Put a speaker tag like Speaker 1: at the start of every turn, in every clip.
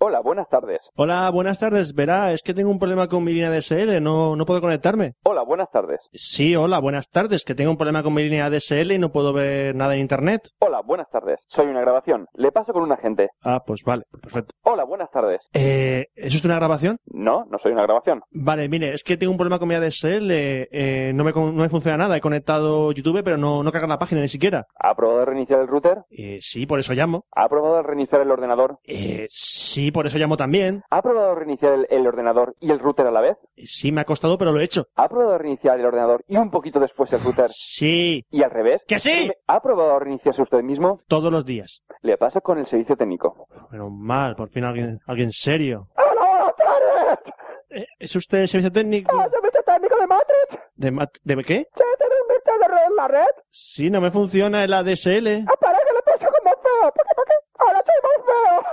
Speaker 1: Hola, buenas tardes.
Speaker 2: Hola, buenas tardes. Verá, es que tengo un problema con mi línea DSL, no, no puedo conectarme.
Speaker 1: Hola, buenas tardes.
Speaker 2: Sí, hola, buenas tardes, que tengo un problema con mi línea DSL y no puedo ver nada en Internet.
Speaker 1: Hola, buenas tardes. Soy una grabación. Le paso con un agente.
Speaker 2: Ah, pues vale, perfecto.
Speaker 1: Hola, buenas tardes.
Speaker 2: Eh, ¿Es usted una grabación?
Speaker 1: No, no soy una grabación.
Speaker 2: Vale, mire, es que tengo un problema con mi ADSL, eh, eh, no, me, con- no me funciona nada, he conectado YouTube pero no, no carga la página ni siquiera.
Speaker 1: ¿Ha probado reiniciar el router?
Speaker 2: Eh, sí, por eso llamo.
Speaker 1: ¿Ha probado reiniciar el ordenador?
Speaker 2: Eh, sí, por eso llamo también.
Speaker 1: ¿Ha probado reiniciar el, el ordenador y el router a la vez?
Speaker 2: Eh, Sí, me ha costado, pero lo he hecho.
Speaker 1: ¿Ha probado reiniciar el ordenador y un poquito después el router?
Speaker 2: Sí,
Speaker 1: ¿Y al revés?
Speaker 2: ¡Que sí!
Speaker 1: ¿Ha probado reiniciarse usted mismo?
Speaker 2: todos los días.
Speaker 1: Le paso con el servicio técnico.
Speaker 2: Pero mal, por fin alguien, alguien serio.
Speaker 1: ¡Hola, buenas tardes! ¡Ah,
Speaker 2: Eh, ¿Es usted servicio técnico?
Speaker 1: ¡Soy servicio técnico de Matrix!
Speaker 2: ¿De, mat- ¿De qué?
Speaker 1: ¿Se tiene un virtual en la red?
Speaker 2: Sí, no me funciona el ADSL.
Speaker 1: ¡Para que le paso con Morfeo! ¿Por qué, por qué? ¡Ahora soy Morfeo!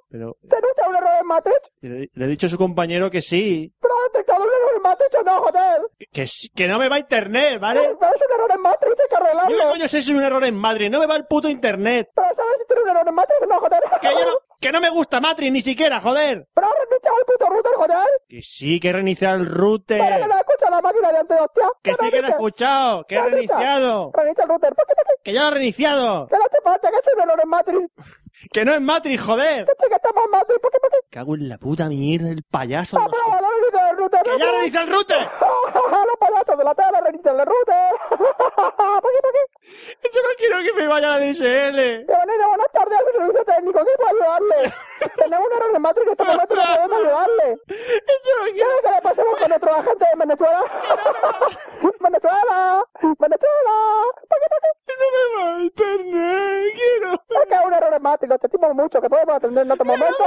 Speaker 2: Pero
Speaker 1: ¿Denuncia un error en Matrix?
Speaker 2: le le he dicho a su compañero que sí.
Speaker 1: ¿Pero ha detectado un error en Matrix o no, joder?
Speaker 2: Que, sí- que no me va a internet, ¿vale?
Speaker 1: Pero es un error en Matrix, hay que
Speaker 2: Yo
Speaker 1: arreglarlo.
Speaker 2: qué coño sé si es un error en Madrid. No me va el puto internet.
Speaker 1: Pero sabes si tiene un error en Matrix o no, joder.
Speaker 2: Que yo no, que no me gusta Matrix ni siquiera, joder.
Speaker 1: Pero ha reiniciado el puto router, joder.
Speaker 2: Que sí, que he reiniciado el
Speaker 1: Para que
Speaker 2: router.
Speaker 1: no escucha la máquina de antes, hostia.
Speaker 2: Que sí que lo he escuchado. Que he reiniciado.
Speaker 1: Reinicia el router. ¿Por qué, por qué?
Speaker 2: Que ya lo he reiniciado.
Speaker 1: Que no te falta, que es un error en Matrix.
Speaker 2: Que no es Matrix, joder.
Speaker 1: Que sí que estamos en Matrix. ¿Por qué, por qué?
Speaker 2: Cago en la puta mierda, el payaso. de
Speaker 1: Ha
Speaker 2: los-
Speaker 1: probado la reinicia del router.
Speaker 2: Que ya he reiniciado el router.
Speaker 1: Los payasos de la tele reinician el router. ¿Por qué, por qué?
Speaker 2: Yo no quiero que me vaya la DSL.
Speaker 1: Bienvenido, buenas tardes al servicio técnico. ¿Quién puede ayudarle? Tenemos un error en Matrix que estamos momento no podemos ayudarle.
Speaker 2: Yo no quiero...
Speaker 1: ¿Quiere que le pasemos con nuestro agente de Venezuela? ¡Venezuela! ¡Venezuela! ¿Por qué, por qué?
Speaker 2: No me va el internet. Quiero...
Speaker 1: Es que hay un error en Matrix. Lo sentimos mucho. que podemos atender en otro momento?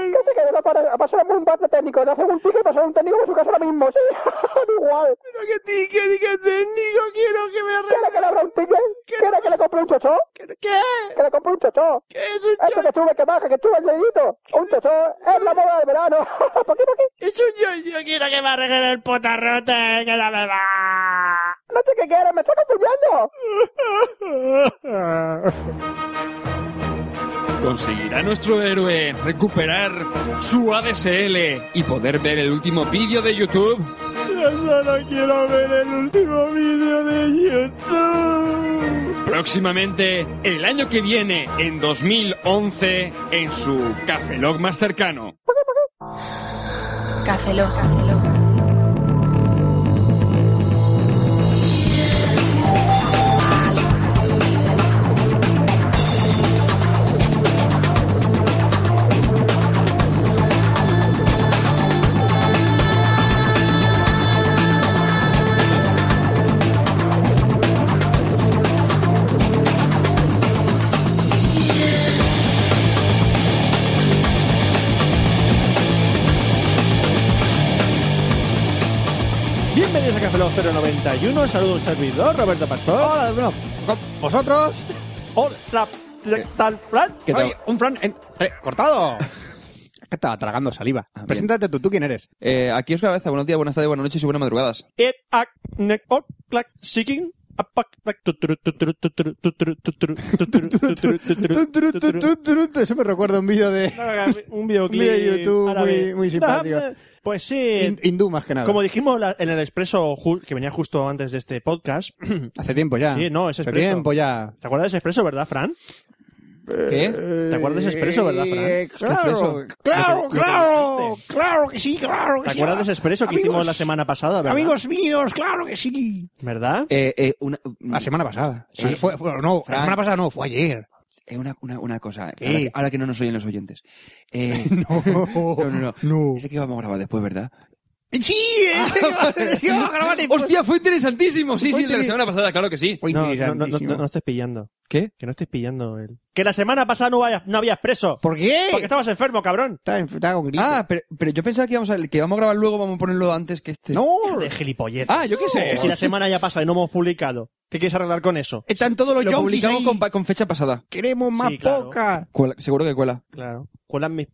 Speaker 1: Que se quede la para pasaremos un parte técnico. Le hacemos un ticket y pasar un técnico por su casa ahora mismo. Sí, da igual.
Speaker 2: Pero que tique, tique técnico, quiero que me
Speaker 1: ¿Quiere que le abra un ticket? ¿Quiere que le compre un chocho?
Speaker 2: arregle. ¿Qué?
Speaker 1: ¿Que le compre un chocho?
Speaker 2: ¿Qué es un
Speaker 1: Esto
Speaker 2: yo?
Speaker 1: que sube, que baja, que sube el dedito. Un chocho es la moda del verano. ¿Por qué, por qué?
Speaker 2: Es un yo, yo quiero que me arregle el potarrote, que no me
Speaker 1: No sé qué quieres, me está confundiendo.
Speaker 2: va.
Speaker 3: ¿Conseguirá nuestro héroe recuperar su ADSL y poder ver el último vídeo de YouTube?
Speaker 2: Yo solo quiero ver el último vídeo de YouTube.
Speaker 3: Próximamente, el año que viene, en 2011, en su Café Log más cercano.
Speaker 4: Café Lock. Café Lock.
Speaker 2: Bienvenidos a Café Lock 091. Saludo a un servidor, Roberto Pastor.
Speaker 5: Hola, bueno, con vosotros.
Speaker 2: Hola, ¿qué tal, Fran?
Speaker 5: Que
Speaker 2: Soy-
Speaker 5: soy un Fran en- eh, cortado. Ah, Es que estaba tragando saliva.
Speaker 6: bien.
Speaker 5: Preséntate tú, ¿tú quién eres?
Speaker 6: Eh, aquí os cabeza, buenos días, buenas tardes, buenas noches y buenas madrugadas.
Speaker 2: It a neck or clack seeking a puck clack tu- tu- tu- tu- tu- tu- tu- tu- tu- tu- tu- tu- tu- tu-
Speaker 5: Tun, turun,
Speaker 2: tu- tu-
Speaker 5: tun,
Speaker 2: tu-
Speaker 5: tun, turun, tun. Eso me recuerda a un vídeo de
Speaker 2: un videoclip
Speaker 5: Un vídeo de YouTube
Speaker 2: árabe.
Speaker 5: muy- muy simpático.
Speaker 2: Pues sí,
Speaker 5: hin- hindú más que nada.
Speaker 2: como dijimos la- en el expreso ju- que venía justo antes de este podcast,
Speaker 5: Hace tiempo ya.
Speaker 2: Sí, no, es
Speaker 5: Hace
Speaker 2: expreso.
Speaker 5: tiempo ya.
Speaker 2: ¿te acuerdas de ese expreso, verdad, Fran?
Speaker 6: ¿Qué?
Speaker 5: ¿Te
Speaker 2: acuerdas de Expreso, verdad, Fran?
Speaker 5: Eh, claro,
Speaker 6: Expreso?
Speaker 2: Lo
Speaker 5: claro,
Speaker 2: que- lo que
Speaker 5: claro,
Speaker 2: dijiste.
Speaker 5: claro que sí, claro que
Speaker 2: ¿Te
Speaker 5: sí.
Speaker 2: acuerdas de ese expreso que
Speaker 5: Amigos,
Speaker 2: hicimos la semana pasada, verdad?
Speaker 5: Amigos míos, claro que sí.
Speaker 2: ¿Verdad?
Speaker 6: Eh, eh, una,
Speaker 5: La semana pasada.
Speaker 6: Sí.
Speaker 5: Sí, fue- fue- no,
Speaker 6: Fran.
Speaker 5: la semana pasada no, fue ayer.
Speaker 6: eh, una, una, una cosa,
Speaker 5: ¿Qué?
Speaker 6: ahora que, ahora que no nos oyen los oyentes. Eh,
Speaker 5: No,
Speaker 6: no, no,
Speaker 5: no.
Speaker 6: no. Es que vamos a grabar después, ¿verdad?
Speaker 5: Sí, es que iba- iba a grabar después.
Speaker 3: ¡Hostia, fue interesantísimo! Sí,
Speaker 5: Fue
Speaker 3: sí, el de la
Speaker 5: interi-
Speaker 3: semana pasada, claro que sí.
Speaker 5: Fue
Speaker 2: No, no, no, no,
Speaker 5: interesantísimo.
Speaker 2: no, no estés pillando.
Speaker 6: ¿Qué?
Speaker 2: Que no estés pillando el... Que la semana pasada no, había- no había expreso.
Speaker 5: ¿Por qué?
Speaker 2: Porque estabas enfermo, cabrón.
Speaker 5: Está, en- está con gripe.
Speaker 6: Ah, pero, pero yo pensaba que íbamos a, que íbamos a grabar luego, vamos a ponerlo antes que este.
Speaker 5: no.
Speaker 2: de gilipollez.
Speaker 3: Ah, yo qué sé.
Speaker 2: Si la semana ya pasa y no hemos publicado, ¿qué quieres arreglar con eso?
Speaker 5: Están todos los
Speaker 6: lo
Speaker 5: yonkis
Speaker 6: publicamos
Speaker 5: ahí.
Speaker 6: con, pa- con fecha pasada.
Speaker 5: Queremos más
Speaker 2: Sí, claro.
Speaker 5: poca.
Speaker 6: Cuela- seguro que cuela.
Speaker 2: Claro. ¿Cuelan mis...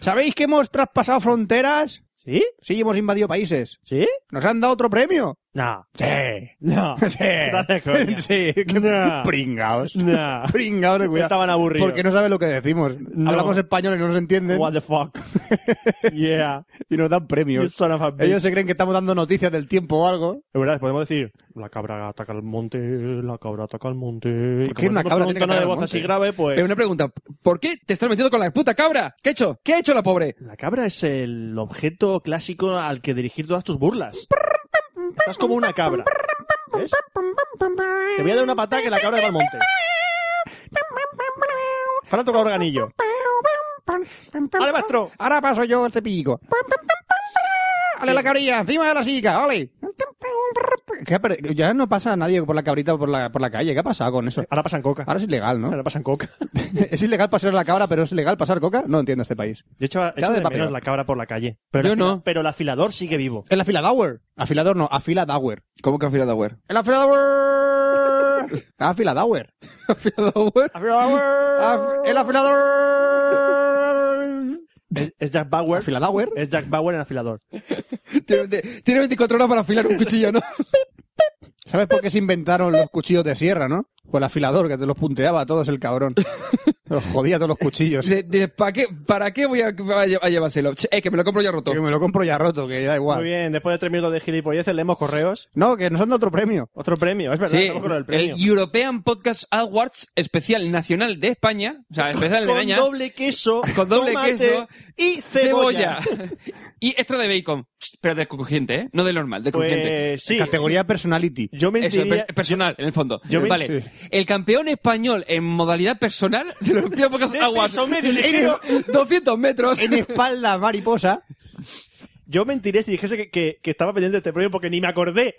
Speaker 5: ¿Sabéis que hemos traspasado fronteras?
Speaker 2: ¿Sí?
Speaker 5: Sí, hemos invadido países.
Speaker 2: ¿Sí?
Speaker 5: Nos han dado otro premio.
Speaker 2: No.
Speaker 5: Sí.
Speaker 2: No. Estás de coña.
Speaker 5: Sí. sí. Qué
Speaker 2: No.
Speaker 5: Pringaos.
Speaker 2: No.
Speaker 5: Pringaos de cuidado.
Speaker 2: Estaban aburridos.
Speaker 5: Porque no saben lo que decimos.
Speaker 2: No.
Speaker 5: Hablamos español y no nos entienden.
Speaker 2: What the fuck. Yeah.
Speaker 5: y nos dan
Speaker 2: You
Speaker 5: premios.
Speaker 2: son of a bitch.
Speaker 5: Ellos se creen que estamos dando noticias del tiempo o algo.
Speaker 2: Es verdad, podemos decir, la cabra ataca al monte, la cabra ataca al monte. Y
Speaker 5: ¿Por
Speaker 2: como
Speaker 5: qué una
Speaker 2: hacemos
Speaker 5: cabra
Speaker 2: con un
Speaker 5: tiene que
Speaker 2: tono
Speaker 5: atacar
Speaker 2: de
Speaker 5: al
Speaker 2: voz
Speaker 5: monte?
Speaker 2: así grave, pues...
Speaker 6: Pero una pregunta, ¿por qué te estás metiendo con la puta cabra? ¿Qué ha hecho? ¿Qué ha hecho la pobre?
Speaker 2: La cabra es el objeto clásico al que dirigir todas tus burlas. Estás como una cabra. ¿Ves? Te voy a dar una patada que la cabra va al monte. Fran toca organillo. ¡Ale, maestro!
Speaker 5: Ahora paso yo este pico. ¡Ale la cabrilla! ¡Encima de la silla! ¡Ole! ¿Qué ha per- Ya no pasa nadie por la cabrita o por la, por la calle. ¿Qué ha pasado con eso?
Speaker 2: Ahora pasan coca.
Speaker 5: Ahora es ilegal, ¿no?
Speaker 2: Ahora pasan coca.
Speaker 5: ¿Es ilegal pasar la cabra, pero es legal pasar coca? No entiendo este país.
Speaker 2: Yo echaba,
Speaker 5: Cada
Speaker 2: echaba
Speaker 5: de
Speaker 2: de
Speaker 5: papel.
Speaker 2: menos la cabra por la calle. Pero
Speaker 6: Yo
Speaker 2: el afila-
Speaker 6: no.
Speaker 2: Pero el afilador sigue vivo.
Speaker 5: El afiladauer. Afilador no, afiladauer.
Speaker 6: ¿Cómo que afiladauer?
Speaker 5: El afiladauer. afiladauer.
Speaker 6: ¿Afiladauer?
Speaker 5: Af- el afilador.
Speaker 2: Es, es Jack Bauer.
Speaker 5: Afiladauer.
Speaker 2: Es Jack Bauer en afilador.
Speaker 6: Tiene, tiene 24 horas para afilar un cuchillo, ¿no?
Speaker 5: ¿Sabes por qué se inventaron los cuchillos de sierra, no? Por el afilador que te los punteaba a todos el cabrón. Los jodía todos los cuchillos.
Speaker 6: De- de- ¿pa' qué- ¿Para qué voy a, a lle- a llevárselo? Che, Eh, que me lo compro ya roto.
Speaker 5: Que me lo compro ya roto, que da
Speaker 2: Muy
Speaker 5: igual.
Speaker 2: bien, después de tres minutos de gilipolleces leemos correos.
Speaker 5: No, que nos han dado otro premio.
Speaker 2: Otro premio, es verdad,
Speaker 6: Sí,
Speaker 2: estamos con el premio.
Speaker 6: el European Podcast Awards especial nacional de España, o sea, especial
Speaker 2: con
Speaker 6: navideña,
Speaker 2: doble queso,
Speaker 6: con doble
Speaker 2: tomate
Speaker 6: queso
Speaker 2: y
Speaker 6: cebolla
Speaker 2: cebolla.
Speaker 6: y extra de bacon, pero del crujiente, ¿eh? No del normal, del crujiente.
Speaker 2: Pues sí,
Speaker 5: Categoría personality.
Speaker 2: yo
Speaker 6: Eso,
Speaker 2: mentiría,
Speaker 6: per- personal, en el fondo.
Speaker 2: yo me-
Speaker 6: vale,
Speaker 5: sí.
Speaker 6: el campeón español en modalidad personal de los European Podcast
Speaker 2: De
Speaker 6: Awards.
Speaker 2: peso medio ligero.
Speaker 6: En 200 metros.
Speaker 5: En espalda mariposa.
Speaker 2: yo mentiré si dijese que, que- que estaba pendiente de este premio porque ni me acordé.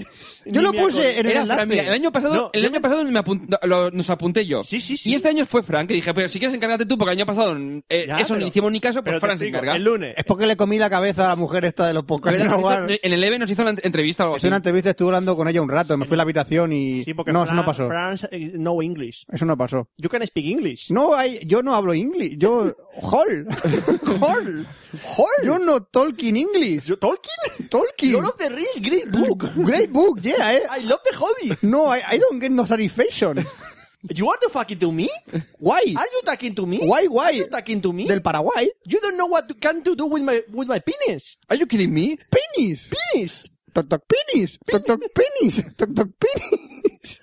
Speaker 2: Ni
Speaker 5: Yo lo
Speaker 2: me
Speaker 5: puse
Speaker 2: acordé.
Speaker 5: en el
Speaker 6: Era Fran, mira, el
Speaker 5: enlace.
Speaker 6: año pasado,
Speaker 2: No,
Speaker 6: el
Speaker 2: yo
Speaker 6: año pasado me apun- lo- nos apunté yo.
Speaker 2: Sí, sí, sí.
Speaker 6: Y este año fue Fran, que dije, pero si quieres encárgate tú, porque el año pasado eh,
Speaker 2: Ya,
Speaker 6: eso no
Speaker 2: pero-
Speaker 6: le hicimos ni caso, pues
Speaker 2: pero te
Speaker 6: Fran se
Speaker 2: explico,
Speaker 6: encarga.
Speaker 2: El lunes.
Speaker 5: Es porque le comí la cabeza a la mujer esta de los podcasts.
Speaker 6: Pero
Speaker 5: No,
Speaker 6: hizo-
Speaker 5: guau.
Speaker 6: en el EVE nos hizo una ent- entrevista o algo
Speaker 5: Hice
Speaker 6: así.
Speaker 5: una entrevista, estuve hablando con ella un rato, me fui a la habitación y...
Speaker 2: Sí, porque
Speaker 5: no, eso
Speaker 2: Fran-
Speaker 5: no pasó.
Speaker 2: France, eh, no English.
Speaker 5: Eso no pasó.
Speaker 2: You can speak English.
Speaker 5: No, hay, yo no hablo inglés. Yo... Hall. Hall. Hall. Yo no talking English.
Speaker 2: Yo- Tolkien?
Speaker 5: Tolkien.
Speaker 2: You're of the rich, great book.
Speaker 5: Great book, yeah. eh.
Speaker 2: I love the hobby.
Speaker 5: No, I, I don't get no satisfaction.
Speaker 2: You are the fucking to me?
Speaker 5: Why?
Speaker 2: Are you talking to me?
Speaker 5: Why, why?
Speaker 2: Are you talking to me?
Speaker 5: Del Paraguay.
Speaker 2: You don't know what to, can to do with my, with my penis.
Speaker 6: Are you kidding me?
Speaker 5: Penis.
Speaker 2: Penis.
Speaker 5: Toc, toc, penis. Toc, toc, penis. Toc, toc, penis.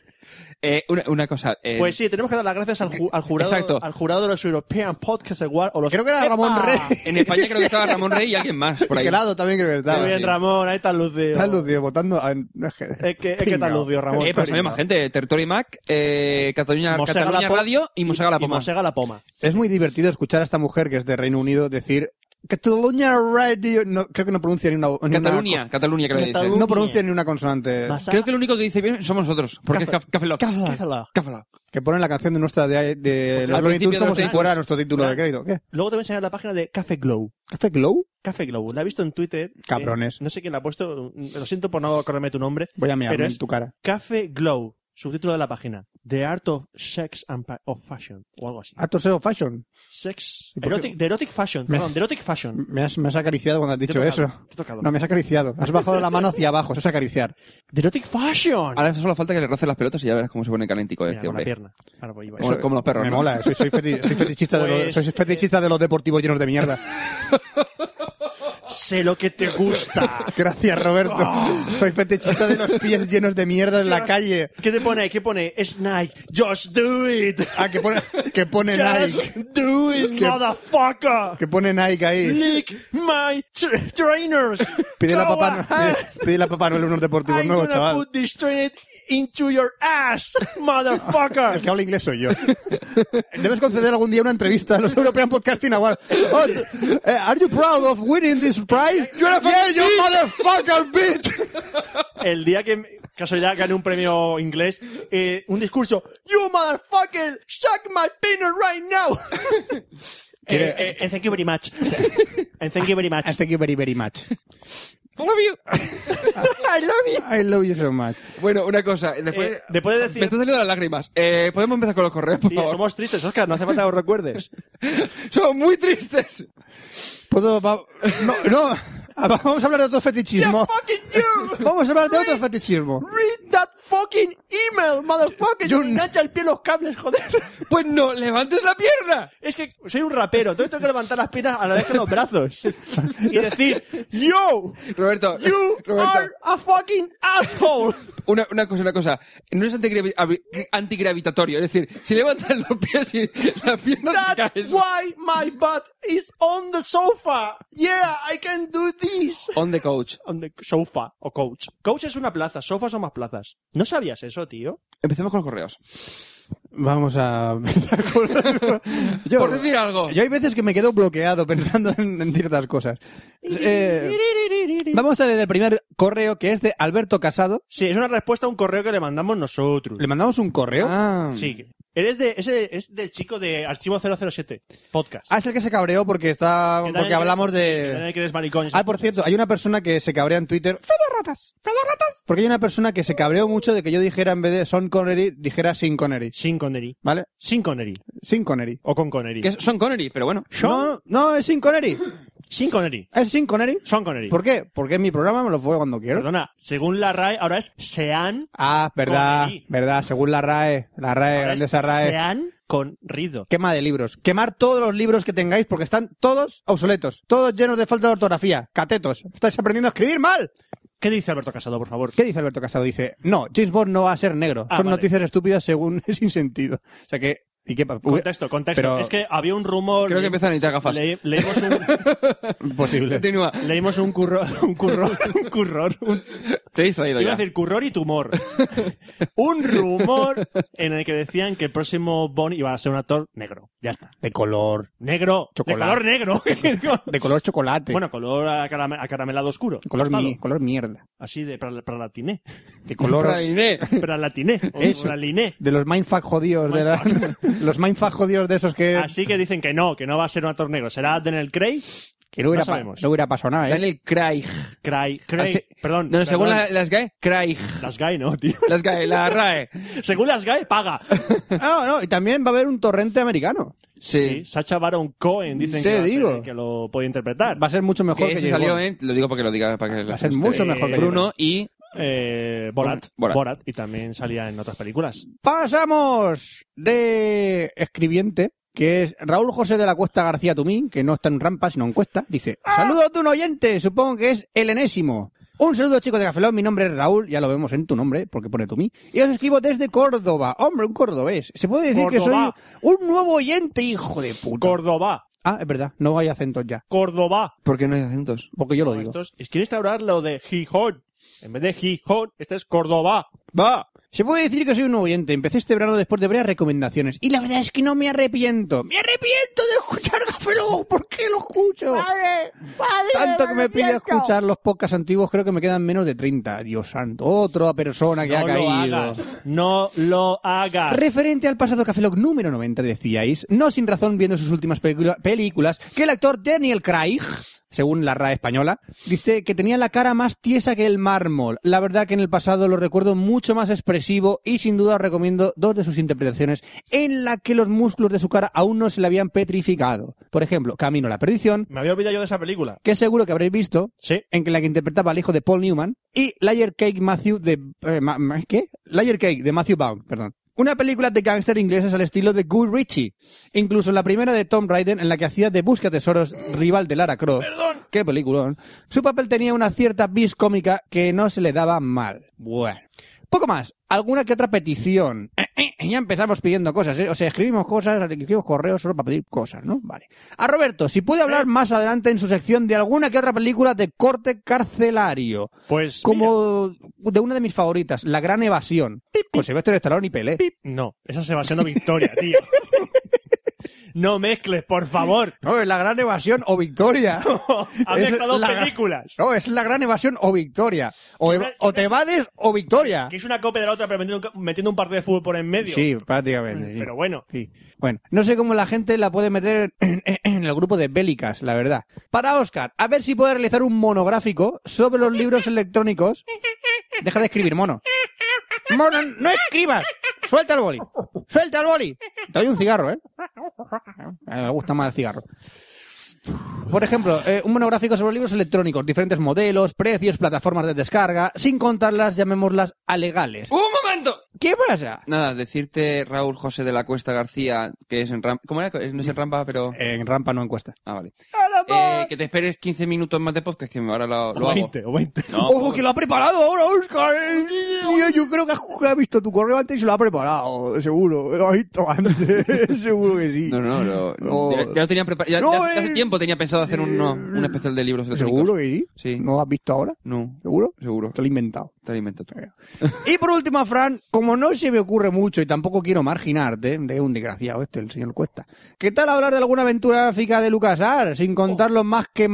Speaker 6: Eh, una, una cosa. eh,
Speaker 2: Pues sí, tenemos que dar las gracias al, ju- al jurado
Speaker 6: Exacto.
Speaker 2: al jurado de los European Podcast Awards. o los-
Speaker 5: Creo que era
Speaker 2: ¡Epa!
Speaker 5: Ramón Rey.
Speaker 6: En España creo que estaba Ramón Rey y alguien más por ahí.
Speaker 5: Gelado también creo que
Speaker 2: Muy
Speaker 5: estaba.
Speaker 2: bien,
Speaker 5: sí.
Speaker 2: Ramón, ahí está Lucio.
Speaker 5: Está lucido votando a... no, Es que,
Speaker 2: Es que, es que está Lucio, Ramón.
Speaker 6: Eh, pues había más gente. Territory Mac, eh, Cataluña,
Speaker 2: Mosega la
Speaker 6: Cataluña
Speaker 2: Po-
Speaker 6: Radio y Mosega La
Speaker 2: Y
Speaker 6: Poma.
Speaker 2: Mosega la Poma.
Speaker 5: Es muy divertido escuchar a esta mujer que es de Reino Unido decir Cataluña Radio. No, creo que no pronuncia ni una. ni una-
Speaker 6: Cataluña, Cataluña creo que dice.
Speaker 2: Catalu-
Speaker 5: no pronuncia ni una consonante.
Speaker 2: Masa-
Speaker 6: Creo que lo único que dice bien somos nosotros, porque es Caf- Café Lock.
Speaker 2: Cázala.
Speaker 6: Café Lock.
Speaker 5: Que ponen la canción de nuestra de, de
Speaker 2: Pues
Speaker 5: los
Speaker 6: Al
Speaker 5: Looney
Speaker 6: principio
Speaker 5: Tunes
Speaker 6: de
Speaker 5: como
Speaker 6: los
Speaker 5: si
Speaker 6: Looney
Speaker 5: fuera
Speaker 6: Tunes.
Speaker 5: nuestro título de crédito. ¿Qué?
Speaker 2: Luego te voy a enseñar la página de Café Glow.
Speaker 5: ¿Café Glow?
Speaker 2: Café Glow. La he visto en Twitter.
Speaker 5: Cabrones.
Speaker 2: Eh, no sé quién la ha puesto. Lo siento por no acordarme tu nombre.
Speaker 5: Voy a
Speaker 2: Pero
Speaker 5: mirarme en
Speaker 2: es-
Speaker 5: tu cara.
Speaker 2: Café Glow. Subtítulo de la página. The Art of Sex and Pa- of Fashion. O algo así.
Speaker 5: Acto Seo Fashion.
Speaker 2: Sex.
Speaker 5: ¿Y por qué?
Speaker 2: Erotic, the Erotic Fashion. Perdón, The Erotic Fashion.
Speaker 5: Me has, me has acariciado cuando has
Speaker 2: Te he
Speaker 5: dicho
Speaker 2: tocado,
Speaker 5: eso.
Speaker 2: Te he tocado.
Speaker 5: No, me has acariciado. Has bajado la mano hacia abajo. Eso es acariciar.
Speaker 2: The Erotic Fashion.
Speaker 6: Ahora solo falta que le roce las pelotas y ya verás cómo se pone calentico
Speaker 2: Mira,
Speaker 6: este
Speaker 2: con la
Speaker 6: hombre.
Speaker 2: pierna. Ahora voy, voy.
Speaker 6: Como-
Speaker 5: Eso-
Speaker 6: como los perros,
Speaker 5: Me
Speaker 6: ¿no?
Speaker 5: mola. Soy, soy feti- soy fetichista, de los,
Speaker 2: Pues,
Speaker 5: soy fetichista de los deportivos llenos de mierda.
Speaker 2: Sé lo que te gusta.
Speaker 5: Gracias, Roberto. Soy fetichista de los pies llenos de mierda en la
Speaker 2: Oh. Just-
Speaker 5: calle.
Speaker 2: ¿Qué te pone? ahí? ¿Qué pone? Es Nike. Just do it.
Speaker 5: Ah, que pone, que pone
Speaker 2: Just
Speaker 5: Nike.
Speaker 2: do it,
Speaker 5: Que-
Speaker 2: motherfucker.
Speaker 5: Que pone Nike ahí.
Speaker 2: Lick my tr- trainers.
Speaker 5: Pide la
Speaker 2: Go
Speaker 5: papá,
Speaker 2: ahead.
Speaker 5: pide, pide la papá Noel unos deportivos
Speaker 2: I'm
Speaker 5: nuevos,
Speaker 2: gonna
Speaker 5: chaval.
Speaker 2: put this trainer into your ass, motherfucker.
Speaker 5: El que habla inglés soy yo. Debes conceder algún día una entrevista a los European Podcasting Awards. Oh, t- eh, are you proud of winning this prize? yeah, you motherfucker bitch.
Speaker 2: el día que casualidad gané un premio inglés, eh, un discurso, You motherfucker, suck my penis right now. Eh, eh, and thank you very much. And thank you very much.
Speaker 5: Ah, thank you very, very much.
Speaker 6: I love you.
Speaker 5: I love you. I love you so much.
Speaker 6: Bueno, una cosa. Después,
Speaker 2: Eh, después de decir-
Speaker 6: Me están saliendo las lágrimas. Eh, Podemos empezar con los correos, por
Speaker 2: Sí,
Speaker 6: favor.
Speaker 2: somos tristes, Oscar, no hace falta que os recuerdes.
Speaker 6: Somos muy tristes.
Speaker 5: ¿Puedo...? va- No, no. Ah, va- Vamos a hablar de otro fetichismo.
Speaker 7: fucking you!
Speaker 5: Vamos a hablar de otro fetichismo.
Speaker 7: Read that fucking email, motherfucker.
Speaker 5: Yo-
Speaker 7: Yo me engancha el pie los cables, joder.
Speaker 2: Pues no, levantes la pierna.
Speaker 7: Es que soy un rapero, entonces tengo que levantar las piernas a la vez que los brazos. Y decir, yo,
Speaker 6: Roberto, eh,
Speaker 7: you
Speaker 6: Roberto,
Speaker 7: are a fucking asshole.
Speaker 6: una, una cosa, una cosa. No es antigravi- abri- antigravitatorio. Es decir, si levantas los pies y las piernas te
Speaker 7: That's
Speaker 6: caes.
Speaker 7: why my butt is on the sofa. Yeah, I can do this.
Speaker 6: On the coach.
Speaker 7: On the sofa o coach. Coach es una plaza, sofas son más plazas. ¿No sabías eso, tío?
Speaker 6: Empecemos con los correos.
Speaker 5: Vamos a empezar con- yo,
Speaker 6: Por decir algo.
Speaker 5: yo hay veces que me quedo bloqueado pensando en, en ciertas cosas. Eh, vamos a leer el primer correo que es de Alberto Casado.
Speaker 7: Sí, es una respuesta a un correo que le mandamos nosotros.
Speaker 5: Le mandamos un correo. Ah,
Speaker 6: Ah.
Speaker 7: Sí. Eres de, ese, es del chico de Archivo 007, podcast.
Speaker 5: Ah, es el que se cabreó porque está
Speaker 7: Que también
Speaker 5: porque hablamos
Speaker 7: eres- que
Speaker 5: de
Speaker 7: también que eres maricón.
Speaker 5: Ah, por cierto, hay una persona que se cabrea en Twitter. ¡Fede ratas! ¡Fede ratas! Porque hay una persona que se cabreó mucho de que yo dijera en vez de Son Connery, dijera Sin Connery.
Speaker 7: Sin Connery.
Speaker 5: ¿Vale?
Speaker 7: Sin Connery.
Speaker 5: Sin Connery.
Speaker 7: O con Connery.
Speaker 6: Que es Sean Connery, pero bueno.
Speaker 5: No, no, es Sin Connery.
Speaker 7: Sin Connery.
Speaker 5: Es Sin Connery.
Speaker 7: Son Connery.
Speaker 5: ¿Por qué? Porque en mi programa me lo fue cuando quiero.
Speaker 7: Perdona, según la RAE, ahora es Sean.
Speaker 5: Ah, verdad,
Speaker 7: Connery.
Speaker 5: verdad, según la RAE, la RAE,
Speaker 7: ahora
Speaker 5: grandeza
Speaker 7: es
Speaker 5: Eh, RAE.
Speaker 7: Sean con Rido.
Speaker 5: Quema de libros. Quemar todos los libros que tengáis porque están todos obsoletos, todos llenos de falta de ortografía, catetos. Estáis aprendiendo a escribir mal.
Speaker 7: ¿Qué dice Alberto Casado, por favor?
Speaker 5: ¿Qué dice Alberto Casado? Dice, no, James Bond no va a ser negro.
Speaker 7: Ah,
Speaker 5: Son
Speaker 7: vale.
Speaker 5: noticias estúpidas según sin sentido. O sea que... ¿Y qué pa-
Speaker 7: Contexto, contexto.
Speaker 5: Pero-
Speaker 7: Es que había un rumor.
Speaker 6: Creo que empiezan a necesitar gafas.
Speaker 7: Le- leímos un,
Speaker 5: Posible.
Speaker 6: Continúa.
Speaker 7: leímos un curro, un curro, un curror, un-
Speaker 6: Te he distraído
Speaker 7: Iba
Speaker 6: ya.
Speaker 7: a decir curror y tumor. un rumor en el que decían que el próximo Bond iba a ser un actor negro. Ya está.
Speaker 5: De color.
Speaker 7: Negro.
Speaker 5: Chocolate.
Speaker 7: De color negro.
Speaker 5: De color chocolate.
Speaker 7: Bueno, color acarame- acaramelado oscuro.
Speaker 5: De color,
Speaker 7: Tostado.
Speaker 5: mi- color mierda.
Speaker 7: Así de para, para latiné.
Speaker 5: De color...
Speaker 6: Praliné.
Speaker 7: Para latiné.
Speaker 5: Eso.
Speaker 7: Para liné.
Speaker 5: De los mindfuck jodidos. De la- los mindfuck jodidos de esos que...
Speaker 7: Así que dicen que no, que no va a ser un actor negro. Será Daniel Craig.
Speaker 5: que no hubiera,
Speaker 7: no
Speaker 5: pa-
Speaker 7: sabemos.
Speaker 5: no hubiera pasado nada, ¿eh?
Speaker 6: Daniel Craig.
Speaker 7: Craig. Craig.
Speaker 6: Así-
Speaker 7: Perdón.
Speaker 6: No, según
Speaker 7: perdón.
Speaker 6: la- las GAE, Craig.
Speaker 7: Las GAE, ¿no, tío?
Speaker 6: Las GAE, la RAE.
Speaker 7: Según las GAE, paga.
Speaker 5: Ah, no, y también va a haber un torrente americano.
Speaker 6: Sí.
Speaker 7: Sacha Baron Cohen dicen
Speaker 5: Te
Speaker 7: que, va a ser
Speaker 5: digo.
Speaker 7: el que lo puede interpretar.
Speaker 5: Va a ser mucho mejor que,
Speaker 6: Que
Speaker 5: James
Speaker 6: ese salió
Speaker 5: Bond.
Speaker 6: en... Lo digo para que lo diga. Para que
Speaker 5: Va
Speaker 6: la
Speaker 5: a ser
Speaker 6: gente-
Speaker 5: mucho
Speaker 7: Eh,
Speaker 5: mejor que
Speaker 6: Bruno y...
Speaker 7: Eh, Borat,
Speaker 6: Borat.
Speaker 7: Borat. Y también salía en otras películas.
Speaker 5: Pasamos de escribiente, que es Raúl José de la Cuesta García Tumín, que no está en rampa, sino en cuesta. Dice, saludos de un oyente, supongo que es el enésimo. Un saludo chicos de Cafelón, mi nombre es Raúl, ya lo vemos en tu nombre, porque pone Tumín. Y os escribo desde Córdoba. Hombre, un cordobés. Se puede decir
Speaker 7: Córdoba.
Speaker 5: que soy un nuevo oyente, hijo de puta.
Speaker 7: Córdoba.
Speaker 5: ah, es verdad, no hay acentos ya,
Speaker 7: Córdoba.
Speaker 6: ¿Por qué no hay acentos?
Speaker 5: porque yo lo
Speaker 7: No,
Speaker 5: digo.
Speaker 7: esto es- es- quiero instaurar lo de Gijón. En vez de Gijón, este es Córdoba.
Speaker 5: Va. Se puede decir que soy un nuevo oyente. Empecé este verano después de varias recomendaciones. Y la verdad es que no me arrepiento. Me arrepiento de escuchar Gafeló. ¿Por qué lo escucho? Tanto que me pide escuchar los podcasts antiguos, creo que me quedan menos de 30. Dios santo. Otra persona que ha
Speaker 7: no lo
Speaker 5: caído.
Speaker 7: hagas. No lo hagas.
Speaker 5: Referente al pasado Café Lock número 90 decíais, no sin razón viendo sus últimas pelicula- películas, que el actor Daniel Craig, según la RAE española, dice que tenía la cara más tiesa que el mármol. La verdad que en el pasado lo recuerdo mucho más expresivo y sin duda os recomiendo dos de sus interpretaciones en la que los músculos de su cara aún no se le habían petrificado. Por ejemplo, Camino a la Perdición,
Speaker 7: Me había olvidado yo de esa película.
Speaker 5: que seguro que habréis visto,
Speaker 7: Sí.
Speaker 5: en la que interpretaba al hijo de Paul Newman, y Layer Cake Matthew de... eh, ma- ma- ¿Qué? Layer Cake de Matthew Baum, perdón. Una película de gángster ingleses al estilo de Guy Ritchie. Incluso la primera de Tom Ryden en la que hacía de busca tesoros rival de Lara Croft. ¡Perdón! ¡Qué peliculón! Su papel tenía una cierta bis cómica que no se le daba mal. Bueno. Poco más. ¿Alguna que otra petición? ya empezamos pidiendo cosas, ¿eh? O sea, escribimos cosas, escribimos correos solo para pedir cosas, ¿no? Vale. A Roberto, si puede hablar más adelante en su sección de alguna que otra película de corte carcelario.
Speaker 7: Pues.
Speaker 5: Como de una de mis favoritas, La Gran Evasión. Con Sylvester Stallone y Pelé.
Speaker 7: mira. No, esa es Sebastián Victoria, tío. no mezcles, por favor.
Speaker 5: No, es La Gran Evasión o Victoria.
Speaker 7: Has
Speaker 5: Es
Speaker 7: mezclado
Speaker 5: la-
Speaker 7: películas.
Speaker 5: No, es La Gran Evasión o Victoria. O, eva- o te vades o Victoria.
Speaker 7: Que es una copia de la otra, pero metiendo un, ca- metiendo un partido de fútbol por en medio.
Speaker 5: Ah. Sí, prácticamente. sí.
Speaker 7: Pero bueno.
Speaker 5: Sí. Bueno, no sé cómo la gente la puede meter en, en el grupo de bélicas, la verdad. Para Oscar, a ver si puede realizar un monográfico sobre los libros electrónicos. Deja de escribir, mono. Mono, no escribas. Suelta el boli. Suelta el boli. Te doy un cigarro, ¿eh? A él Le gusta más el cigarro. Por ejemplo, eh, un monográfico sobre libros electrónicos, diferentes modelos, precios, plataformas de descarga, sin contar las, llamémoslas, alegales.
Speaker 6: ¡Un momento!
Speaker 5: ¿Qué pasa?
Speaker 6: Nada, decirte Raúl José de la Cuesta García, que es en Rampa. ¿Cómo era? No es en Rampa, pero.
Speaker 5: En rampa no encuesta.
Speaker 6: Ah, vale. Eh, que te esperes 15 minutos más de podcast, que ahora lo, lo
Speaker 7: o
Speaker 6: hago.
Speaker 7: 20, o 20.
Speaker 6: No,
Speaker 5: ¡Ojo, que lo ha preparado ahora, eh, Oscar! Tío, yo creo que has- que ha visto tu correo antes y se lo ha preparado, seguro. Lo ha visto antes, seguro que sí.
Speaker 6: no, no, no, no.
Speaker 5: No.
Speaker 6: Ya, ya lo tenía preparado. Ya,
Speaker 5: No,
Speaker 6: ya hace
Speaker 5: eh,
Speaker 6: tiempo tenía pensado hacer uno-
Speaker 5: Oh. eh,
Speaker 6: un especial de libros electrónicos.
Speaker 5: ¿Seguro que sí?
Speaker 6: Sí.
Speaker 5: ¿No lo has visto ahora?
Speaker 6: No,
Speaker 5: ¿Seguro?
Speaker 6: seguro.
Speaker 5: Te lo he inventado.
Speaker 6: Te lo inventas tú.
Speaker 5: Y por último, Fran, como no se me ocurre mucho y tampoco quiero marginarte, de un desgraciado este, el señor Cuesta, ¿qué tal hablar de alguna aventura gráfica de LucasArts sin contar los más que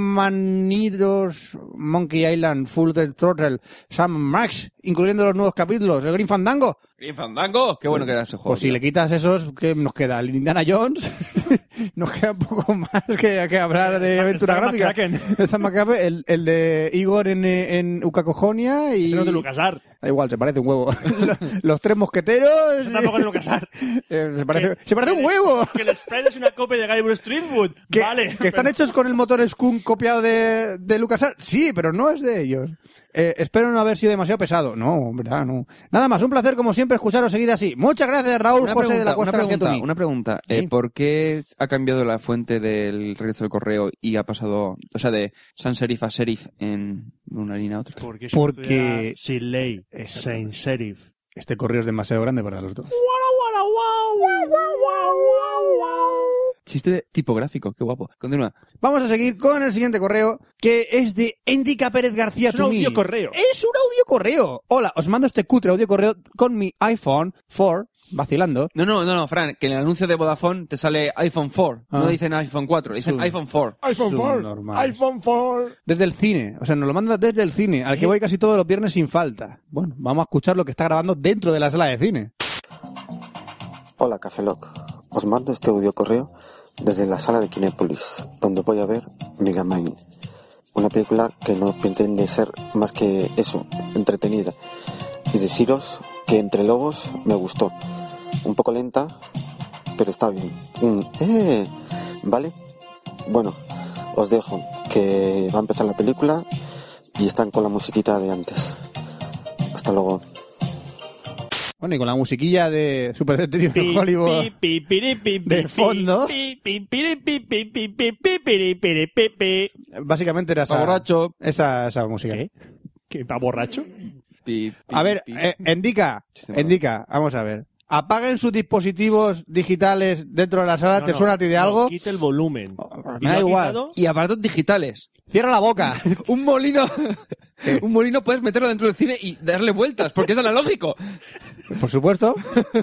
Speaker 5: manidos Monkey Island, Full Throttle, Throttle, Sam Max, incluyendo los nuevos capítulos, el Green Fandango?
Speaker 6: Green Fandango, qué bueno que era ese juego.
Speaker 5: Pues si
Speaker 6: tío.
Speaker 5: le quitas esos, ¿qué nos queda? El Indiana Jones, nos queda poco más que, que hablar de aventura
Speaker 7: Sam
Speaker 5: gráfica.
Speaker 7: McCracken.
Speaker 5: El Sam McCracken, el, el de Igor en, eh, en Ucacojonia y...
Speaker 7: Ese no es de LucasArts.
Speaker 5: Da igual, se parece un huevo. Los, los tres mosqueteros.
Speaker 7: Ese tampoco es de LucasArts.
Speaker 5: Eh, se, parece,
Speaker 7: Que-
Speaker 5: se parece un
Speaker 7: que-
Speaker 5: huevo.
Speaker 7: Que el Sprite es una copia de Guybrush Threepwood.
Speaker 5: Que,
Speaker 7: Vale.
Speaker 5: que están hechos con el motor Skunk copiado de, de LucasArts. Sí, pero no es de ellos. Eh, espero no haber sido demasiado pesado. No, en verdad, no. Nada más, un placer como siempre escucharos seguida así. Muchas gracias, Raúl
Speaker 6: Una
Speaker 5: José de la
Speaker 6: pregunta,
Speaker 5: Cuesta
Speaker 6: una
Speaker 5: García
Speaker 6: pregunta,
Speaker 5: Tuní.
Speaker 6: una pregunta. Eh,
Speaker 5: Sí.
Speaker 6: ¿Por qué ha cambiado la fuente del regreso del correo y ha pasado, o sea, de sans serif a serif en una línea a otra?
Speaker 7: Porque, es
Speaker 5: Porque-
Speaker 7: una ciudad sin ley, sin sheriff.
Speaker 5: Este correo es demasiado grande para los dos.
Speaker 6: Chiste tipográfico, qué guapo. Continúa.
Speaker 5: Vamos a seguir con el siguiente correo, que es de Endica Pérez García
Speaker 7: Es un
Speaker 5: Tumí.
Speaker 7: audio correo.
Speaker 5: Es un audio correo. Hola, os mando este cutre audio correo con mi iPhone 4, vacilando.
Speaker 6: No, no, no, no, Fran, que en el anuncio de Vodafone te sale iPhone 4. No
Speaker 5: Ah.
Speaker 6: dicen iPhone 4, dicen
Speaker 5: Sí.
Speaker 6: iPhone 4.
Speaker 5: iPhone 4. iPhone 4. Desde el cine. O sea, nos lo manda desde el cine,
Speaker 7: ¿Eh?
Speaker 5: al que voy casi todos los viernes sin falta. Bueno, vamos a escuchar lo que está grabando dentro de la sala de cine.
Speaker 8: Hola Cafeloc, os mando este audio correo desde la sala de Kinépolis, donde voy a ver Megamind, una película que no pretende ser más que eso, entretenida, y deciros que Entre Lobos me gustó, un poco lenta, pero está bien. Mm, eh, ¿Vale? Bueno, os dejo, que va a empezar la película y están con la musiquita de antes. Hasta luego.
Speaker 5: Bueno, y con la musiquilla de Super Detective
Speaker 7: Pi,
Speaker 5: Hollywood.
Speaker 7: pi, pi, piri, pi, pi,
Speaker 5: de
Speaker 7: pi,
Speaker 5: fondo.
Speaker 7: pi, pi, piri, pi, pi, pi, pi, pi, piri, piri, pi, pi.
Speaker 5: Básicamente era
Speaker 6: Pa'
Speaker 5: esa,
Speaker 6: borracho.
Speaker 5: esa, esa música.
Speaker 7: ¿Qué? ¿Qué va borracho?
Speaker 6: Pi, pi,
Speaker 5: A ver,
Speaker 6: pi.
Speaker 5: eh, Endica,
Speaker 6: Sistema.
Speaker 5: Endica, vamos a ver. Apaguen sus dispositivos digitales dentro de la sala,
Speaker 7: No,
Speaker 5: ¿te
Speaker 7: no,
Speaker 5: suena a ti de
Speaker 7: no,
Speaker 5: algo? Oh,
Speaker 7: Quita el volumen.
Speaker 5: Me da
Speaker 7: ¿Y lo ha
Speaker 5: igual.
Speaker 7: quitado?
Speaker 6: Y aparatos digitales.
Speaker 5: Cierra la boca.
Speaker 6: Un molino, un molino puedes meterlo dentro del cine y darle vueltas, porque es analógico.
Speaker 5: Por supuesto.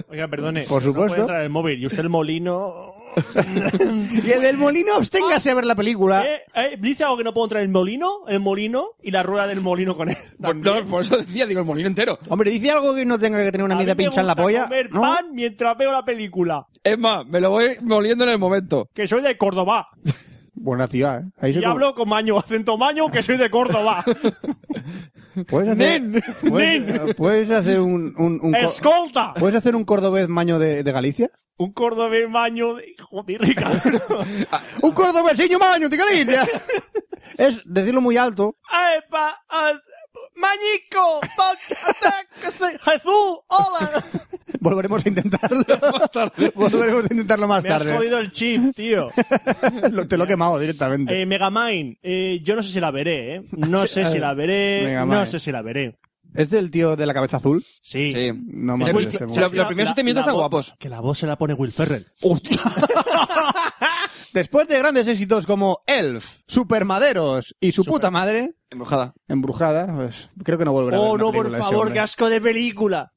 Speaker 7: Oiga, perdone.
Speaker 5: Por
Speaker 7: no puede
Speaker 5: supuesto.
Speaker 7: entrar el móvil. Y usted el molino...
Speaker 5: Y el del molino, absténgase a ver la película.
Speaker 7: ¿Eh? ¿Eh? ¿Dice algo que no puedo entrar el molino? El molino y la rueda del molino con él.
Speaker 6: Por, Pues no, por eso decía, digo, el molino entero.
Speaker 5: Hombre, dice algo que no tenga que tener una
Speaker 7: A mí
Speaker 5: medida
Speaker 7: me
Speaker 5: pincha en la
Speaker 7: gusta
Speaker 5: polla.
Speaker 7: comer
Speaker 5: ¿no?
Speaker 7: pan mientras veo la película.
Speaker 6: Es más, me lo voy moliendo en el momento.
Speaker 7: Que soy de Córdoba.
Speaker 5: Buena ciudad, ¿eh? Ahí se
Speaker 7: Y hablo con maño, acento maño, que soy de Córdoba.
Speaker 5: come. Puedes hacer,
Speaker 7: Nen,
Speaker 5: puedes,
Speaker 7: nen.
Speaker 5: puedes hacer un, un, un cor- Pues-
Speaker 7: ¡Escolta!
Speaker 5: ¿Puedes hacer un cordobés maño de, de Galicia?
Speaker 7: Un cordobés maño de... Joder, Ricardo.
Speaker 5: ¡Un cordobeseño maño de Galicia! es decirlo muy alto.
Speaker 7: ¡Epa! ah, ¡Mañico! pa- ata- que se- ¡Jesús! ¡Hola!
Speaker 5: Volveremos a intentarlo. Volveremos a intentarlo más
Speaker 7: Me has
Speaker 5: tarde.
Speaker 7: jodido el chip, tío.
Speaker 5: Lo- te lo he quemado directamente.
Speaker 7: Eh, Megamind, eh, yo no sé si la veré, ¿eh? No sé si la veré,
Speaker 5: Megamind.
Speaker 7: no sé si la veré.
Speaker 5: ¿Es del tío de la cabeza azul?
Speaker 7: Sí.
Speaker 6: Sí.
Speaker 5: No me
Speaker 6: Los
Speaker 5: apetece
Speaker 6: pri-
Speaker 5: mucho.
Speaker 6: los- los primeros
Speaker 7: La-
Speaker 6: siete minutos
Speaker 7: la
Speaker 6: están
Speaker 7: voz-
Speaker 6: guapos.
Speaker 7: Que la voz se la pone Will Ferrell.
Speaker 5: Después de grandes éxitos como Elf, Supermaderos y su puta madre,
Speaker 6: Embrujada.
Speaker 5: Embrujada, pues creo que no volverá a ver
Speaker 7: Oh,
Speaker 5: una
Speaker 7: no, por
Speaker 5: película de ese
Speaker 7: favor,
Speaker 5: hombre.
Speaker 7: qué asco de película.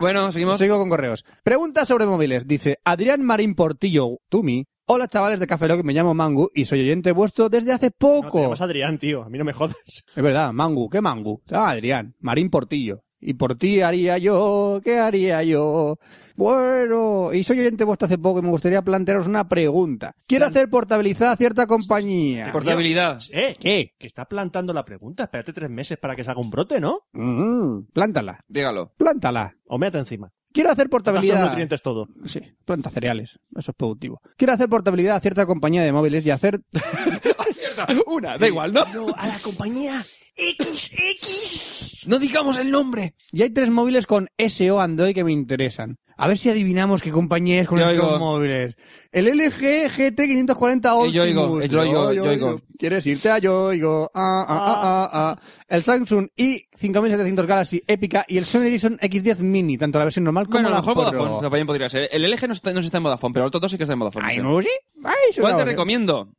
Speaker 6: Bueno, seguimos.
Speaker 5: Sigo con correos. Pregunta sobre móviles. Dice Adrián Marín Portillo, Tumi. Hola chavales de Café Lock, me llamo Mangu y soy oyente vuestro desde hace
Speaker 7: No, te
Speaker 5: poco.
Speaker 7: llamas Adrián, tío. A mí no me jodas.
Speaker 5: es verdad, Mangu, ¿qué Mangu? Ah, Adrián, Marín Portillo. Y por ti haría yo, ¿qué haría yo? Bueno, y soy oyente vuestro hace poco y me gustaría plantearos una pregunta. Quiero hacer portabilizad a cierta compañía.
Speaker 6: Portabilidad.
Speaker 7: Eh, ¿Qué? Que está plantando la pregunta. Espérate tres meses para que salga un brote, ¿no?
Speaker 5: Mm, plántala,
Speaker 6: Dígalo.
Speaker 5: plántala.
Speaker 7: O méate encima.
Speaker 5: Quiero hacer
Speaker 7: Son
Speaker 5: portabilidad.
Speaker 7: nutrientes todo.
Speaker 5: Sí, planta cereales. Eso es productivo. Quiero hacer portabilidad a cierta compañía de móviles y hacer.
Speaker 2: Mierda, Una, da igual, ¿no?
Speaker 7: a la compañía XX.
Speaker 2: No digamos el nombre.
Speaker 5: Y hay tres móviles con SEO Android que me interesan. A ver si adivinamos qué compañía es con
Speaker 2: Yo
Speaker 5: estos
Speaker 2: oigo.
Speaker 5: móviles. El LG GT540 Ultimus.
Speaker 6: Eh, Yo oigo, yo oigo, yo oigo.
Speaker 5: ¿Quieres irte a Yoigo? Ah, ah, ah, ah, ah. El Samsung i5700 Galaxy épica y el Sony Ericsson X10 Mini, tanto la versión normal como
Speaker 6: Bueno, a lo
Speaker 5: la
Speaker 6: mejor
Speaker 5: Pro.
Speaker 6: Vodafone también podría ser. El LG no está, no está en Vodafone, pero el otro dos sí que está en Vodafone.
Speaker 5: Ay,
Speaker 6: sí.
Speaker 5: no, sí. Ay, eso
Speaker 6: ¿Cuál te
Speaker 5: no,
Speaker 6: recomiendo?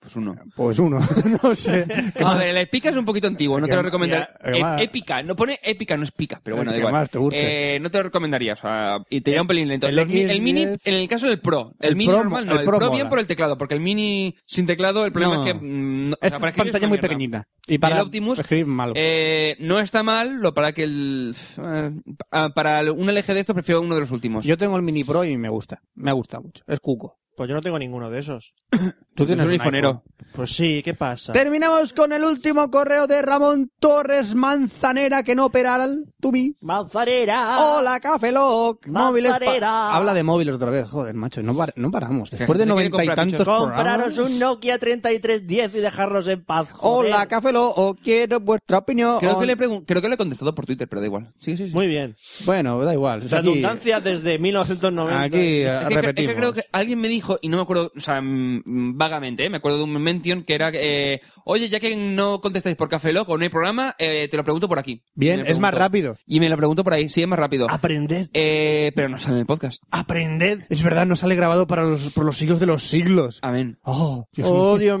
Speaker 6: Pues uno.
Speaker 5: Pues uno, no sé.
Speaker 6: A ver, el Epica es un poquito antiguo, no te lo
Speaker 5: Que-
Speaker 6: recomendaría.
Speaker 5: ya, que más-
Speaker 6: Epica, no pone Epica, no es pica, pero bueno, da
Speaker 5: Que
Speaker 6: igual.
Speaker 5: más te guste.
Speaker 6: Eh, no te lo recomendaría, o sea, y te iría un pelín lento.
Speaker 5: el
Speaker 6: Los mi- El,
Speaker 5: X10
Speaker 6: mini, en el caso del Pro, el,
Speaker 5: El
Speaker 6: mini
Speaker 5: Pro
Speaker 6: normal no,
Speaker 5: mo-
Speaker 6: el,
Speaker 5: el
Speaker 6: Pro,
Speaker 5: Pro
Speaker 6: bien
Speaker 5: mola.
Speaker 6: por el teclado, porque el mini sin teclado, el problema
Speaker 5: No.
Speaker 6: es que... mm, no- o sea,
Speaker 5: Esta
Speaker 6: para escribir
Speaker 5: pantalla
Speaker 6: una
Speaker 5: muy
Speaker 6: mierda.
Speaker 5: pequeñita. Y para
Speaker 6: el Optimus
Speaker 5: escribir malo.
Speaker 6: eh, no está mal, lo para que el... eh, pa- para un LG de estos prefiero uno de los últimos.
Speaker 5: Yo tengo el Mini Pro y me gusta. Me ha gustado mucho. Es cuco.
Speaker 7: Pues yo no tengo ninguno de esos.
Speaker 5: Tú
Speaker 6: es
Speaker 5: tienes un
Speaker 6: un
Speaker 5: iPhone.
Speaker 6: iPhoneero.
Speaker 7: Pues sí, ¿qué pasa?
Speaker 5: Terminamos con el último correo de Ramón Torres Manzanera que no opera al tubi.
Speaker 7: Manzanera.
Speaker 5: Hola, Cafeloc. Móviles. pa-
Speaker 7: Manzanera.
Speaker 5: Habla de móviles otra vez. Joder, macho, no, par- no paramos. Después
Speaker 6: gente
Speaker 5: de
Speaker 6: quiere
Speaker 5: noventa y
Speaker 6: comprar,
Speaker 5: tantos
Speaker 6: picho.
Speaker 5: programas.
Speaker 7: Compraros un Nokia 3310 y dejarnos en paz. joder.
Speaker 5: Hola, Cafeloc. Quiero vuestra opinión.
Speaker 6: Creo que, le he pregun- creo que le he contestado por Twitter, pero da igual. Sí, sí, sí.
Speaker 7: Muy bien.
Speaker 5: Bueno, da igual. Aquí,
Speaker 7: Redundancia desde 1990.
Speaker 5: aquí eh,
Speaker 6: Es que, cre- es que
Speaker 5: repetimos.
Speaker 6: creo que alguien me dijo, y no me acuerdo, o sea, mm, mm, vagamente, ¿eh? me acuerdo de un mention que era, eh, oye, ya que no contestáis por Café Loco, no hay programa, eh, te lo pregunto por aquí.
Speaker 5: Bien,
Speaker 6: Y me
Speaker 5: es más
Speaker 6: preguntó.
Speaker 5: rápido. Ah.
Speaker 6: Y me lo pregunto por ahí, sí, es más rápido.
Speaker 7: Aprended,
Speaker 6: Eh, pero no sale en el podcast.
Speaker 7: aprended.
Speaker 5: Es verdad, no sale grabado para los, por los siglos de los siglos.
Speaker 6: Amén.
Speaker 5: Oh, Dios
Speaker 7: Oh,
Speaker 5: mío.
Speaker 7: Dios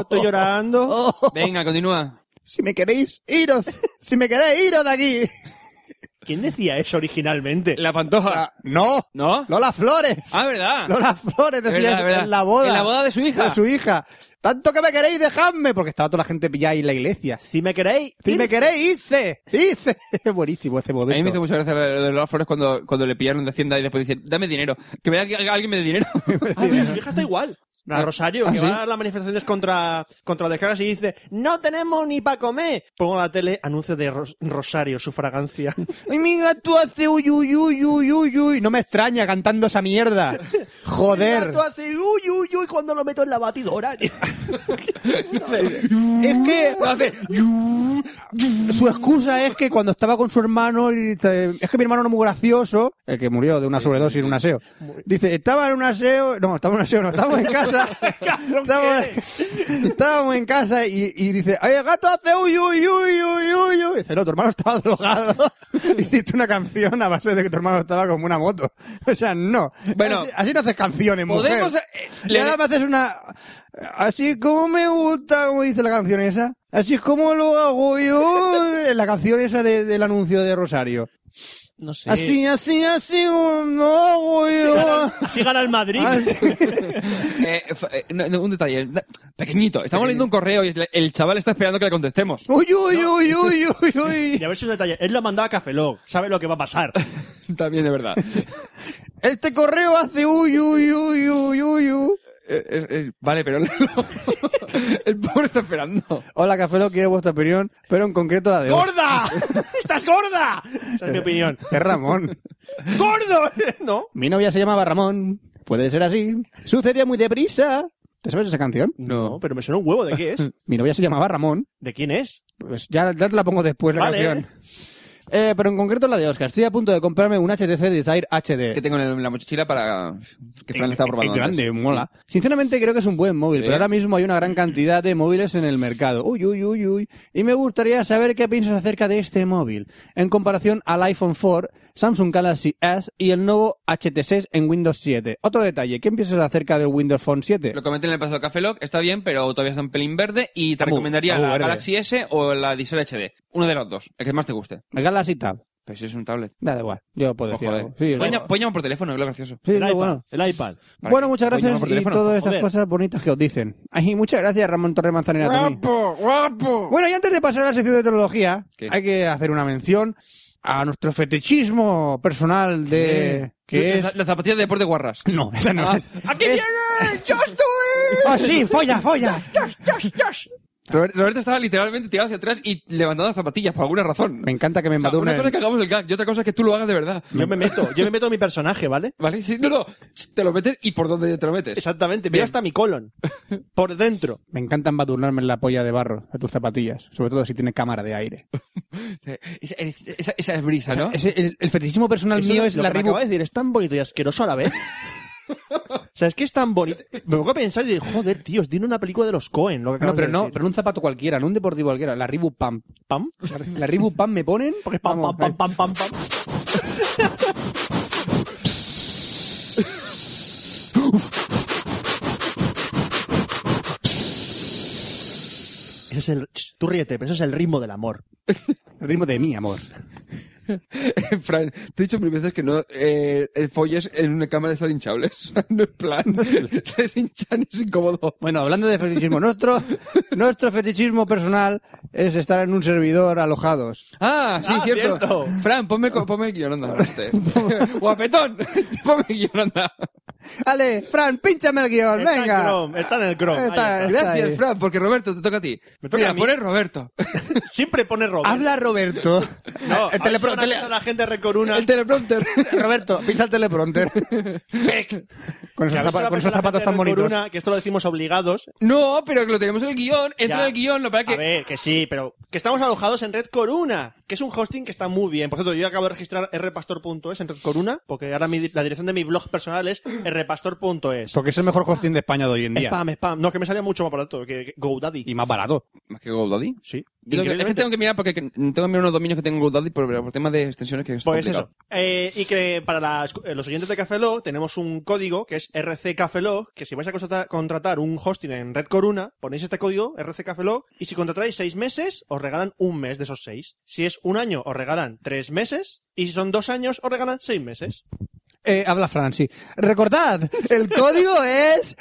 Speaker 7: estoy llorando.
Speaker 5: Oh.
Speaker 6: Venga, continúa.
Speaker 5: Si me queréis, iros. Si me queréis, iros de aquí.
Speaker 7: ¿Quién decía eso originalmente?
Speaker 6: La Pantoja.
Speaker 5: Ah, no.
Speaker 6: ¿No?
Speaker 5: Lola Flores.
Speaker 6: Ah, ¿verdad?
Speaker 5: Lola Flores,
Speaker 6: Es
Speaker 5: decía
Speaker 6: verdad, es verdad.
Speaker 5: en la boda.
Speaker 6: En la boda de su hija.
Speaker 5: De su hija. Tanto que me queréis, dejadme. Porque estaba toda la gente pillada ahí en la iglesia.
Speaker 7: Si me queréis,
Speaker 5: Si
Speaker 7: ir-
Speaker 5: me queréis, hice. Hice. Es buenísimo ese
Speaker 6: A mí me hizo
Speaker 5: momento.
Speaker 6: mucha gracia lo de los flores cuando, cuando le pillaron de Hacienda y después dicen, dame dinero. Que me da que alguien me dé dinero.
Speaker 7: Ah, mira, su hija está igual. La
Speaker 6: Ah,
Speaker 7: Rosario,
Speaker 6: ¿ah,
Speaker 7: que
Speaker 6: sí?
Speaker 7: va a las manifestaciones contra, contra descargas y dice, no tenemos ni para comer. Pongo la tele, anuncio de Ros- Rosario, su fragancia.
Speaker 5: Ay, mi gato hace uy, uy, uy, uy, uy, uy. No me extraña cantando esa mierda.
Speaker 7: El
Speaker 5: Joder.
Speaker 7: gato hace uy, uy, uy cuando lo meto en la batidora.
Speaker 5: Es que
Speaker 6: Lo hace.
Speaker 5: su excusa es que cuando estaba con su hermano, y dice, es que mi hermano no es muy gracioso, el que murió de una sobredosis en un aseo. Dice, estaba en un aseo, no, estaba en un aseo, no, estábamos en casa. estábamos, estábamos en casa y, y dice, ay, el gato hace uy, uy, uy, uy, uy, uy. Dice, no, tu hermano estaba drogado. Hiciste una canción a base de que tu hermano estaba como una moto. O sea, no.
Speaker 6: Bueno,
Speaker 5: así, así no haces canciones, mujer.
Speaker 6: Podemos... eh,
Speaker 5: Y ahora
Speaker 6: le-
Speaker 5: me haces una... Así como me gusta, como dice la canción esa. Así es como lo hago yo. La canción esa de- del anuncio de Rosario.
Speaker 7: No sé.
Speaker 5: Así, ah. así, así como lo hago yo.
Speaker 7: Así gana el Madrid.
Speaker 5: Así-
Speaker 6: Eh, f- eh, no, no, un detalle. Na- Pequeñito. Estamos leyendo un correo y el- el chaval está esperando que le contestemos.
Speaker 5: Uy, uy, uy, uy, uy, uy.
Speaker 7: Y a ver si un detalle. Él lo ha mandado a Cafelog. Sabe lo que va a pasar.
Speaker 6: También, de verdad.
Speaker 5: Este correo hace uy, uy, uy, uy, uy, uy.
Speaker 6: Eh, eh, eh, vale, pero... el pobre está esperando.
Speaker 5: Hola, Café Lock, quiero vuestra opinión, pero en concreto la de... hoy.
Speaker 7: ¡Gorda! ¡Estás gorda! Esa es mi opinión.
Speaker 5: Es Ramón.
Speaker 7: ¡Gordo! ¿No?
Speaker 5: Mi novia se llamaba Ramón. Puede ser así. Sucedía muy deprisa. ¿Te sabes esa canción?
Speaker 7: Mm.
Speaker 6: No.
Speaker 7: pero me suena un huevo. ¿De qué es?
Speaker 5: Mi novia se llamaba Ramón.
Speaker 7: ¿De quién es?
Speaker 5: Pues ya, ya te la pongo después la
Speaker 7: Vale.
Speaker 5: canción. Eh, pero en concreto la de Oscar. Estoy a punto de comprarme un HTC Desire HD.
Speaker 6: Que tengo en el- en la mochila para... Que Fran
Speaker 5: En-
Speaker 6: le estaba probando
Speaker 5: en grande,
Speaker 6: antes.
Speaker 5: mola. Sinceramente creo que es un buen móvil,
Speaker 6: Sí.
Speaker 5: pero ahora mismo hay una gran cantidad de móviles en el mercado. Uy, uy, uy, uy. Y me gustaría saber qué piensas acerca de este móvil. En comparación al iPhone 4, Samsung Galaxy S y el nuevo HT6 en Windows 7. Otro detalle, ¿qué piensas acerca del Windows Phone 7?
Speaker 6: Lo comenté en el pasado Café Lock, está bien, pero todavía está un pelín verde y te
Speaker 5: Está muy-
Speaker 6: recomendaría
Speaker 5: está muy
Speaker 6: la
Speaker 5: verde.
Speaker 6: Galaxy S o la Desire HD. Uno de los dos, el que más te guste.
Speaker 5: El Galaxy Tab.
Speaker 6: Pero si es un tablet.
Speaker 5: Me Da igual, yo puedo
Speaker 6: Pues
Speaker 5: decir
Speaker 6: joder.
Speaker 5: algo. Sí,
Speaker 6: Puedes
Speaker 5: lo-
Speaker 6: llam- puedes llamar por teléfono, es lo gracioso.
Speaker 5: sí,
Speaker 7: eh. el,
Speaker 5: lo
Speaker 7: iPad,
Speaker 5: bueno.
Speaker 7: el iPad.
Speaker 6: Para
Speaker 5: Bueno,
Speaker 6: que-
Speaker 5: muchas
Speaker 6: voy a
Speaker 5: gracias
Speaker 6: llamar por
Speaker 5: y
Speaker 6: teléfono.
Speaker 5: todas estas
Speaker 7: Joder.
Speaker 5: cosas bonitas que os dicen. Ay, muchas gracias, Ramón Torres Manzanera. también.
Speaker 6: guapo.
Speaker 5: Bueno, y antes de pasar a la sección de tecnología,
Speaker 6: ¿Qué?
Speaker 5: hay que hacer una mención a nuestro fetichismo personal de... que eh, es...
Speaker 6: Las Eh, la zapatillas de deporte guarras.
Speaker 5: No, esa no
Speaker 6: Ah.
Speaker 5: es. ¡Aquí viene! ¡Just do it! ¡Oh, sí! ¡Folla, folla!
Speaker 6: Robert- Roberto estaba literalmente tirado hacia atrás y levantando las zapatillas por alguna razón.
Speaker 5: Me encanta que me
Speaker 6: O sea, una
Speaker 5: embadurnen.
Speaker 6: cosa es que hagamos el gag y otra cosa es que tú lo hagas de verdad.
Speaker 7: Yo me meto, yo me meto en mi personaje, ¿vale?
Speaker 6: ¿Vale? Sí, no, no. Te lo metes y por dónde te lo metes.
Speaker 7: Exactamente, mira
Speaker 6: Bien.
Speaker 7: hasta mi colon. Por dentro.
Speaker 5: Me encanta embadurnarme en la polla de barro de tus zapatillas, sobre todo si tiene cámara de aire.
Speaker 6: Eh, Esa, esa- esa es brisa, ¿no?
Speaker 5: Ese- el, el fetichismo personal
Speaker 7: Eso
Speaker 5: mío es
Speaker 7: lo
Speaker 5: la
Speaker 7: que me
Speaker 5: Reebok.
Speaker 7: acaba de decir, es tan bonito y asqueroso a la vez. o sea, es que es tan bonito. Me pongo a pensar y digo, joder, tíos, tiene una película de los Cohen. Lo que
Speaker 5: No,
Speaker 7: acabas
Speaker 5: pero
Speaker 7: de
Speaker 5: no,
Speaker 7: decir.
Speaker 5: pero un zapato cualquiera, no un deportivo cualquiera, la Reebok Pump.
Speaker 7: ¿Pam?
Speaker 5: La Reebok Pump me ponen
Speaker 7: Porque pam,
Speaker 5: vamos,
Speaker 7: pam, pam, pam, pam, pam. Ese es el, Ch, tú ríete, pero eso es el ritmo del amor.
Speaker 5: el ritmo de mi amor.
Speaker 6: Fran, te he dicho mil veces que no eh, eh, folles en una cámara de estar hinchables. no es plan. es hinchan, es incómodo.
Speaker 5: Bueno, hablando de fetichismo, nuestro, nuestro fetichismo personal es estar en un servidor alojados.
Speaker 6: Ah, sí,
Speaker 7: Ah,
Speaker 6: cierto.
Speaker 7: cierto.
Speaker 6: Fran, ponme, co- ponme el guión, anda. este. Guapetón, ponme el guión, anda.
Speaker 5: Ale, Fran, pínchame el guión,
Speaker 7: Está en
Speaker 5: Pues venga.
Speaker 7: Chrome, está en el Chrome. ahí
Speaker 5: Está-
Speaker 7: está.
Speaker 6: Gracias,
Speaker 5: ahí.
Speaker 6: Fran, porque Roberto, te toca a ti.
Speaker 7: Me toca
Speaker 6: Mira,
Speaker 7: a mí.
Speaker 6: pones Roberto.
Speaker 7: Siempre pone Robert.
Speaker 5: Habla eh, Roberto.
Speaker 7: No,
Speaker 5: El telepro-
Speaker 7: ahora
Speaker 5: tele-
Speaker 7: está la gente recoruna.
Speaker 6: el teleprompter.
Speaker 5: Roberto, pisa el teleprompter. con
Speaker 7: Que
Speaker 5: esos, zapa-
Speaker 7: a veces la
Speaker 5: con
Speaker 7: gente
Speaker 5: esos zapatos tan bonitos.
Speaker 7: recoruna, Que esto lo decimos obligados.
Speaker 6: no, pero que lo tenemos en el guión. Entra
Speaker 7: Ya.
Speaker 6: en el guión, lo para
Speaker 7: A
Speaker 6: que...
Speaker 7: ver, que sí, pero que estamos alojados en Red Coruna, que es un hosting que está muy bien. Por cierto, yo acabo de registrar rpastor.es en Red Coruna, porque ahora mi- la dirección de mi blog personal es rpastor.es.
Speaker 5: Porque es el mejor hosting de España de hoy en día.
Speaker 7: Spam, spam. No, que me salía mucho más barato que que GoDaddy.
Speaker 5: Y más barato.
Speaker 6: Más que GoDaddy.
Speaker 7: Sí.
Speaker 6: Yo tengo que- es que
Speaker 7: increíblemente.
Speaker 6: tengo que mirar porque que- tengo que mirar unos dominios que tengo en GoDaddy por, por temas de extensiones que es
Speaker 7: Pues
Speaker 6: complicado.
Speaker 7: eso. Eh, y que para las- eh, los oyentes de Cafelog tenemos un código que es RCCafelog, que si vais a contratar, contratar un hosting en Red Coruna, ponéis este código RCCafelog y si contratáis seis meses, os regalan un mes de esos seis. Si es un año, os regalan tres meses y si son dos años, os regalan seis meses.
Speaker 5: Eh, habla Fran, sí. Recordad, el código es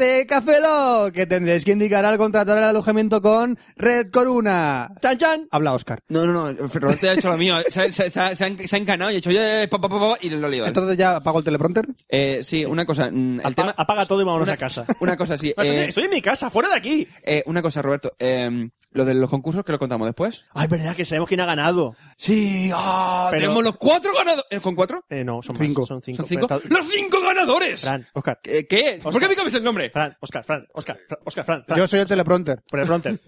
Speaker 5: RCCafelo, que tendréis que indicar al contratar el alojamiento con Red Coruna.
Speaker 7: ¡Chan, chan!
Speaker 5: Habla Oscar.
Speaker 6: No, no, no, Roberto ya ha hecho lo mío. Se, se- se ha- se han- se ha encanado y ha hecho "Eh, pa, pa, pa, pa", y lo ha liado.
Speaker 5: Entonces ya apago el teleprompter.
Speaker 6: Eh, sí, una cosa. mm, El
Speaker 7: Apa-
Speaker 6: tema,
Speaker 7: Apaga todo y vámonos
Speaker 6: una-
Speaker 7: a casa.
Speaker 6: Una cosa, sí.
Speaker 7: No, estoy-
Speaker 6: eh,
Speaker 7: estoy en mi casa, fuera de aquí.
Speaker 6: eh, una cosa, Roberto. eh, lo de los concursos que lo contamos después.
Speaker 7: Ay, es verdad que sabemos quién ha ganado.
Speaker 6: Sí, ah,
Speaker 7: Pero-
Speaker 6: tenemos los cuatro ganadores. ¿Con cuatro?
Speaker 7: Eh, no, son
Speaker 5: Cinco.
Speaker 7: más. Son cinco.
Speaker 6: ¿Son cinco?
Speaker 7: Pero está-
Speaker 6: ¡Los cinco ganadores!
Speaker 7: Fran, Oscar.
Speaker 6: ¿Qué? qué? ¿Por qué me cambias el nombre?
Speaker 7: Fran, Oscar, Fran, Oscar, Fran, Oscar, Fran. Fran.
Speaker 5: Yo soy el teleprompter.
Speaker 7: Por el fronter.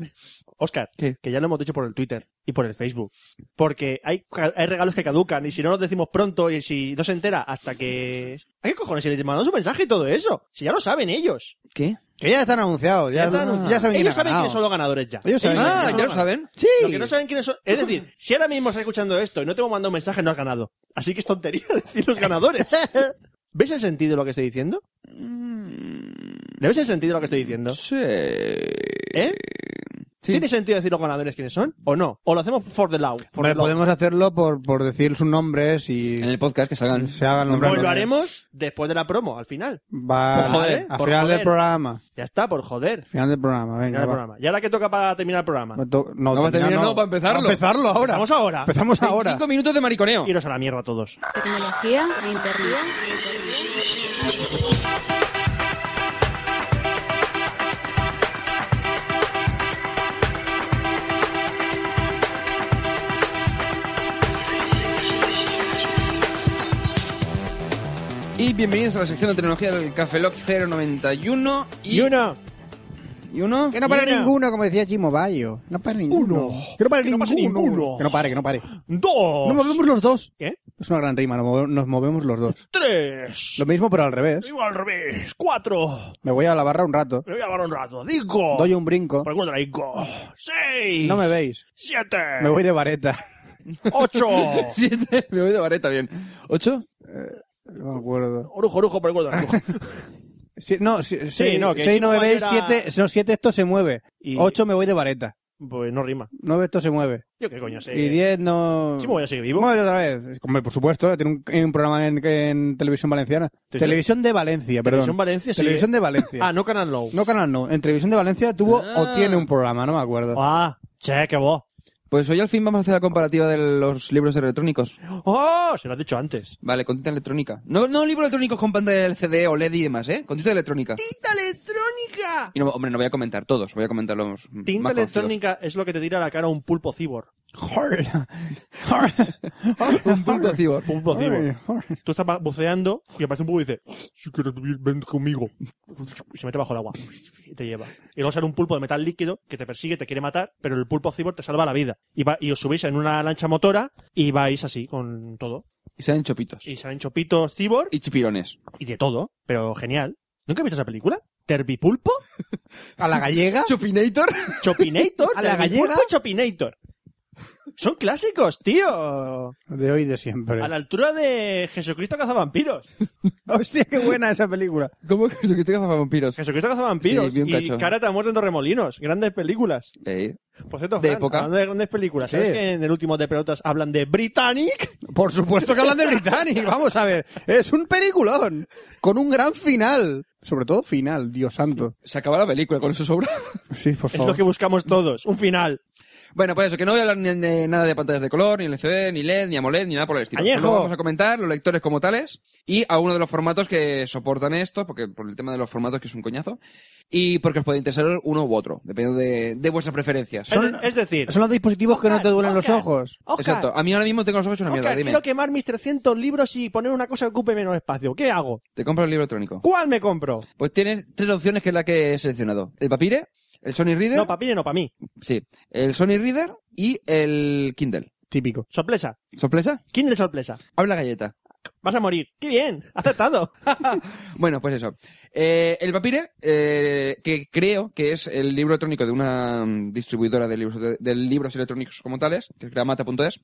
Speaker 7: Oscar,
Speaker 6: ¿Qué?
Speaker 7: que ya lo hemos dicho por el Twitter y por el Facebook. Porque hay, ca- hay regalos que caducan y si no nos decimos pronto y si no se entera hasta que... ¿Ay, ¿Qué cojones? Si les mandan su mensaje y todo eso. Si ya lo saben ellos.
Speaker 6: ¿qué?
Speaker 5: Que ya están anunciados. Ya,
Speaker 7: Ya están anunciados.
Speaker 5: ya saben quién
Speaker 7: ellos
Speaker 5: ha
Speaker 7: saben
Speaker 5: ganado.
Speaker 7: quiénes son los ganadores ya.
Speaker 5: Ellos saben.
Speaker 6: Ah,
Speaker 5: quién ha
Speaker 6: ya lo
Speaker 5: ganado.
Speaker 6: saben.
Speaker 5: Sí.
Speaker 7: Lo que no saben quiénes son... Es decir, si ahora mismo estás escuchando esto y no te hemos mandado un mensaje, no has ganado. Así que es tontería decir los ganadores. ¿Ves el sentido de lo que estoy diciendo? ¿Le ves el sentido de lo que estoy diciendo?
Speaker 6: Sí.
Speaker 7: ¿Eh?
Speaker 6: Sí.
Speaker 7: ¿Tiene sentido decir los ganadores quiénes son? ¿O no? ¿O lo hacemos for the law? For
Speaker 5: Hombre,
Speaker 7: the law.
Speaker 5: podemos hacerlo por, por decir sus nombres y
Speaker 6: En el podcast que salgan.
Speaker 5: se hagan los
Speaker 7: Pues
Speaker 5: nombres.
Speaker 7: lo haremos después de la promo, al final.
Speaker 5: Vale.
Speaker 7: Por joder,
Speaker 5: A
Speaker 7: por
Speaker 5: final
Speaker 7: joder.
Speaker 5: del programa.
Speaker 7: Ya está, por joder.
Speaker 5: Final del programa, venga.
Speaker 7: Final del
Speaker 5: va.
Speaker 7: programa. Y ahora que toca para terminar el programa.
Speaker 5: Me to-
Speaker 6: No, para terminar, no, para empezarlo.
Speaker 5: Para empezarlo ahora.
Speaker 7: Vamos ahora.
Speaker 5: Empezamos ahora.
Speaker 6: Cinco minutos de mariconeo.
Speaker 7: Iros a la mierda todos.
Speaker 4: Ah. Tecnología e internet.
Speaker 6: Y bienvenidos a la sección de tecnología del Café Lock 091 y,
Speaker 7: Y uno.
Speaker 6: y uno.
Speaker 5: Que no para
Speaker 7: Mira.
Speaker 5: ninguno, como decía Chimo Bayo. No para ninguno.
Speaker 7: Uno.
Speaker 5: Que no para
Speaker 7: Que no pase
Speaker 5: ninguno.
Speaker 7: ninguno.
Speaker 5: Que no pare, que no pare.
Speaker 7: Dos.
Speaker 5: Nos movemos los dos.
Speaker 7: ¿Qué?
Speaker 5: Es una gran rima, nos move- nos movemos los dos.
Speaker 7: Tres.
Speaker 5: Lo mismo, pero al revés.
Speaker 7: Digo al revés. Cuatro.
Speaker 5: Me voy a la barra un rato.
Speaker 7: Me voy a dar un rato. Cinco.
Speaker 5: Doy un brinco.
Speaker 7: Por el culo de la cinco. Seis.
Speaker 5: No me veis.
Speaker 7: Siete.
Speaker 5: Me voy de vareta.
Speaker 7: Ocho.
Speaker 6: Siete. Me voy de vareta, bien. ¿Ocho?
Speaker 5: Eh, No me acuerdo.
Speaker 7: Orujo, orujo, por el culo de la orujo.
Speaker 5: Sí, no, sí, sí,
Speaker 7: no, que
Speaker 5: seis no me
Speaker 7: Chimo Bayo
Speaker 5: veis,
Speaker 7: era-
Speaker 5: siete, no, siete esto se mueve.
Speaker 7: Y-
Speaker 5: Ocho me voy de vareta.
Speaker 7: Pues no rima.
Speaker 5: Nueve esto se mueve.
Speaker 7: Yo qué coño sé.
Speaker 5: Y diez no...
Speaker 7: Chimo Bayo sigue vivo.
Speaker 5: Mueve otra vez. Hombre, por supuesto, tiene un, un programa en, en televisión valenciana.
Speaker 7: Sí, sí.
Speaker 5: Televisión de Valencia, perdón.
Speaker 7: Televisión Valencia sigue.
Speaker 5: Televisión de Valencia.
Speaker 7: Ah, no Canal Low.
Speaker 5: No, canal no. En Televisión de Valencia tuvo
Speaker 6: Ah.
Speaker 5: o tiene un programa, no me acuerdo.
Speaker 7: Ah, che, que vos.
Speaker 6: Pues hoy al fin vamos a hacer la comparativa de los libros electrónicos.
Speaker 7: ¡Oh! Se lo has dicho antes.
Speaker 6: Vale, con tinta electrónica. No, no libros electrónicos con pantalla LCD o LED y demás, ¿eh? Con tinta electrónica.
Speaker 7: ¡Tinta electrónica!
Speaker 6: Y no, hombre, no voy a comentar todos, voy a comentar los m-
Speaker 7: Tinta
Speaker 6: más conocidos.
Speaker 7: electrónica es lo que te tira a la cara un pulpo cibor.
Speaker 6: Un punto cibor.
Speaker 7: Pulpo cibor. Tú estás ba- buceando y aparece un pulpo y dice, si quieres vivir, ven conmigo. Y se mete bajo el agua y te lleva. Y luego sale un pulpo de metal líquido que te persigue, te quiere matar, pero el pulpo cibor te salva la vida. Y, va- y os subís en una lancha motora y vais así con todo.
Speaker 6: Y salen chopitos.
Speaker 7: Y salen chopitos cibor
Speaker 6: Y chipirones.
Speaker 7: y de todo, pero genial. ¿Nunca has visto esa película? ¿Terbipulpo?
Speaker 5: ¿A la gallega?
Speaker 6: ¿Chopinator?
Speaker 7: ¿Chopinator?
Speaker 5: ¿A la
Speaker 7: Terbipulpo
Speaker 5: gallega?
Speaker 7: y Chopinator. Son clásicos, tío.
Speaker 5: De hoy y de siempre.
Speaker 7: A la altura de Jesucristo cazavampiros.
Speaker 5: Hostia, qué buena esa película.
Speaker 6: ¿Cómo que esto que te caza vampiros?
Speaker 7: Jesucristo cazavampiros.
Speaker 6: Sí, vi un
Speaker 7: y
Speaker 6: cacho.
Speaker 7: Karate ha muerto en Torremolinos. Grandes películas.
Speaker 6: Eh,
Speaker 7: Por cierto,
Speaker 6: De
Speaker 7: Fran,
Speaker 6: época.
Speaker 7: hablando de grandes películas, ¿sabes
Speaker 5: Sí.
Speaker 7: que en el último de pelotas hablan de Britannic?
Speaker 5: Por supuesto que hablan de Britannic, vamos a ver. Es un peliculón, con un gran final. Sobre todo final, Dios santo.
Speaker 6: se acaba la película con eso sobra.
Speaker 5: Sí, por
Speaker 7: Es lo
Speaker 5: favor.
Speaker 7: que buscamos todos. Un final.
Speaker 6: Bueno, pues eso, que no voy a hablar ni de nada de pantallas de color, ni LCD, ni LED, ni AMOLED, ni nada por el estilo.
Speaker 7: ¡Añejo!
Speaker 6: Solo vamos a comentar los lectores como tales y a uno de los formatos que soportan esto, porque por el tema de los formatos que es un coñazo, y porque os puede interesar uno u otro, dependiendo de, de vuestras preferencias.
Speaker 7: es, es decir,
Speaker 5: Son los dispositivos que no te duelen los
Speaker 7: Eh, Oscar.
Speaker 5: ojos.
Speaker 7: Oscar,
Speaker 6: Exacto. A mí ahora mismo tengo los ojos una
Speaker 7: Oscar,
Speaker 6: mierda, dime.
Speaker 7: quiero quemar mis 300 libros y poner una cosa que ocupe menos espacio. ¿Qué hago?
Speaker 6: Te compro el libro electrónico.
Speaker 7: ¿Cuál me compro?
Speaker 6: Pues tienes tres opciones que es la que he seleccionado. El Papire, el Sony Reader,
Speaker 7: No, para mí, no, para mí.
Speaker 6: sí, el Sony Reader y el Kindle.
Speaker 5: Típico.
Speaker 7: Sorpresa.
Speaker 6: ¿Sorpresa?
Speaker 7: Kindle sorpresa.
Speaker 6: Habla galleta.
Speaker 7: Vas a morir. ¡Qué bien! ¡Aceptado!
Speaker 6: Bueno, pues eso. Eh, el Papire, eh, que creo que es el libro electrónico de una mm, distribuidora de libros, de, de libros electrónicos como tales, que es Gramata.es,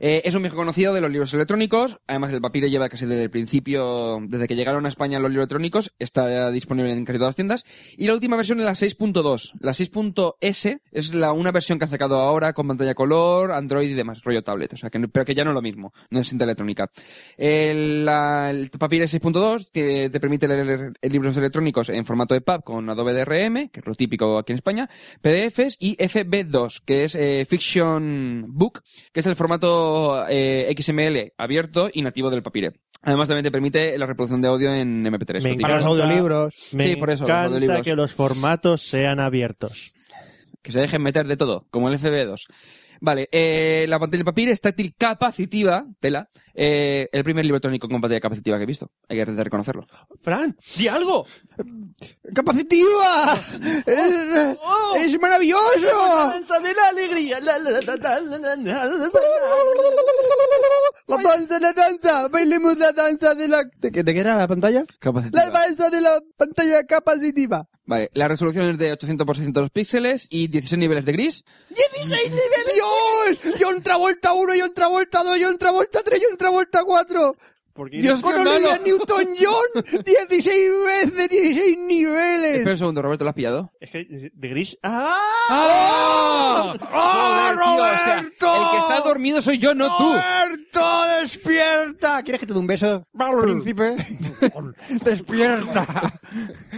Speaker 6: eh, es un viejo conocido de los libros electrónicos. Además, el Papire lleva casi desde el principio, desde que llegaron a España los libros electrónicos, está disponible en casi todas las tiendas. Y la última versión es la 6.2. La 6.S es la una versión que han sacado ahora con pantalla color, Android y demás, rollo tablet. O sea, que no- pero que ya no es lo mismo, no es cinta electrónica. El, la- el Papire 6.2 te, te permite leer eh, libros electrónicos en formato EPUB con Adobe DRM, que es lo típico aquí en España, PDFs y FB2, que es eh, Fiction Book, que es el formato eh, XML abierto y nativo del Papire. Además también te permite la reproducción de audio en MP3.
Speaker 7: Me
Speaker 6: lo típico.
Speaker 5: Para los
Speaker 7: encanta.
Speaker 5: audiolibros.
Speaker 7: Me
Speaker 6: Sí, por eso, los
Speaker 7: encanta
Speaker 6: audiolibros.
Speaker 7: que los formatos sean abiertos.
Speaker 6: que se dejen meter de todo, como el FB2. Vale, eh, la pantalla de papel es táctil capacitiva, tela, eh, el primer libro electrónico con pantalla capacitiva que he visto, hay que reconocerlo.
Speaker 7: ¡Fran! ¡Di algo!
Speaker 5: ¡Capacitiva! ¡Es,
Speaker 7: ¡Oh!
Speaker 5: es maravilloso!
Speaker 7: danza de la alegría! La, la, la, la, la, la, la, la, la.
Speaker 5: La danza, la danza, bailemos la danza de la... ¿De qué, de qué era la pantalla? La
Speaker 6: Capacitiva.
Speaker 5: danza de la pantalla capacitiva.
Speaker 6: Vale, la resolución es de 800 por 600 píxeles y 16 niveles de gris.
Speaker 5: ¡16 niveles! ¡Dios! John Travolta 1, John Travolta 2, John Travolta 3, John Travolta 4.
Speaker 7: Porque
Speaker 6: Dios,
Speaker 5: Con
Speaker 6: qué malo.
Speaker 5: Olivia Newton-John, 16 veces, 16 niveles.
Speaker 6: Espera un segundo, Roberto, ¿lo has pillado?
Speaker 7: Es que eh, de gris. ¡Ah!
Speaker 6: ¡Ah!
Speaker 5: ¡Ah,
Speaker 6: Joder, tío, o sea, el que está dormido soy yo, no tú.
Speaker 5: ¡Roberto, despierta! ¿Quieres que te dé un beso, príncipe? ¡Despierta!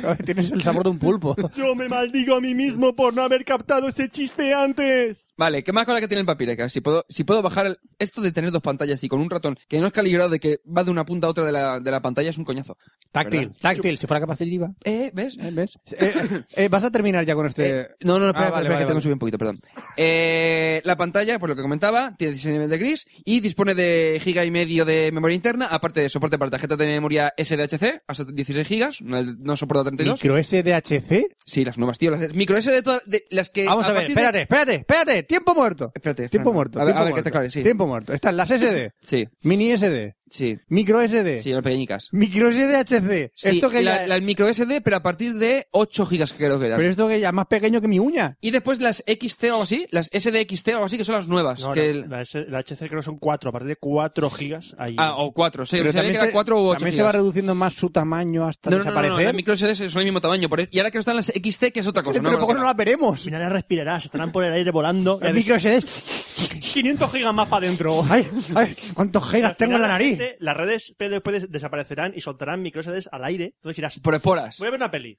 Speaker 5: Ahora Tienes el sabor de un pulpo.
Speaker 7: Yo me maldigo a mí mismo por no haber captado ese chiste antes.
Speaker 6: Vale, ¿qué más con la que tiene el papire? Que Si puedo, si puedo bajar el- esto de tener dos pantallas y con un ratón que no es calibrado de que va de una punta a otra de la, de la pantalla es un coñazo.
Speaker 5: Táctil, táctil, si fuera capacitiva.
Speaker 6: Eh, ¿ves? Eh, ¿Ves?
Speaker 5: Eh, eh, vas a terminar ya con este...
Speaker 6: Eh, no, no, no, espera,
Speaker 5: Ah, vale,
Speaker 6: espera,
Speaker 5: vale,
Speaker 6: que tengo
Speaker 5: vale.
Speaker 6: que subir un poquito, perdón. Eh, la pantalla, por lo que comentaba, tiene 16 niveles de gris y dispone de giga y medio de memoria interna, aparte de soporte para tarjetas de memoria SDHC, hasta 16 gigas, no, no soporta 32.
Speaker 5: ¿Micro SDHC?
Speaker 6: Sí, las nuevas, tío, las micro SD de, todas- de las que...
Speaker 5: Vamos a, ver,
Speaker 6: Eh, partir de-
Speaker 5: espérate, espérate, espérate. Tiempo muerto.
Speaker 6: Espérate,
Speaker 5: Tiempo
Speaker 6: Fran,
Speaker 5: muerto.
Speaker 6: A ver,
Speaker 5: tiempo
Speaker 6: a ver que te
Speaker 5: muerto.
Speaker 6: aclares, sí.
Speaker 5: Tiempo muerto. Están las SD,
Speaker 6: Sí,
Speaker 5: mini SD,
Speaker 6: sí,
Speaker 5: micro SD,
Speaker 6: sí, las pequeñicas.
Speaker 5: micro SDHC.
Speaker 6: Sí,
Speaker 5: esto que
Speaker 6: la,
Speaker 5: ya-
Speaker 6: la micro SD, pero a partir de 8 gigas creo que eran.
Speaker 5: Pero esto que ya es más pequeño que mi uña.
Speaker 6: Y después las XT o algo así, las SDXT o algo así, que son las nuevas.
Speaker 7: No, no,
Speaker 6: que el-
Speaker 7: la, S- la HC creo que son 4, a partir de 4 gigas. Ahí.
Speaker 6: Ah, o 4, sí,
Speaker 5: Pero
Speaker 6: se ve que
Speaker 5: también
Speaker 6: era
Speaker 5: se-
Speaker 6: 4 u 8
Speaker 5: También se va reduciendo ¿eh? más su tamaño hasta
Speaker 6: No, no, no,
Speaker 5: desaparecer.
Speaker 6: no, las micro SD son el mismo tamaño. por eso- Y ahora que están las XT, que es otra cosa.
Speaker 5: Dentro de poco no
Speaker 6: Bueno,
Speaker 5: las veremos.
Speaker 7: Al final las respirarás, estarán por el aire volando.
Speaker 5: Las micro SDs
Speaker 7: 500 gigas más para adentro.
Speaker 5: Ay, ay, ¿cuántos gigas
Speaker 7: Al
Speaker 5: tengo en la
Speaker 7: final,
Speaker 5: nariz?
Speaker 7: gente- Las redes pero después des- desaparecerán y soltarán microsedes al aire. Entonces irás,
Speaker 6: Por esporas.
Speaker 7: voy a ver una peli.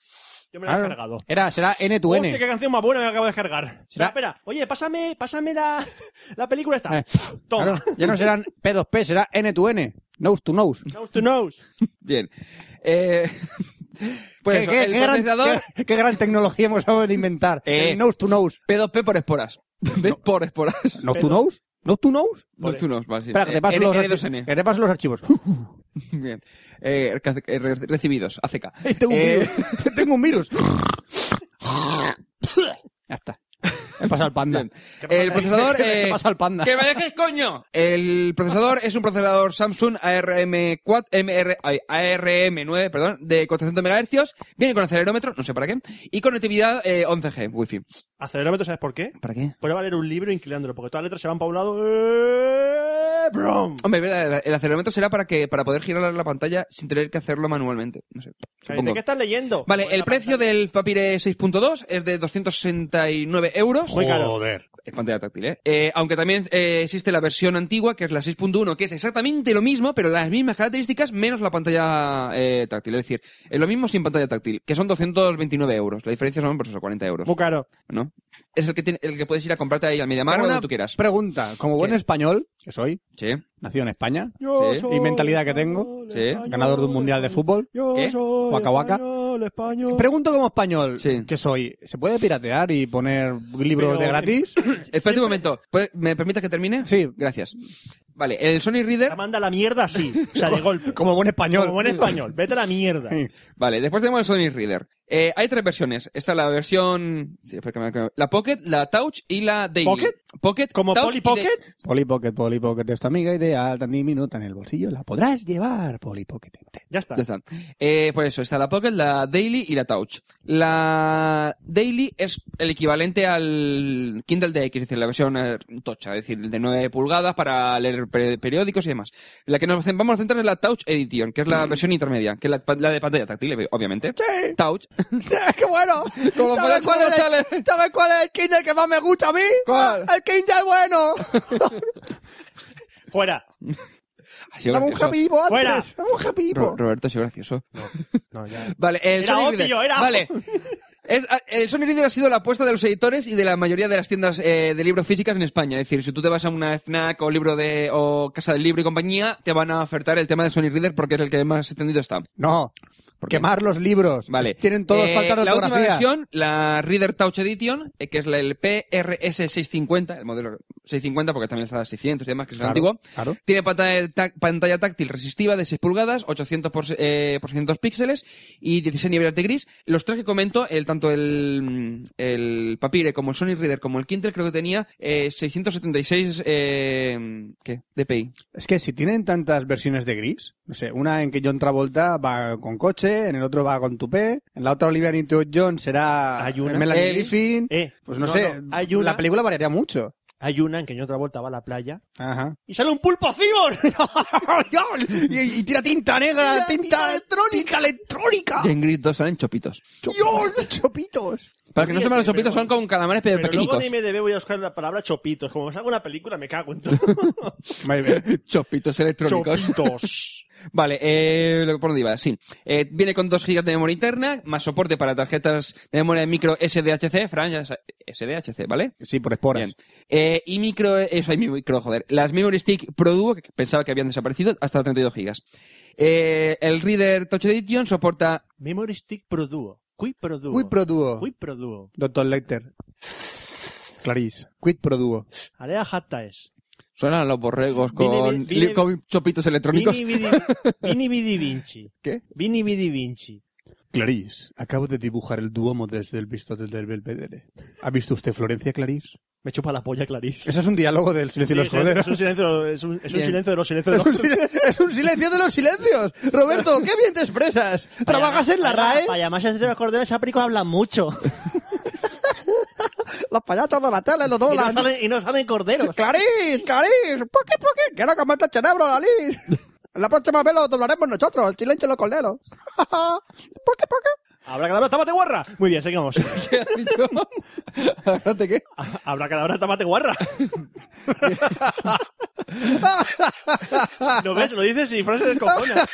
Speaker 7: Yo me la he
Speaker 5: Claro.
Speaker 7: descargado.
Speaker 5: Era, será N2N.
Speaker 7: Hostia, qué canción más buena me acabo de descargar.
Speaker 5: Será-
Speaker 7: Espera, espera. Oye, pásame, pásame la, la película esta.
Speaker 5: Eh,
Speaker 7: Toma.
Speaker 5: claro, ya no serán P2P, será N2N. Nose to nose.
Speaker 7: Nose to nose.
Speaker 6: Bien. Eh, pues
Speaker 5: ¿Qué,
Speaker 6: eso,
Speaker 5: qué-
Speaker 6: el
Speaker 5: qué gran,
Speaker 6: procesador
Speaker 5: qué- qué gran tecnología hemos acabado de inventar.
Speaker 6: Eh.
Speaker 5: El nose to nose.
Speaker 6: P2P por esporas. ¿Ves? Por esporas.
Speaker 5: ¿Nose to nose? ¿Nose to nose?
Speaker 6: No, tú no, vale, sí. eh,
Speaker 5: Espera, que te paso
Speaker 6: N-
Speaker 5: los eh.
Speaker 6: N2N.
Speaker 5: archivos. Que te paso los archivos.
Speaker 6: Bien. Eh, ca- eh, re- recibidos, ACK.
Speaker 5: Eh, tengo, un
Speaker 6: Eh,
Speaker 5: virus. tengo un virus. ya está. He pasado al panda.
Speaker 6: Bien. El procesador.
Speaker 5: He
Speaker 6: eh,
Speaker 5: pasado al panda.
Speaker 6: ¡Que me dejes, coño! El procesador es un procesador Samsung ARM4, MR, ay, ARM9, perdón, de 400 MHz. Viene con acelerómetro, no sé para qué. Y conectividad eh, 11G, Wi-Fi.
Speaker 7: Acelerómetro, ¿sabes por qué?
Speaker 6: ¿Para qué?
Speaker 7: Prueba a leer un libro inclinándolo, porque todas las letras se van para un lado. ¡Eh, brom!
Speaker 6: Hombre, verdad, el- el acelerómetro será para que para poder girar la pantalla sin tener que hacerlo manualmente. No sé.
Speaker 7: ¿De
Speaker 6: supongo.
Speaker 7: qué estás leyendo?
Speaker 6: Vale,
Speaker 7: Pues
Speaker 6: el
Speaker 7: la
Speaker 6: precio
Speaker 7: pantalla.
Speaker 6: del Papire 6.2 es de 269 euros.
Speaker 7: Muy caro.
Speaker 6: Es pantalla táctil, ¿eh? Eh, Aunque también eh, existe la versión antigua, que es la 6.1, que es exactamente lo mismo, pero las mismas características menos la pantalla eh, táctil. Es decir, es lo mismo sin pantalla táctil, que son 229 euros. La diferencia son, pues eso, 40 euros,
Speaker 7: Muy caro.
Speaker 6: ¿no? Es el que, tiene- el que puedes ir a comprarte ahí al Mediamar o
Speaker 5: Tengo
Speaker 6: donde
Speaker 5: una
Speaker 6: tú quieras.
Speaker 5: Pregunta. Como buen
Speaker 6: ¿Qué?
Speaker 5: español, que soy,
Speaker 6: Sí.
Speaker 5: nacido en España,
Speaker 7: Yo
Speaker 6: Sí.
Speaker 7: soy
Speaker 5: Y mentalidad que tengo.
Speaker 7: español,
Speaker 6: Sí.
Speaker 7: español,
Speaker 5: ganador de un mundial de fútbol.
Speaker 7: Yo
Speaker 6: ¿Qué?
Speaker 7: soy
Speaker 5: Waka waka.
Speaker 7: español, español.
Speaker 5: Pregunto como español
Speaker 6: Sí.
Speaker 5: que soy, ¿se puede piratear y poner libros
Speaker 7: Pero-
Speaker 5: de gratis?
Speaker 6: Espérate un momento. ¿Puedes- ¿Me permites que termine?
Speaker 5: Sí.
Speaker 6: Gracias. Vale, el Sony Reader...
Speaker 7: La manda a la mierda así. O sea, de golpe.
Speaker 5: Como buen español.
Speaker 7: Como buen español. Vete a la mierda.
Speaker 5: Sí.
Speaker 6: Vale, después tenemos el Sony Reader. Eh, hay tres versiones. Está la versión... sí, espera que me- que me- La Pocket, la Touch y la Daily.
Speaker 7: ¿Pocket?
Speaker 6: Pocket,
Speaker 7: Como
Speaker 6: Touch
Speaker 7: Polly
Speaker 6: y de-
Speaker 7: Pocket.
Speaker 5: Polly Pocket, Polly Pocket es tu amiga ideal, tan diminuta en el bolsillo, la podrás llevar, Polly Pocket.
Speaker 7: Ya está.
Speaker 6: Ya está. Eh, por eso, está la Pocket, la Daily y la Touch. La Daily es el equivalente al Kindle DX, es decir, la versión eh, tocha, es decir, de 9 pulgadas para leer per- periódicos y demás. La que nos cen- vamos a centrar es la Touch Edition, que es la versión intermedia, que es la, pa- la de pantalla táctil, obviamente.
Speaker 5: Sí.
Speaker 6: Touch.
Speaker 5: ¡Qué bueno!
Speaker 6: Como
Speaker 5: ¿Sabes
Speaker 6: puedes
Speaker 5: cuál, es el,
Speaker 6: escucharle.
Speaker 5: ¿Sabes cuál es el Kindle que más me gusta a mí?
Speaker 6: ¿Cuál?
Speaker 5: ¡El Kindle bueno!
Speaker 7: Fuera.
Speaker 6: Ha sido
Speaker 5: ¡Dame un
Speaker 6: gracioso.
Speaker 5: happy hippo antes!
Speaker 7: Fuera.
Speaker 5: ¡Dame un happy
Speaker 6: Ro-
Speaker 5: hippo!
Speaker 6: Roberto, ha sido gracioso.
Speaker 7: No, ya.
Speaker 6: Vale, el
Speaker 7: Era
Speaker 6: Sony
Speaker 7: obvio,
Speaker 6: Reader.
Speaker 7: era
Speaker 6: Vale. Es- a- el Sony Reader ha sido la apuesta de los editores y de la mayoría de las tiendas eh, de libros físicas en España. Es decir, si tú te vas a una FNAC o libro de o Casa del Libro y compañía, te van a ofertar el tema de Sony Reader porque es el que más extendido está.
Speaker 5: No, quemar los libros.
Speaker 6: Vale.
Speaker 5: Tienen todos
Speaker 6: Eh,
Speaker 5: falta de
Speaker 6: La última
Speaker 5: ortografía.
Speaker 6: versión, la Reader Touch Edition, eh, que es la el PRS650, el modelo 650 porque también está la 600 y demás, que es el
Speaker 5: Claro,
Speaker 6: antiguo.
Speaker 5: claro.
Speaker 6: Tiene pantalla, tac- pantalla táctil resistiva de 6 pulgadas, 800 por, se- eh, por 600 píxeles y 16 niveles de gris. Los tres que comento, el, tanto el, el Papire como el Sony Reader como el Kindle, creo que tenía eh, 676 eh, ¿qué? DPI.
Speaker 5: Es que si tienen tantas versiones de gris, no sé, una en que John Travolta va con coche, en el otro va con tupé, en la otra Olivia Newton-John será
Speaker 7: Hay una.
Speaker 5: Melanie
Speaker 6: El-
Speaker 5: Griffin.
Speaker 7: Eh,
Speaker 5: Pues no,
Speaker 7: no,
Speaker 5: sé,
Speaker 7: no, hay una-
Speaker 5: la película variaría mucho.
Speaker 7: hay una en que yo otra vuelta va a la playa
Speaker 5: Ajá.
Speaker 7: y sale un pulpo cibor.
Speaker 5: y, y tira tinta negra, tinta, electrónica. Tinta electrónica.
Speaker 6: Y en gris dos salen chopitos.
Speaker 5: Dios, chopitos.
Speaker 6: Para que no sepan, los
Speaker 7: Pero-
Speaker 6: chopitos son con calamares pero,
Speaker 7: Pero
Speaker 6: pequeñitos.
Speaker 7: luego en IMDB voy a buscar la palabra chopitos. Como salga una película, me cago en todo.
Speaker 6: Chopitos electrónicos.
Speaker 7: chopitos.
Speaker 6: Vale, eh, lo- por donde iba, sí. Eh, viene con 2 GB de memoria interna, más soporte para tarjetas de memoria micro SDHC, Fran, ya sa- SDHC, ¿vale?
Speaker 5: Sí, por esporas.
Speaker 6: Bien. Eh, y micro, eso hay micro, joder. Las Memory Stick Pro Duo, que pensaba que habían desaparecido, hasta 32 GB. Eh, el Reader Touch Edition soporta
Speaker 7: Memory Stick Pro Duo. Quid Pro Duo.
Speaker 5: Quid pro duo.
Speaker 7: Quid Pro Duo.
Speaker 5: Doctor Lecter. Clarice. Quid pro duo.
Speaker 7: Alea Hattaes.
Speaker 6: Suenan los borregos con,
Speaker 7: Vini, vi-
Speaker 6: li-
Speaker 7: vini-
Speaker 6: con chopitos electrónicos.
Speaker 7: Vini Vidi, Vini Vidi Vinci.
Speaker 6: ¿Qué?
Speaker 7: Vini Vidi Vinci.
Speaker 5: Clarice, acabo de dibujar el duomo desde el visto del Belvedere. ¿Ha visto usted Florencia, Clarice?
Speaker 7: Me chupa la polla, Clarice.
Speaker 5: Eso es un diálogo del
Speaker 7: Sí,
Speaker 5: silencio de los
Speaker 7: es,
Speaker 5: corderos.
Speaker 7: es un silencio, es un, es un
Speaker 6: Bien.
Speaker 7: silencio de los silencios de
Speaker 5: Es
Speaker 7: los
Speaker 5: un, silen- es un silencio de los silencios. Roberto, qué bien te expresas. ¿Trabajas en la RAE?
Speaker 7: Para llamar silencio de los corderos, esa película habla mucho.
Speaker 5: Los payasos de la tele, los
Speaker 7: Y no
Speaker 5: doblan.
Speaker 7: salen, y no salen corderos.
Speaker 5: Clarice, Clarice, poqui, poqui, que ahora que mata el cerebro, la Liz. La próxima vez lo doblaremos nosotros, el silencio y los corderos. poqui, poqui.
Speaker 7: Habrá cadabra, tápate guarra. Muy bien, seguimos.
Speaker 6: ¿Qué has dicho? ¿Adelante qué?
Speaker 7: Habrá cadabra, tápate guarra. ¿No ves? Lo dices y Fran se descojona.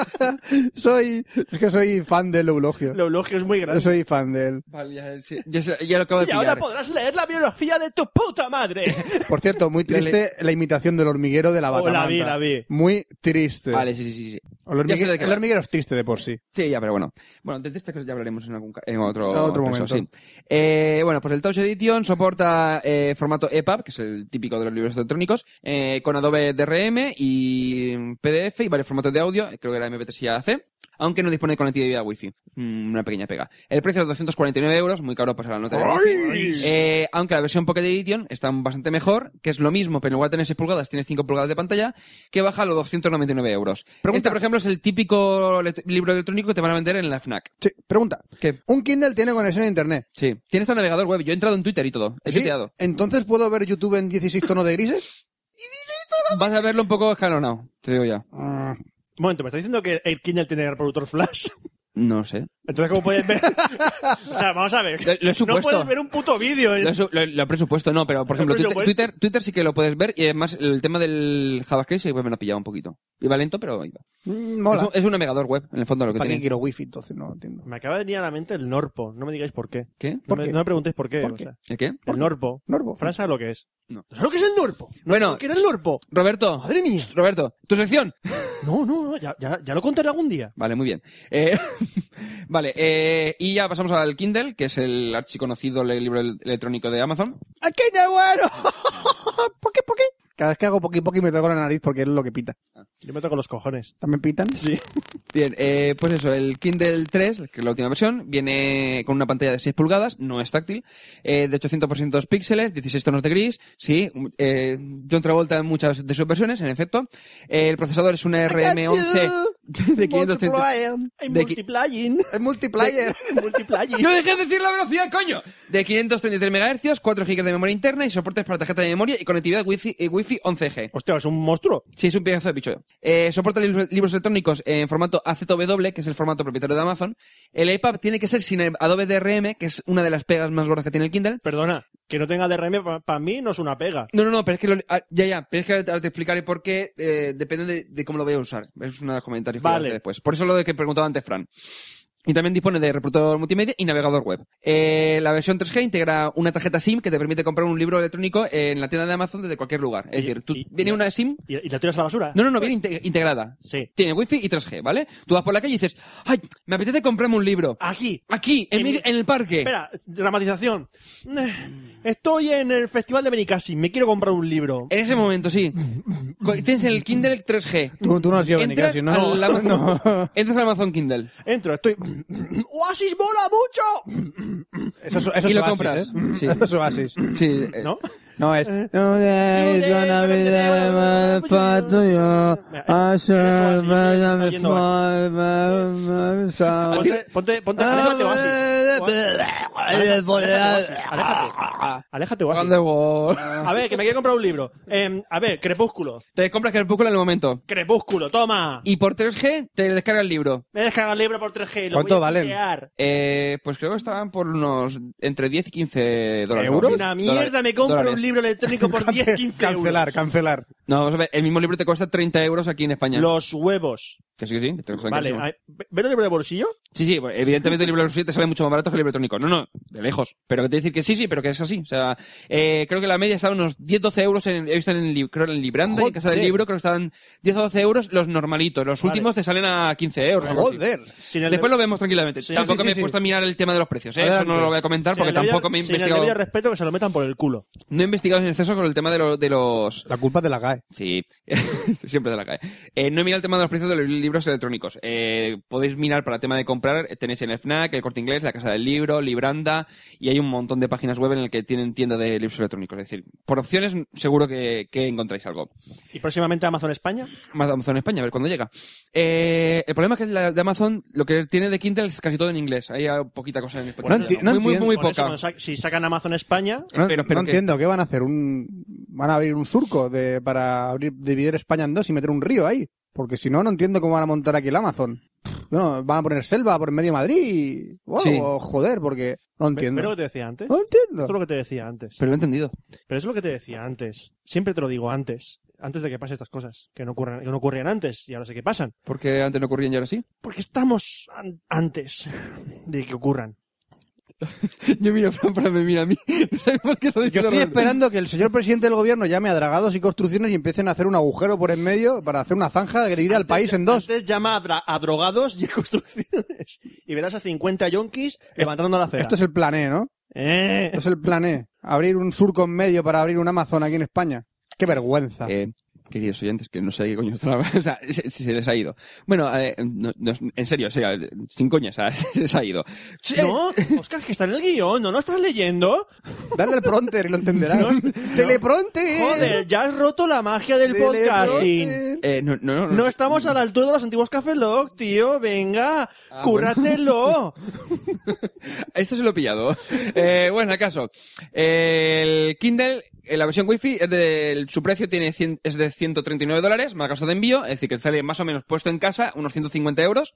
Speaker 5: Soy. Es que soy fan del eulogio.
Speaker 7: Lo elogio es muy
Speaker 5: Yo
Speaker 7: grande.
Speaker 5: soy fan de él.
Speaker 6: Vale, ya, sí, ya se- ya lo acabo de
Speaker 7: Y ahora
Speaker 6: pillar.
Speaker 7: podrás leer la biografía de tu puta madre.
Speaker 5: Por cierto, muy
Speaker 6: Le-
Speaker 5: triste la imitación del hormiguero de la
Speaker 7: Oh,
Speaker 5: batamanta.
Speaker 7: la vi, la vi.
Speaker 5: Muy triste.
Speaker 6: Vale, sí, sí, sí. sí.
Speaker 5: El, hormigue-
Speaker 6: Ya sé de qué
Speaker 5: el
Speaker 6: va.
Speaker 5: hormiguero es triste de por sí.
Speaker 6: Sí, ya, pero bueno. Bueno, de estas cosas ya hablaremos en, algún ca- en otro,
Speaker 5: En otro
Speaker 6: caso,
Speaker 5: momento.
Speaker 6: sí. Eh, bueno, pues el Touch Edition soporta eh, formato EPUB, que es el típico de los libros electrónicos, eh, con Adobe DRM y PDF y varios formatos de audio, creo que era MP3 y AC, aunque no dispone de conectividad Wi-Fi. Mm, Una pequeña pega. El precio es 249 euros, muy caro para la
Speaker 5: ¡Oh!
Speaker 6: nota de Wi-Fi. Eh, aunque la versión Pocket Edition está bastante mejor, que es lo mismo, pero en lugar de tener 6 pulgadas, tiene 5 pulgadas de pantalla, que baja a los 299 euros.
Speaker 5: Pregunta.
Speaker 6: Este, por ejemplo, es el típico le- libro electrónico que te van a vender en la FNAC.
Speaker 5: Sí, pregunta.
Speaker 6: ¿Qué?
Speaker 5: ¿Un Kindle tiene conexión a internet?
Speaker 6: Sí. Tienes tu navegador web. Yo he entrado en Twitter y todo. He
Speaker 5: ¿Sí?
Speaker 6: tuiteado.
Speaker 5: ¿Entonces puedo ver YouTube en 16 tonos de grises?
Speaker 6: Vas a verlo un poco escalonado, te digo ya.
Speaker 5: Mm,
Speaker 7: Un momento, ¿me estás diciendo que el Kindle tiene reproductor flash?
Speaker 6: No sé.
Speaker 7: Entonces, ¿cómo puedes ver? o sea, vamos a ver.
Speaker 6: Lo- lo he
Speaker 7: no
Speaker 6: supuesto.
Speaker 7: puedes ver un puto vídeo. ¿eh?
Speaker 6: Lo, su- lo- lo he presupuesto, no, pero por
Speaker 7: Lo
Speaker 6: ejemplo, Twitter,
Speaker 7: presupuesto.
Speaker 6: Twitter, Twitter sí que lo puedes ver y además el tema del JavaScript sí que me lo ha pillado un poquito. Iba lento, pero iba.
Speaker 5: mm,
Speaker 6: Es,
Speaker 5: mola.
Speaker 6: un, es un navegador web, en el fondo lo que
Speaker 5: ¿Para qué
Speaker 6: tiene.
Speaker 5: quiero wifi entonces? No entiendo.
Speaker 7: Me acaba de venir a la mente el Norpo. No me digáis por qué.
Speaker 6: ¿Qué?
Speaker 7: No
Speaker 5: ¿Por
Speaker 7: me,
Speaker 5: qué?
Speaker 7: no me preguntéis por qué.
Speaker 5: ¿Por
Speaker 7: o
Speaker 5: qué?
Speaker 7: sea,
Speaker 6: ¿El qué?
Speaker 7: el Norpo.
Speaker 5: Norbo.
Speaker 7: ¿Fran sabe lo que es?
Speaker 6: No.
Speaker 7: ¿Sabes lo que es el Norpo? ¿No
Speaker 6: Bueno.
Speaker 7: sabes lo que era el Norpo?
Speaker 6: Roberto,
Speaker 7: ¡Madre mía!
Speaker 6: Roberto, tu sección.
Speaker 7: No, no, no, ya, ya, ya lo contaré algún día.
Speaker 6: Vale, muy bien. Eh, vale, eh, y ya pasamos al Kindle, que es el archiconocido le- libro el- electrónico de Amazon.
Speaker 5: ¡Ah, qué de bueno! ¡Poqui, poqui! Cada vez que hago poqui, poqui me toco la nariz porque es lo que pita.
Speaker 7: Yo me toco los cojones.
Speaker 5: ¿También pitan?
Speaker 7: Sí.
Speaker 6: Bien, eh, pues eso, el Kindle 3, que es la última versión, viene con una pantalla de 6 pulgadas, no es táctil, eh, de 800 por 600 píxeles, 16 tonos de gris, sí, eh, John Travolta en muchas de sus versiones, en efecto. Eh, el procesador es un RM11 de 530...
Speaker 7: Hay
Speaker 6: De qui-
Speaker 7: multiplying.
Speaker 5: Es multiplayer.
Speaker 7: multiplying.
Speaker 6: ¡No dejes de decir la velocidad, coño! De 533 MHz, 4 GB de memoria interna y soportes para tarjeta de memoria y conectividad Wi-Fi, eh, Wi-Fi 11G.
Speaker 7: Hostia, es un monstruo.
Speaker 6: Sí, es un pedazo de bicho. Eh, soporta libros, libros electrónicos en formato AZW, que es el formato propietario de Amazon. El iPad tiene que ser sin el Adobe DRM, que es una de las pegas más gordas que tiene el Kindle.
Speaker 7: Perdona, que no tenga DRM para mí no es una pega.
Speaker 6: No, no, no, pero es que lo- ah, ya, ya, pero es que ahora te explicaré por qué, eh, depende de, de cómo lo voy a usar. Es uno de los comentarios que voy a
Speaker 7: Vale.
Speaker 6: hacer después. Por eso lo de que preguntaba antes Fran. Y también dispone de reproductor multimedia y navegador web. Eh, la versión 3G integra una tarjeta SIM que te permite comprar un libro electrónico en la tienda de Amazon desde cualquier lugar. Es
Speaker 7: Y-
Speaker 6: decir, tú,
Speaker 7: y-
Speaker 6: viene
Speaker 7: y- Pues-
Speaker 6: una SIM.
Speaker 7: ¿Y, y la tiras a la basura?
Speaker 6: No, no, no, viene inte- integrada.
Speaker 7: Sí.
Speaker 6: Tiene wifi y 3G, ¿vale? Tú vas por la calle y dices, ay, me apetece comprarme un libro.
Speaker 7: Aquí.
Speaker 6: Aquí, en,
Speaker 7: en
Speaker 6: medio-
Speaker 7: mi-
Speaker 6: en el parque.
Speaker 7: Espera, dramatización. Estoy en el Festival de Benicassim. Me quiero comprar un libro.
Speaker 6: En ese momento, sí. Co- Tienes el Kindle 3G.
Speaker 5: Tú, tú no has llevado ni
Speaker 6: Entras
Speaker 5: casi, ¿no?
Speaker 6: al Amazon,
Speaker 5: No.
Speaker 6: entras al Amazon Kindle
Speaker 7: Entro, estoy. ¡Oasis mola mucho!
Speaker 5: Eso, es- eso
Speaker 6: y
Speaker 5: es
Speaker 6: lo
Speaker 5: Oasis,
Speaker 6: compras.
Speaker 5: ¿eh?
Speaker 6: Sí.
Speaker 5: Eso es Oasis.
Speaker 6: Sí, eh,
Speaker 7: ¿No?
Speaker 5: No es. No es gonna be the man for to you. I shall be the man for myself.
Speaker 7: Ponte, ponte, ponte, aléjate Oasis. Aléjate, Oasis. Aléjate,
Speaker 6: on the
Speaker 7: Oasis.
Speaker 6: wall.
Speaker 7: A ver, que me quiero comprar un libro. Eh, a ver, Crepúsculo.
Speaker 6: Te compras Crepúsculo en el momento.
Speaker 7: Crepúsculo, toma.
Speaker 6: Y por 3G te descarga el libro.
Speaker 7: Me he descargado el libro por 3G. Lo
Speaker 5: ¿Cuánto
Speaker 7: voy a
Speaker 5: valen?
Speaker 7: estudiar.
Speaker 6: Eh, pues creo que estaban por unos entre 10 y 15 dólares. ¿no?
Speaker 5: ¿Euros?
Speaker 7: Una mierda,
Speaker 6: Dólares-
Speaker 7: me compro
Speaker 6: dólares.
Speaker 7: un libro electrónico por 10, 15 euros.
Speaker 5: Cancelar, cancelar.
Speaker 6: No, vamos a ver, el mismo libro te cuesta 30 euros aquí en España.
Speaker 7: Los huevos.
Speaker 6: Que sí, que sí, que te cuesta
Speaker 7: Vale,
Speaker 6: carísimo.
Speaker 7: a- ¿ve- ¿ves el libro de bolsillo?
Speaker 6: Sí, sí, pues, evidentemente el libro de te sale mucho más barato que el libro electrónico. No, no, de lejos. Pero que te decir que sí, sí, pero que es así. O sea, eh, creo que la media estaba unos 10-12 euros. En, he visto en, Li- creo en Libranda y en Casa del
Speaker 5: Joder.
Speaker 6: Libro, creo que estaban 10 o 12 euros los normalitos. Los
Speaker 7: Vale.
Speaker 6: últimos te salen a 15 euros. algo así.
Speaker 5: Joder.
Speaker 7: Sin el-
Speaker 6: Después lo vemos tranquilamente.
Speaker 7: Sí,
Speaker 6: tampoco
Speaker 5: sí, sí,
Speaker 6: me he
Speaker 5: sí.
Speaker 6: puesto a mirar el tema de los precios. ¿eh? Eso
Speaker 5: Adelante.
Speaker 6: no lo voy a comentar
Speaker 7: sin
Speaker 6: porque
Speaker 7: el debido-
Speaker 6: tampoco me he
Speaker 7: sin el
Speaker 6: investigado.
Speaker 7: debido respeto que se lo metan por el culo.
Speaker 6: No he investigado en exceso con el tema de, lo- de los
Speaker 5: La culpa te la GAE.
Speaker 6: Sí, siempre te la cae. Eh, no he mirado el tema de los precios de los libros electrónicos. Eh, podéis mirar para el tema de comprar, eh, tenéis en el FNAC, el Corte Inglés, la Casa del Libro, Libranda, y hay un montón de páginas web en las que tienen tienda de libros electrónicos. Es decir, por opciones seguro que, que encontráis algo.
Speaker 7: Y próximamente Amazon España.
Speaker 6: Más de Amazon España, a ver cuándo llega. Eh, el problema es que la de Amazon, lo que tiene de Kindle es casi todo en inglés. Hay ah, poquita cosa en español.
Speaker 5: No enti- no
Speaker 6: muy, muy,
Speaker 5: entiendo.
Speaker 6: muy
Speaker 7: Por eso,
Speaker 6: poca.
Speaker 7: cuando sa- si sacan Amazon España,
Speaker 5: No,
Speaker 6: Espero, espero
Speaker 5: no
Speaker 6: que-
Speaker 5: entiendo, ¿qué van a hacer? ¿Un... ¿Van a abrir un surco de... para abrir... dividir España en dos y meter un río ahí? Porque si no, no entiendo cómo van a montar aquí el Amazon. Pff, No, van a poner selva por en medio de Madrid. y- o
Speaker 6: Sí.
Speaker 5: algo, joder, porque no entiendo.
Speaker 7: ¿Ves lo que te decía antes?
Speaker 5: No entiendo.
Speaker 7: Esto es lo que te decía antes.
Speaker 6: Pero lo he entendido.
Speaker 7: Pero eso es lo que te decía antes. Siempre te lo digo antes. Antes de que pasen estas cosas. Que no, ocurran, que no ocurrían antes y ahora sé que pasan.
Speaker 6: Porque antes no ocurrían y ahora sí.
Speaker 7: Porque estamos an- antes de que ocurran.
Speaker 6: Yo miro a Fran, Fran me mira a mí. No sabemos qué está
Speaker 5: Yo
Speaker 6: diciendo.
Speaker 5: estoy
Speaker 6: Fran.
Speaker 5: esperando que el señor presidente del gobierno llame a dragados y construcciones y empiecen a hacer un agujero por en medio para hacer una zanja que divida al país en dos.
Speaker 7: Antes llama a, dra- a drogados y a construcciones. Y verás a 50 yonkis levantando la acera.
Speaker 5: Esto es el plan E, ¿no?
Speaker 7: Eh.
Speaker 5: Esto es el plan E. Abrir un surco en medio para abrir un Amazon aquí en España. Qué vergüenza.
Speaker 6: Eh, queridos oyentes, que no sé qué coño estaba. O sea, se, se les ha ido. Bueno, eh, no- no, en serio, o sea, sin coña, o sea, se les ha ido. Eh,
Speaker 7: No, Oscar, que está en el guión, ¿no lo estás leyendo?
Speaker 5: Dale al pronter y lo entenderás.
Speaker 7: No, no.
Speaker 5: ¡Telepronter!
Speaker 7: Joder, ya has roto la magia del podcasting.
Speaker 5: Telepronter.
Speaker 6: Eh, no, no, no,
Speaker 7: No estamos a la altura de los antiguos Café Lock, tío. Venga,
Speaker 6: Ah,
Speaker 7: cúrratelo.
Speaker 6: Esto se lo he pillado. Eh, bueno, el caso. El Kindle, eh, la versión Wi-Fi, es de- su precio tiene cien- es de 139 dólares, más gasto de envío, es decir, que sale más o menos puesto en casa, unos 150 euros.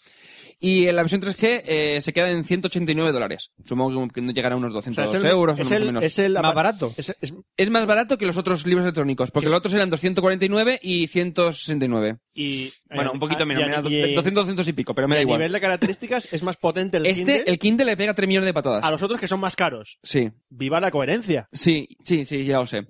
Speaker 6: Y en la versión 3G eh, se queda en 189 dólares. Supongo que no llegará a unos
Speaker 7: O sea,
Speaker 6: 202
Speaker 7: es el-
Speaker 6: euros,
Speaker 7: es
Speaker 6: más
Speaker 7: el-
Speaker 6: o menos.
Speaker 7: es el
Speaker 5: Más barato.
Speaker 7: es- es-
Speaker 6: Es más barato que los otros libros electrónicos, porque
Speaker 7: Es-
Speaker 6: los otros eran 249 y 169.
Speaker 7: y,
Speaker 6: Bueno, un poquito
Speaker 7: a-
Speaker 6: menos,
Speaker 7: Eh, ah, y a-
Speaker 6: me da do-
Speaker 7: y-
Speaker 6: 200, 200 y pico, pero me
Speaker 7: y
Speaker 6: da
Speaker 7: a
Speaker 6: igual.
Speaker 7: nivel de características es más potente el
Speaker 6: Este,
Speaker 7: Kindle
Speaker 6: el Kindle le pega 3 millones de patadas.
Speaker 7: a los otros que son más caros.
Speaker 6: Sí.
Speaker 7: Viva la coherencia.
Speaker 6: Sí, sí, sí, ya lo sé.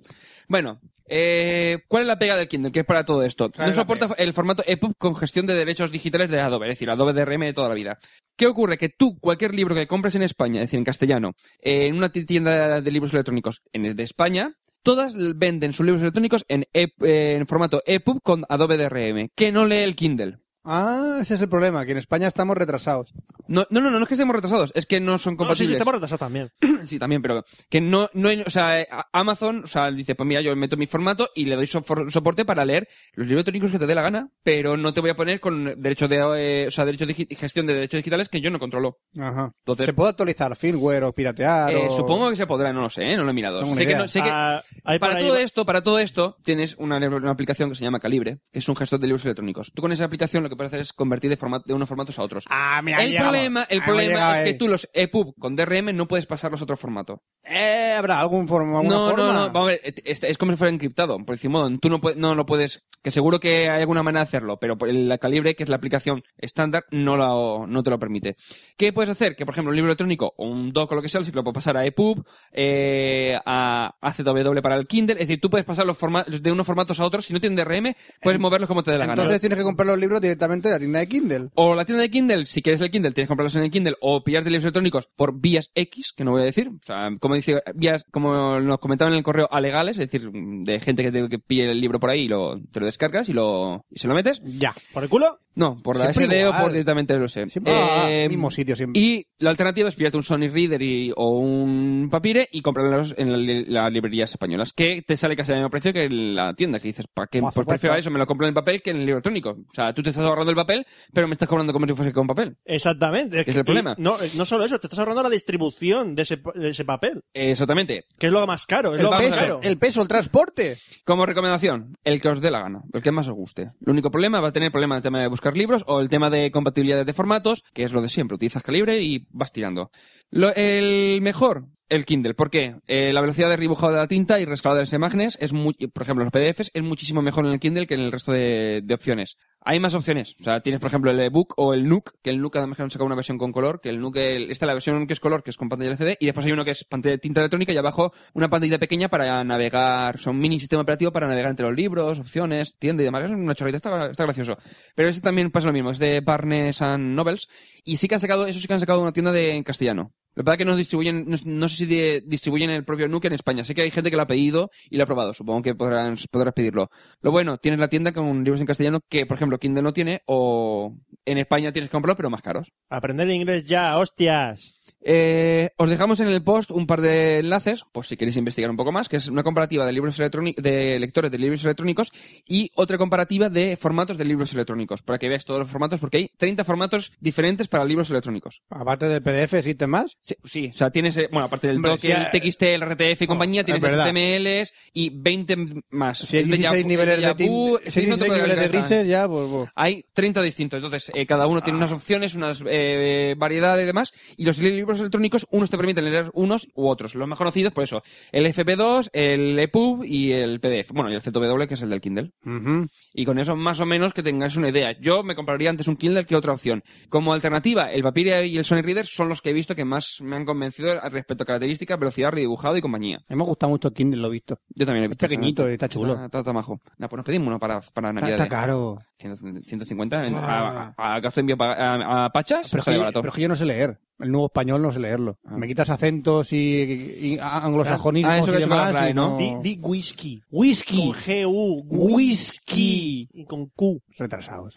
Speaker 6: Bueno, eh, ¿cuál es la pega del Kindle? ¿Qué es para todo esto?
Speaker 5: ¿Cuál
Speaker 6: No
Speaker 5: es la
Speaker 6: soporta el formato EPUB con gestión de derechos digitales de Adobe, es decir, Adobe DRM de toda la vida. ¿Qué ocurre? Que tú, cualquier libro que compres en España, es decir, en castellano, eh, en una ti- tienda de libros electrónicos en el de España, todas l- venden sus libros electrónicos en, ep- eh, en formato EPUB con Adobe DRM, que no lee el Kindle.
Speaker 5: Ah, ese es el problema, que en España estamos retrasados.
Speaker 6: No, no, no, no es que estemos retrasados, es que no son
Speaker 7: No, sí, sí,
Speaker 6: compatibles.
Speaker 7: está por retrasado también.
Speaker 6: Sí, también, pero que no, no, hay- o sea, eh, a- Amazon, o sea, dice, pues mira, yo meto mi formato y le doy sofor- soporte para leer los libros electrónicos que te dé la gana, pero no te voy a poner con derechos de, eh, o sea, derechos digi- gestión de derechos digitales que yo no controlo.
Speaker 5: Ajá.
Speaker 6: Entonces-
Speaker 5: ¿Se puede actualizar firmware o piratear?
Speaker 6: Eh,
Speaker 5: o-
Speaker 6: Supongo que se podrá, no lo sé, ¿eh? no lo he mirado.
Speaker 5: Tengo una
Speaker 6: Sé que,
Speaker 5: idea.
Speaker 6: no- sé que
Speaker 7: Ah, hay por
Speaker 6: para
Speaker 7: ahí-
Speaker 6: todo esto, para todo esto, tienes una, una aplicación que se llama Calibre, que es un gestor de libros electrónicos. Tú con esa aplicación lo que puedes hacer es convertir de, formato, de unos formatos a otros.
Speaker 5: Ah, mira,
Speaker 6: el
Speaker 5: llegamos.
Speaker 6: problema, el
Speaker 5: Hemos
Speaker 6: problema
Speaker 5: llegado
Speaker 6: es que
Speaker 5: ahí.
Speaker 6: tú los E EPUB con DRM no puedes pasarlos a otro formato.
Speaker 5: Eh, ¿Habrá algún forma, alguna
Speaker 6: No,
Speaker 5: forma?
Speaker 6: no, no, vamos a ver, et- es, es como si fuera encriptado, por decir modo, tú no, puedes, no lo puedes, que seguro que hay alguna manera de hacerlo, pero por el- la calibre, que es la aplicación estándar, no, lo, no te lo permite. ¿Qué puedes hacer? Que, por ejemplo, un libro electrónico o un doc o lo que sea, sí que lo puedes pasar a EPUB, eh, a ACW para el Kindle, es decir, tú puedes pasar los forma- de unos formatos a otros, si no tienen DRM, puedes moverlos como te dé la gana.
Speaker 5: Eh, Entonces tienes que comprar los libros directamente de la tienda de Kindle.
Speaker 6: O la tienda de Kindle, si quieres el Kindle, tienes que comprarlos en el Kindle, o pillarte libros electrónicos por vías X, que no voy a decir, o sea, como dice, vías, como nos comentaban en el correo, alegales, es decir, de gente que, te, que pille el libro por ahí y lo, te lo descargas y lo, y se lo metes.
Speaker 5: Ya.
Speaker 7: ¿Por el culo?
Speaker 6: No, por la
Speaker 5: Siempre
Speaker 6: SD o
Speaker 5: igual.
Speaker 6: por directamente, no sé.
Speaker 5: Siempre
Speaker 6: Eh,
Speaker 5: ah, mismo sitio siempre.
Speaker 6: y la alternativa es pillarte un Sony Reader y- o un papire y comprarlos en la li- las librerías españolas, que te sale casi al mismo precio que en la tienda, que dices, ¿para qué?
Speaker 5: Por
Speaker 6: Pues
Speaker 5: supuesto.
Speaker 6: prefiero eso, me lo compro en papel que en el libro electrónico. O sea, tú te estás ahorrando el papel, pero me estás cobrando como si fuese con papel.
Speaker 7: Exactamente.
Speaker 6: Es el problema.
Speaker 7: Y No, eh, no solo eso, te estás ahorrando la distribución de ese, de ese papel,
Speaker 6: Exactamente.
Speaker 7: que es lo más caro. Es
Speaker 6: El
Speaker 7: lo más
Speaker 6: papel,
Speaker 5: peso,
Speaker 7: caro.
Speaker 5: el peso, el transporte.
Speaker 6: Como recomendación, el que os dé la gana, el que más os guste. El único problema va a tener problema el tema de buscar libros o el tema de compatibilidad de formatos, que es lo de siempre. Utilizas calibre y vas tirando. Lo- el mejor, el Kindle. ¿Por qué? Eh, la velocidad de dibujo de la tinta y rescalado de las imágenes es muy, por ejemplo, los PDFs es muchísimo mejor en el Kindle que en el resto de, de opciones. Hay más opciones. O sea, tienes, por ejemplo, el ebook o el Nook, que el Nook además que han sacado una versión con color, que el Nook, el- esta es la versión que es color, que es con pantalla LCD, y después hay uno que es pantalla de tinta electrónica y abajo una pantalla pequeña para navegar, son mini sistema operativo para navegar entre los libros, opciones, tienda y demás. Es una chorrita, está, está gracioso. Pero ese también pasa lo mismo, es de Barnes and Nobles, y sí que han sacado, eso sí que han sacado una tienda de, en castellano. Lo que pasa es que no distribuyen, no, no sé si de- distribuyen el propio Nuke en España. Sé que hay gente que lo ha pedido y lo ha probado. Supongo que podrán, podrás pedirlo. Lo bueno, tienes la tienda con libros en castellano que, por ejemplo, Kindle no tiene o en España tienes que comprarlo, pero más caros.
Speaker 7: Aprender inglés ya, hostias.
Speaker 6: Eh, os dejamos en el post un par de enlaces, pues si queréis investigar un poco más, que es una comparativa de libros electrónicos, de lectores de libros electrónicos y otra comparativa de formatos de libros electrónicos, para que veáis todos los formatos, porque hay 30 formatos diferentes para libros electrónicos.
Speaker 5: Aparte del PDF, ¿existen más?
Speaker 6: Sí, sí, o sea, tienes, eh, bueno, aparte del
Speaker 5: Hombre,
Speaker 6: doc,
Speaker 5: sí,
Speaker 6: el
Speaker 5: eh,
Speaker 6: TXT, el RTF y compañía,
Speaker 5: es
Speaker 6: tienes
Speaker 5: verdad.
Speaker 6: HTMLs y 20 más. Este
Speaker 5: Si hay
Speaker 6: El de
Speaker 5: 16
Speaker 6: Yahoo-
Speaker 5: niveles
Speaker 6: el
Speaker 5: de, tin-
Speaker 6: Yahoo,
Speaker 5: si hay
Speaker 6: sí, este no te
Speaker 5: 16
Speaker 6: puedo
Speaker 5: niveles de
Speaker 6: explicar nada.
Speaker 5: Freezer, ya, pues, pues.
Speaker 6: Hay 30 distintos, entonces eh, cada uno
Speaker 5: Ah.
Speaker 6: tiene unas opciones, unas eh, variedades y demás, y los libros electrónicos, unos te permiten leer unos u otros. Los más conocidos, por eso, el FP2, el E EPUB y el PDF. Bueno, y el ZW, que es el del Kindle.
Speaker 5: Ujú.
Speaker 6: Y con eso más o menos que tengáis una idea. Yo me compraría antes un Kindle que otra opción. Como alternativa, el Papyria y el Sony Reader son los que he visto que más me han convencido al respecto a características, velocidad, redibujado y compañía.
Speaker 5: A mí me gusta mucho Kindle, lo he visto.
Speaker 6: Yo también lo he
Speaker 5: Es
Speaker 6: visto.
Speaker 5: pequeñito, está chulo.
Speaker 6: Está, está- está majo. Nah, pues nos pedimos uno para, para
Speaker 5: Está,
Speaker 6: Navidad.
Speaker 5: está caro.
Speaker 6: 150 en- a, a- a gasto de envío pa- a, a Pachas.
Speaker 5: Ah. Pero es, que
Speaker 6: sale
Speaker 5: yo,
Speaker 6: barato.
Speaker 5: pero es que yo no sé leer. El nuevo español no sé leerlo. Me quitas acentos y, y anglosajonismos
Speaker 6: Ah, eso
Speaker 5: y
Speaker 6: que ha hecho con la
Speaker 5: demás.
Speaker 6: RAE,
Speaker 5: y
Speaker 6: ¿no?
Speaker 5: no-
Speaker 7: Di, di whisky.
Speaker 5: Whisky.
Speaker 7: Con G-U.
Speaker 5: Whisky.
Speaker 7: Y con Q.
Speaker 5: Retrasados.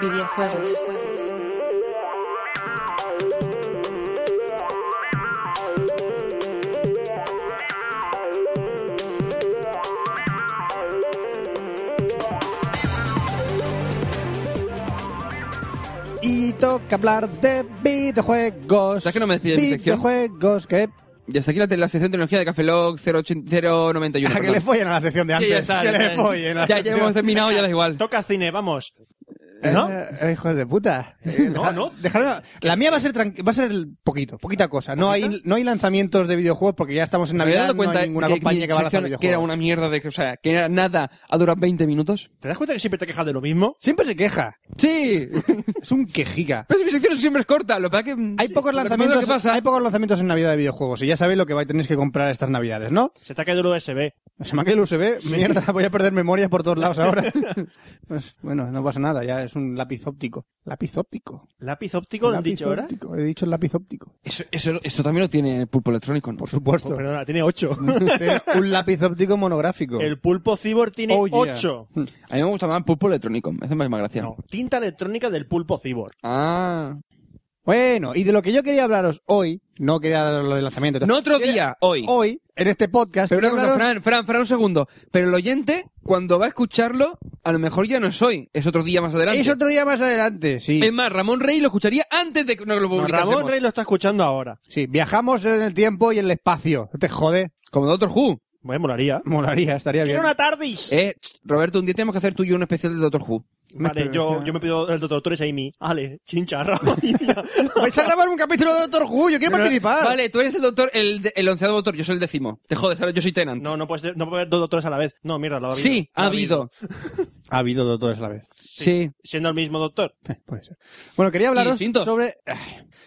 Speaker 4: videojuegos,
Speaker 5: Y toca hablar de videojuegos.
Speaker 6: ¿Sabes que no me despides de mi sección?
Speaker 5: Videojuegos que...
Speaker 6: Y hasta aquí la, la sección de tecnología de Café Log 091.
Speaker 5: A Ah, que le follen a la sección de antes. que le follen a la
Speaker 6: Ya, ya hemos terminado, ya da igual.
Speaker 7: Toca cine, vamos.
Speaker 5: Eh,
Speaker 7: ¿No?
Speaker 5: eh, hijos de puta.
Speaker 7: no, no.
Speaker 5: Dejar, la mía va a ser tranqui- va a ser poquito, poquita cosa. No hay no hay lanzamientos de videojuegos porque ya estamos en
Speaker 6: ¿Me
Speaker 5: Navidad,
Speaker 6: había dado
Speaker 5: no
Speaker 6: cuenta
Speaker 5: hay ninguna
Speaker 6: que
Speaker 5: compañía
Speaker 6: mi
Speaker 5: que va a lanzar
Speaker 6: sección
Speaker 5: videojuegos.
Speaker 6: que era una mierda de que, o sea, que era nada, ha durado 20 minutos?
Speaker 7: ¿Te das cuenta que siempre te quejas de lo mismo?
Speaker 5: Siempre se queja.
Speaker 6: ¡Sí!
Speaker 5: Es un quejiga.
Speaker 6: Pero si mi sección siempre es corta, lo que pasa que...
Speaker 5: Hay
Speaker 6: sí,
Speaker 5: pocos
Speaker 6: lo que pasa es lo que
Speaker 5: lanzamientos,
Speaker 6: pasa.
Speaker 5: hay pocos lanzamientos en Navidad de videojuegos y ya sabéis lo que vais a tener que comprar estas Navidades, ¿no?
Speaker 7: Se te ha caído el USB.
Speaker 5: Se me ha caído el USB, mierda, voy a perder memorias por todos lados ahora. Pues, bueno, no pasa nada, ya es un lápiz óptico. Lápiz óptico.
Speaker 7: ¿Lápiz óptico, han
Speaker 5: Lápiz
Speaker 7: dicho ahora?
Speaker 5: óptico, He dicho lápiz óptico.
Speaker 6: Eso, eso- esto también lo tiene el pulpo electrónico, ¿no?
Speaker 5: Por supuesto.
Speaker 7: Pues Perdona, tiene 8.
Speaker 5: Tiene un lápiz óptico monográfico.
Speaker 7: El pulpo cibor tiene
Speaker 5: Oh, yeah.
Speaker 7: 8.
Speaker 6: A mí me gusta más el pulpo electrónico, me hace más más gracia.
Speaker 7: No, tinta electrónica del pulpo cibor.
Speaker 6: Ah...
Speaker 5: Bueno, y de lo que yo quería hablaros hoy, no quería hablar lo del lanzamiento.
Speaker 6: No otro
Speaker 5: Quería-
Speaker 6: día, hoy.
Speaker 5: Hoy, en este podcast,
Speaker 6: Pero una
Speaker 5: quería
Speaker 6: cosa,
Speaker 5: hablaros-
Speaker 6: Fran, Fran, Fran, un segundo. Pero el oyente, cuando va a escucharlo, a lo mejor ya no es hoy, es otro día más adelante. Em-
Speaker 5: es otro día más adelante, sí.
Speaker 6: Es más, Ramón Rey lo escucharía antes de que no lo
Speaker 7: No,
Speaker 6: publicásemos.
Speaker 7: Ramón Rey lo está escuchando ahora.
Speaker 5: Sí, viajamos en el tiempo y en el espacio. No Te jode.
Speaker 6: Como de otro Who.
Speaker 7: Me molaría.
Speaker 5: Molaría, estaría bien.
Speaker 7: ¡Quiero una TARDIS!
Speaker 6: Eh, ch, Roberto, un día tenemos que hacer tú y yo un especial de Doctor Who.
Speaker 7: Vale, yo, yo me pido el doctor Torres Amy. Ale, chincharra.
Speaker 5: Vais a grabar un capítulo de Doctor Who, yo quiero participar.
Speaker 6: Vale, tú eres el doctor, el, de- el onceavo doctor, yo soy el décimo. Te jodes, ahora yo soy Tenant.
Speaker 7: no, no puede, ser- no puede haber dos doctores a la vez. No, mierda, lo ha habido.
Speaker 6: sí,
Speaker 7: Lo
Speaker 6: ha habido.
Speaker 5: Ha habido doctores a la vez.
Speaker 6: Sí.
Speaker 7: Siendo el mismo doctor.
Speaker 5: Eh, Puede ser. Bueno, quería hablaros
Speaker 6: distintos.
Speaker 5: sobre, ah,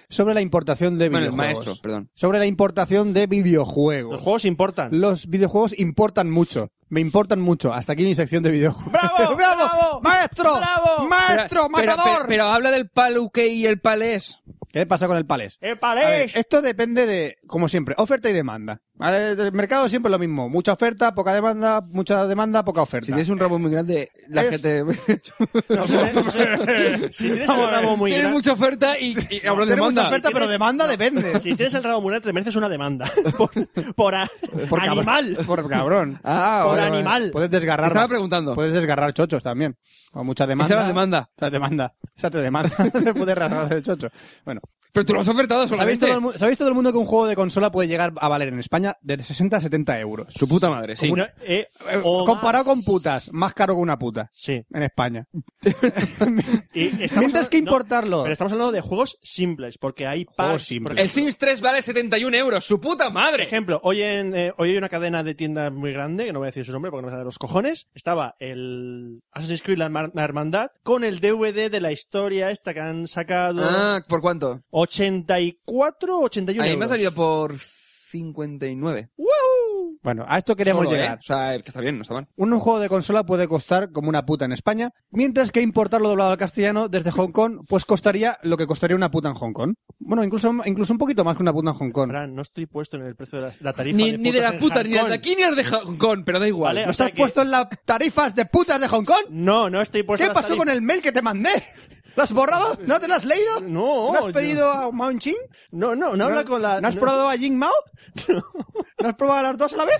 Speaker 5: sobre la importación de
Speaker 6: Bueno, el
Speaker 5: videojuegos.
Speaker 6: maestro, perdón.
Speaker 5: Sobre la importación de videojuegos.
Speaker 7: Los juegos importan.
Speaker 5: Los videojuegos importan mucho. Me importan mucho. Hasta aquí mi sección de videojuegos.
Speaker 7: ¡Bravo! ¡Bravo!
Speaker 5: ¡Maestro!
Speaker 7: ¡Bravo!
Speaker 5: ¡Maestro!
Speaker 6: Pero- pero-
Speaker 5: ¡Matador!
Speaker 6: Pero, pero habla del paluque y el palés.
Speaker 5: ¿Qué pasa con el palés?
Speaker 7: ¡El
Speaker 5: A ver,
Speaker 7: palés!
Speaker 5: esto depende de, como siempre, oferta y demanda. ¿Vale? El mercado siempre es lo mismo. Mucha oferta, poca demanda, mucha demanda, poca oferta.
Speaker 6: Si tienes un rabo muy grande, la
Speaker 5: Es-
Speaker 6: gente...
Speaker 7: No sé, eh, no sé. Si tienes el rabo muy
Speaker 6: Tienes
Speaker 7: grande-
Speaker 6: mucha oferta y, y hablas de
Speaker 5: Tienes mucha
Speaker 6: demanda.
Speaker 5: oferta, pero
Speaker 7: Tienes-
Speaker 5: demanda depende.
Speaker 7: Si tienes el rabo muy grande, te mereces una demanda. Por, por a-
Speaker 5: Por cabr-
Speaker 7: animal.
Speaker 5: Por cabrón.
Speaker 6: Ah,
Speaker 7: Por
Speaker 6: vale, vale.
Speaker 7: animal.
Speaker 5: Puedes desgarrar.
Speaker 6: Estaba
Speaker 5: más-
Speaker 6: preguntando.
Speaker 5: Puedes desgarrar chochos también. O mucha demanda.
Speaker 6: Esa es la demanda.
Speaker 5: Esa demanda. Esa te demanda. te puedes rasgar el chocho. Bueno. pues,
Speaker 6: Pero tú lo has ofertado
Speaker 5: ¿Sabéis
Speaker 6: solamente.
Speaker 5: todo, el, mu- ¿Sabéis todo el mundo que un juego de consola puede llegar a valer en España de 60 a 70 euros?
Speaker 6: Su puta madre, sí.
Speaker 7: Una- eh,
Speaker 5: Eh,
Speaker 7: o
Speaker 5: Comparado
Speaker 7: más.
Speaker 5: con putas, más caro que una puta
Speaker 7: Sí.
Speaker 5: en España.
Speaker 7: Y estamos
Speaker 5: Mientras que
Speaker 7: hablando- no,
Speaker 5: importarlo.
Speaker 7: pero estamos hablando de juegos simples, porque hay packs.
Speaker 5: simples.
Speaker 7: por
Speaker 6: El
Speaker 7: ejemplo.
Speaker 6: Sims 3 vale 71 euros, su puta
Speaker 7: Por
Speaker 6: madre.
Speaker 7: ejemplo, hoy, en, eh, hoy hay una cadena de tiendas muy grande, que no voy a decir su nombre porque no me sale de los cojones. Estaba el Assassin's Creed La, Herma- La Hermandad con el DVD de la historia esta que han sacado.
Speaker 6: Ah, ¿por cuánto?
Speaker 7: 84 81
Speaker 6: A mí me ha
Speaker 7: euros.
Speaker 6: salido por 59.
Speaker 5: Bueno, a esto queremos
Speaker 6: Solo, ¿eh?
Speaker 5: llegar.
Speaker 6: O sea, que está bien, no está mal.
Speaker 5: Un juego de consola puede costar como una puta en España, mientras que importarlo doblado al castellano desde Hong Kong, pues costaría lo que costaría una puta en Hong Kong. Bueno, incluso, incluso un poquito más que una puta en Hong Kong.
Speaker 7: Fran, no estoy puesto en el precio de la, la tarifa.
Speaker 6: Ni, ni de
Speaker 7: putas
Speaker 6: la
Speaker 7: en
Speaker 6: puta,
Speaker 7: Hong
Speaker 6: ni de
Speaker 7: Kong.
Speaker 6: aquí, ni de Hong Kong, pero da igual.
Speaker 7: Vale,
Speaker 5: ¿No
Speaker 7: o sea
Speaker 5: estás
Speaker 7: que-
Speaker 5: puesto en las tarifas de putas de Hong Kong?
Speaker 7: No, no estoy puesto
Speaker 5: ¿Qué
Speaker 7: en la
Speaker 5: pasó con el mail que te mandé? ¿Lo has borrado? ¿No te lo has leído?
Speaker 7: No,
Speaker 5: ¿No has
Speaker 7: yo-
Speaker 5: pedido a Mao Ching?
Speaker 7: No, no, no, habla con la.
Speaker 5: ¿No has probado a Jing Mao? ¿No has probado a las dos a la vez?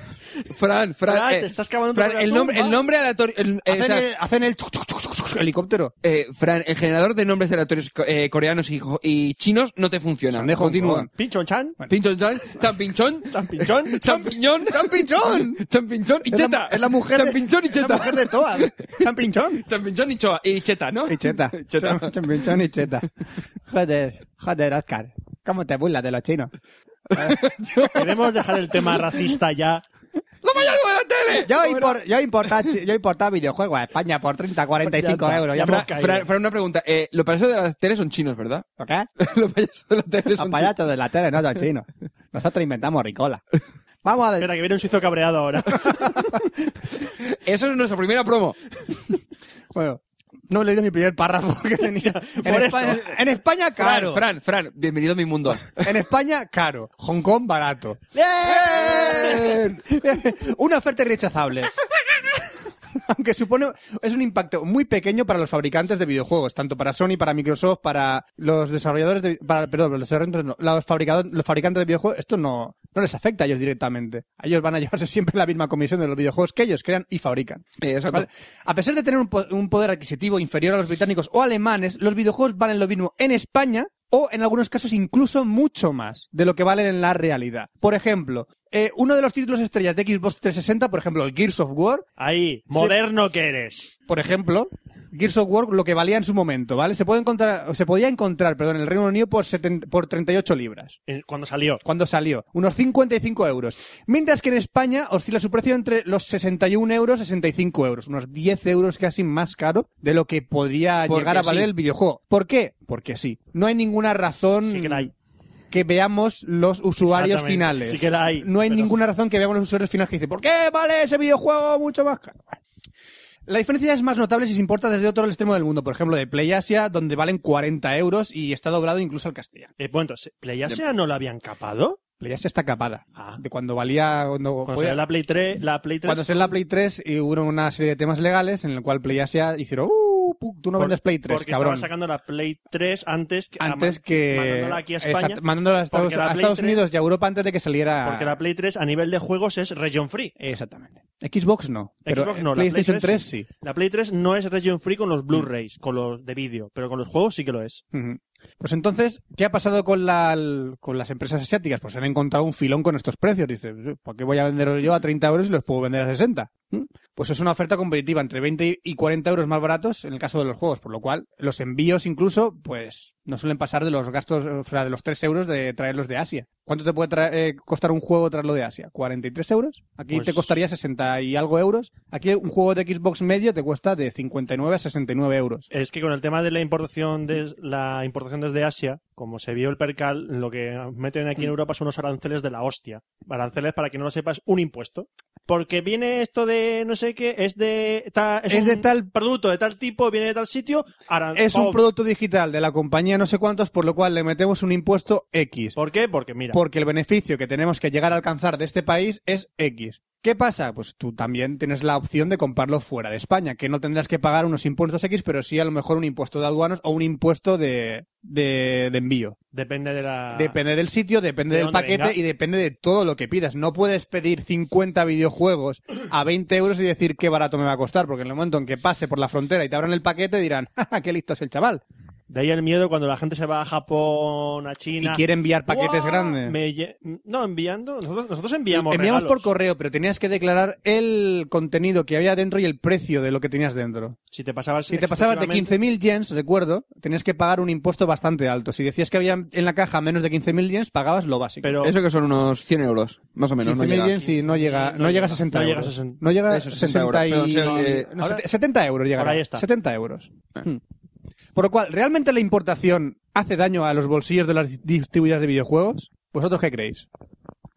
Speaker 6: Fran, Fran,
Speaker 7: Fran,
Speaker 6: eh,
Speaker 7: te estás cavando
Speaker 6: Fran,
Speaker 7: tu propia
Speaker 6: el nombre,
Speaker 7: tumba.
Speaker 6: el nombre aleatorio, el, eh, o
Speaker 5: Hacen
Speaker 6: sea,
Speaker 5: el, hacen el chuc, chuc, chuc, chuc, chuc, helicóptero.
Speaker 6: eh, Fran, el generador de nombres aleatorios co- eh, coreanos y, jo- y chinos no te funciona.
Speaker 5: Son de Hong
Speaker 6: Continúa.
Speaker 5: Kong.
Speaker 7: Pinchon Chan.
Speaker 6: Pinchon chan, champinchón,
Speaker 7: Champinchón.
Speaker 6: champiñón,
Speaker 5: ¡Champinchón!
Speaker 6: champinchón y
Speaker 5: Es la-
Speaker 6: cheta.
Speaker 5: es la mujer de-
Speaker 6: Champinchón y
Speaker 5: es la
Speaker 6: cheta.
Speaker 5: mujer de Toad. Champinchón.
Speaker 6: Champinchón y choa. Y cheta, ¿no?
Speaker 5: Y cheta.
Speaker 6: Cheta.
Speaker 5: Cham- Champinchón y cheta. Joder, joder, Oscar. ¿Cómo te burlas de los chinos?
Speaker 7: Queremos dejar el tema racista ya.
Speaker 6: ¡Lo vaya de la tele!
Speaker 5: Yo, impor- yo, importa, chi- yo importaba videojuegos a España por 30, 45
Speaker 7: Ya está,
Speaker 5: euros.
Speaker 7: ya
Speaker 5: Ya
Speaker 7: hemos
Speaker 5: por-
Speaker 7: caído.
Speaker 6: Fran, Fran, una pregunta. Eh, los payasos de la tele son chinos, ¿verdad?
Speaker 5: ¿Por qué?
Speaker 6: los payasos de la tele
Speaker 5: Los
Speaker 6: son chinos.
Speaker 5: payachos de la tele no son chinos. Nosotros inventamos Ricola. Vamos a...
Speaker 7: Espera, que viene un suizo cabreado ahora.
Speaker 6: Eso es nuestra primera promo.
Speaker 5: Bueno, no he leído mi primer párrafo que tenía. En,
Speaker 7: Por
Speaker 5: España,
Speaker 7: eso.
Speaker 5: en España, caro.
Speaker 6: Fran, Fran, Fran, bienvenido a mi mundo.
Speaker 5: En España, caro. Hong Kong, barato.
Speaker 6: ¡Bien!
Speaker 5: Una oferta irrechazable. Aunque supone es un impacto muy pequeño para los fabricantes de videojuegos, tanto para Sony, para Microsoft, para los desarrolladores de para, perdón, los desarrolladores no, los fabricadores, los fabricantes de videojuegos, esto no, no les afecta a ellos directamente. A ellos van a llevarse siempre la misma comisión de los videojuegos que ellos crean y fabrican.
Speaker 6: Eh, exacto.
Speaker 5: ¿Vale? A pesar de tener un, po- un poder adquisitivo inferior a los británicos o alemanes, los videojuegos valen lo mismo en España o en algunos casos incluso mucho más de lo que valen en la realidad. Por ejemplo, eh, uno de los títulos estrellas de Xbox 360, por ejemplo, el Gears of War,
Speaker 7: Ahí, moderno que eres.
Speaker 5: por ejemplo, Gears of War lo que valía en su momento, ¿vale? Se puede encontrar, se podía encontrar, perdón, en el Reino Unido por, 70 por 38 libras
Speaker 7: Eh, Cuando salió.
Speaker 5: cuando salió, unos 55 euros. Mientras que en España oscila su precio entre los 61 euros y 65 euros, unos 10 euros casi más caro de lo que podría
Speaker 6: Porque
Speaker 5: llegar a
Speaker 6: sí.
Speaker 5: valer el videojuego. ¿Por qué? Porque sí. No hay ninguna razón
Speaker 7: Sí que la hay.
Speaker 5: que veamos los usuarios
Speaker 7: Exactamente.
Speaker 5: finales.
Speaker 7: Sí que la hay,
Speaker 5: No hay
Speaker 7: pero-
Speaker 5: ninguna razón que veamos los usuarios finales que dicen, ¿por qué vale ese videojuego mucho más caro? Bueno. La diferencia es más notable si se importa desde otro extremo del mundo, por ejemplo, de PlayAsia, donde valen 40 euros y está doblado incluso al castellano.
Speaker 7: Eh, bueno, entonces, ¿PlayAsia no la habían capado?
Speaker 5: PlayAsia está capada.
Speaker 7: Ah.
Speaker 5: De cuando valía... Cuando,
Speaker 7: Cuando
Speaker 5: podía-
Speaker 7: salió la Play 3, la Play 3
Speaker 5: Pues eh, Cuando salió la Play 3 y hubo una serie de temas legales en el cual PlayAsia hicieron, "Uh, pu- tú no
Speaker 7: por-
Speaker 5: vendes Play 3,
Speaker 7: porque
Speaker 5: cabrón.
Speaker 7: estaba sacando la Play 3 antes que
Speaker 5: Antes
Speaker 7: ama-
Speaker 5: que...
Speaker 7: mandándola aquí a España.
Speaker 5: Exacto, mandándola a Estados,
Speaker 7: porque la
Speaker 5: a
Speaker 7: Play
Speaker 5: Estados
Speaker 7: 3
Speaker 5: Unidos y a Europa antes de que saliera...
Speaker 7: Porque la Play 3 a nivel de juegos es region free.
Speaker 5: Exactamente. Xbox no. Pero
Speaker 7: Xbox
Speaker 5: eh,
Speaker 7: no, la Play
Speaker 5: PlayStation
Speaker 7: 3
Speaker 5: 3 sí.
Speaker 7: La Play 3 no es region free con
Speaker 5: Mm.
Speaker 7: los Blu-rays, con los de vídeo, pero con los juegos sí que lo es.
Speaker 5: Ujú. Pues entonces, ¿qué ha pasado con, la, l- con las empresas asiáticas? Pues han encontrado un filón con estos precios. Dice, ¿por qué voy a venderlos yo a 30 euros y los puedo vender a 60? ¿Mm? Pues es una oferta competitiva entre 20 y 40 euros más baratos en el caso de los juegos, por lo cual los envíos incluso, pues no suelen pasar de los gastos, o sea, de los 3 euros de traerlos de Asia. ¿Cuánto te puede tra- eh, costar un juego traerlo de Asia? ¿43 euros? Aquí
Speaker 7: Pues-
Speaker 5: te costaría 60 y algo euros. Aquí un juego de Xbox medio te cuesta de 59 a 69 euros.
Speaker 7: Es que con el tema de la importación de la importación desde Asia, como se vio el percal, lo que meten aquí en Europa son unos aranceles de la hostia. Aranceles, para que no lo sepas, un impuesto. Porque viene esto de no sé qué, es de ta-
Speaker 5: Es de
Speaker 7: un
Speaker 5: tal-
Speaker 7: producto, de tal tipo, viene de tal sitio, aran-
Speaker 5: Es un
Speaker 7: ¡pum!
Speaker 5: producto digital de la compañía no sé cuántos, por lo cual le metemos un impuesto X.
Speaker 7: ¿Por qué? Porque mira,
Speaker 5: Porque el beneficio que tenemos que llegar a alcanzar de este país es X. ¿Qué pasa? Pues tú también tienes la opción de comprarlo fuera de España, que no tendrás que pagar unos impuestos X, pero sí a lo mejor un impuesto de aduanos o un impuesto de, de, de envío.
Speaker 7: depende de la
Speaker 5: Depende del sitio, depende
Speaker 7: Ah. De
Speaker 5: del
Speaker 7: dónde
Speaker 5: paquete
Speaker 7: venga.
Speaker 5: y depende de todo lo que pidas. No puedes pedir 50 videojuegos a 20 euros y decir qué barato me va a costar, porque en el momento en que pase por la frontera y te abran el paquete dirán, ¡Ja, ja, qué listo es el chaval!
Speaker 7: De ahí el miedo cuando la gente se va a Japón, a
Speaker 5: y
Speaker 7: China.
Speaker 5: quiere enviar paquetes
Speaker 7: ¡Guau!
Speaker 5: grandes.
Speaker 7: Me lle- No, enviando. Nosotros, nosotros enviamos.
Speaker 5: Enviamos
Speaker 7: regalos.
Speaker 5: por correo, pero tenías que declarar el contenido que había dentro y el precio de lo que tenías dentro.
Speaker 7: Si te pasabas,
Speaker 5: Si te pasabas de
Speaker 7: excesivamente-
Speaker 5: 15.000 yens, recuerdo, tenías que pagar un impuesto bastante alto. Si decías que había en la caja menos de 15.000 yens, pagabas lo básico.
Speaker 7: Pero
Speaker 6: Eso que son unos 100 euros, más o menos. no
Speaker 5: 15.000
Speaker 6: llega.
Speaker 5: yens sí, no llega,
Speaker 7: No
Speaker 5: no,
Speaker 7: llega,
Speaker 5: llega a 60
Speaker 7: no llega a
Speaker 5: euros.
Speaker 7: 60.
Speaker 5: No llega a
Speaker 6: Eso, 60
Speaker 5: 60 y-
Speaker 6: euros, pero, o sea, eh,
Speaker 5: no,
Speaker 7: ahora-
Speaker 5: sete- 70 euros llegará.
Speaker 7: ahí está.
Speaker 5: 70 euros.
Speaker 6: Ah.
Speaker 5: Hmm. Por lo cual, ¿realmente la importación hace daño a los bolsillos de las distribuidoras de videojuegos? ¿Vosotros qué creéis?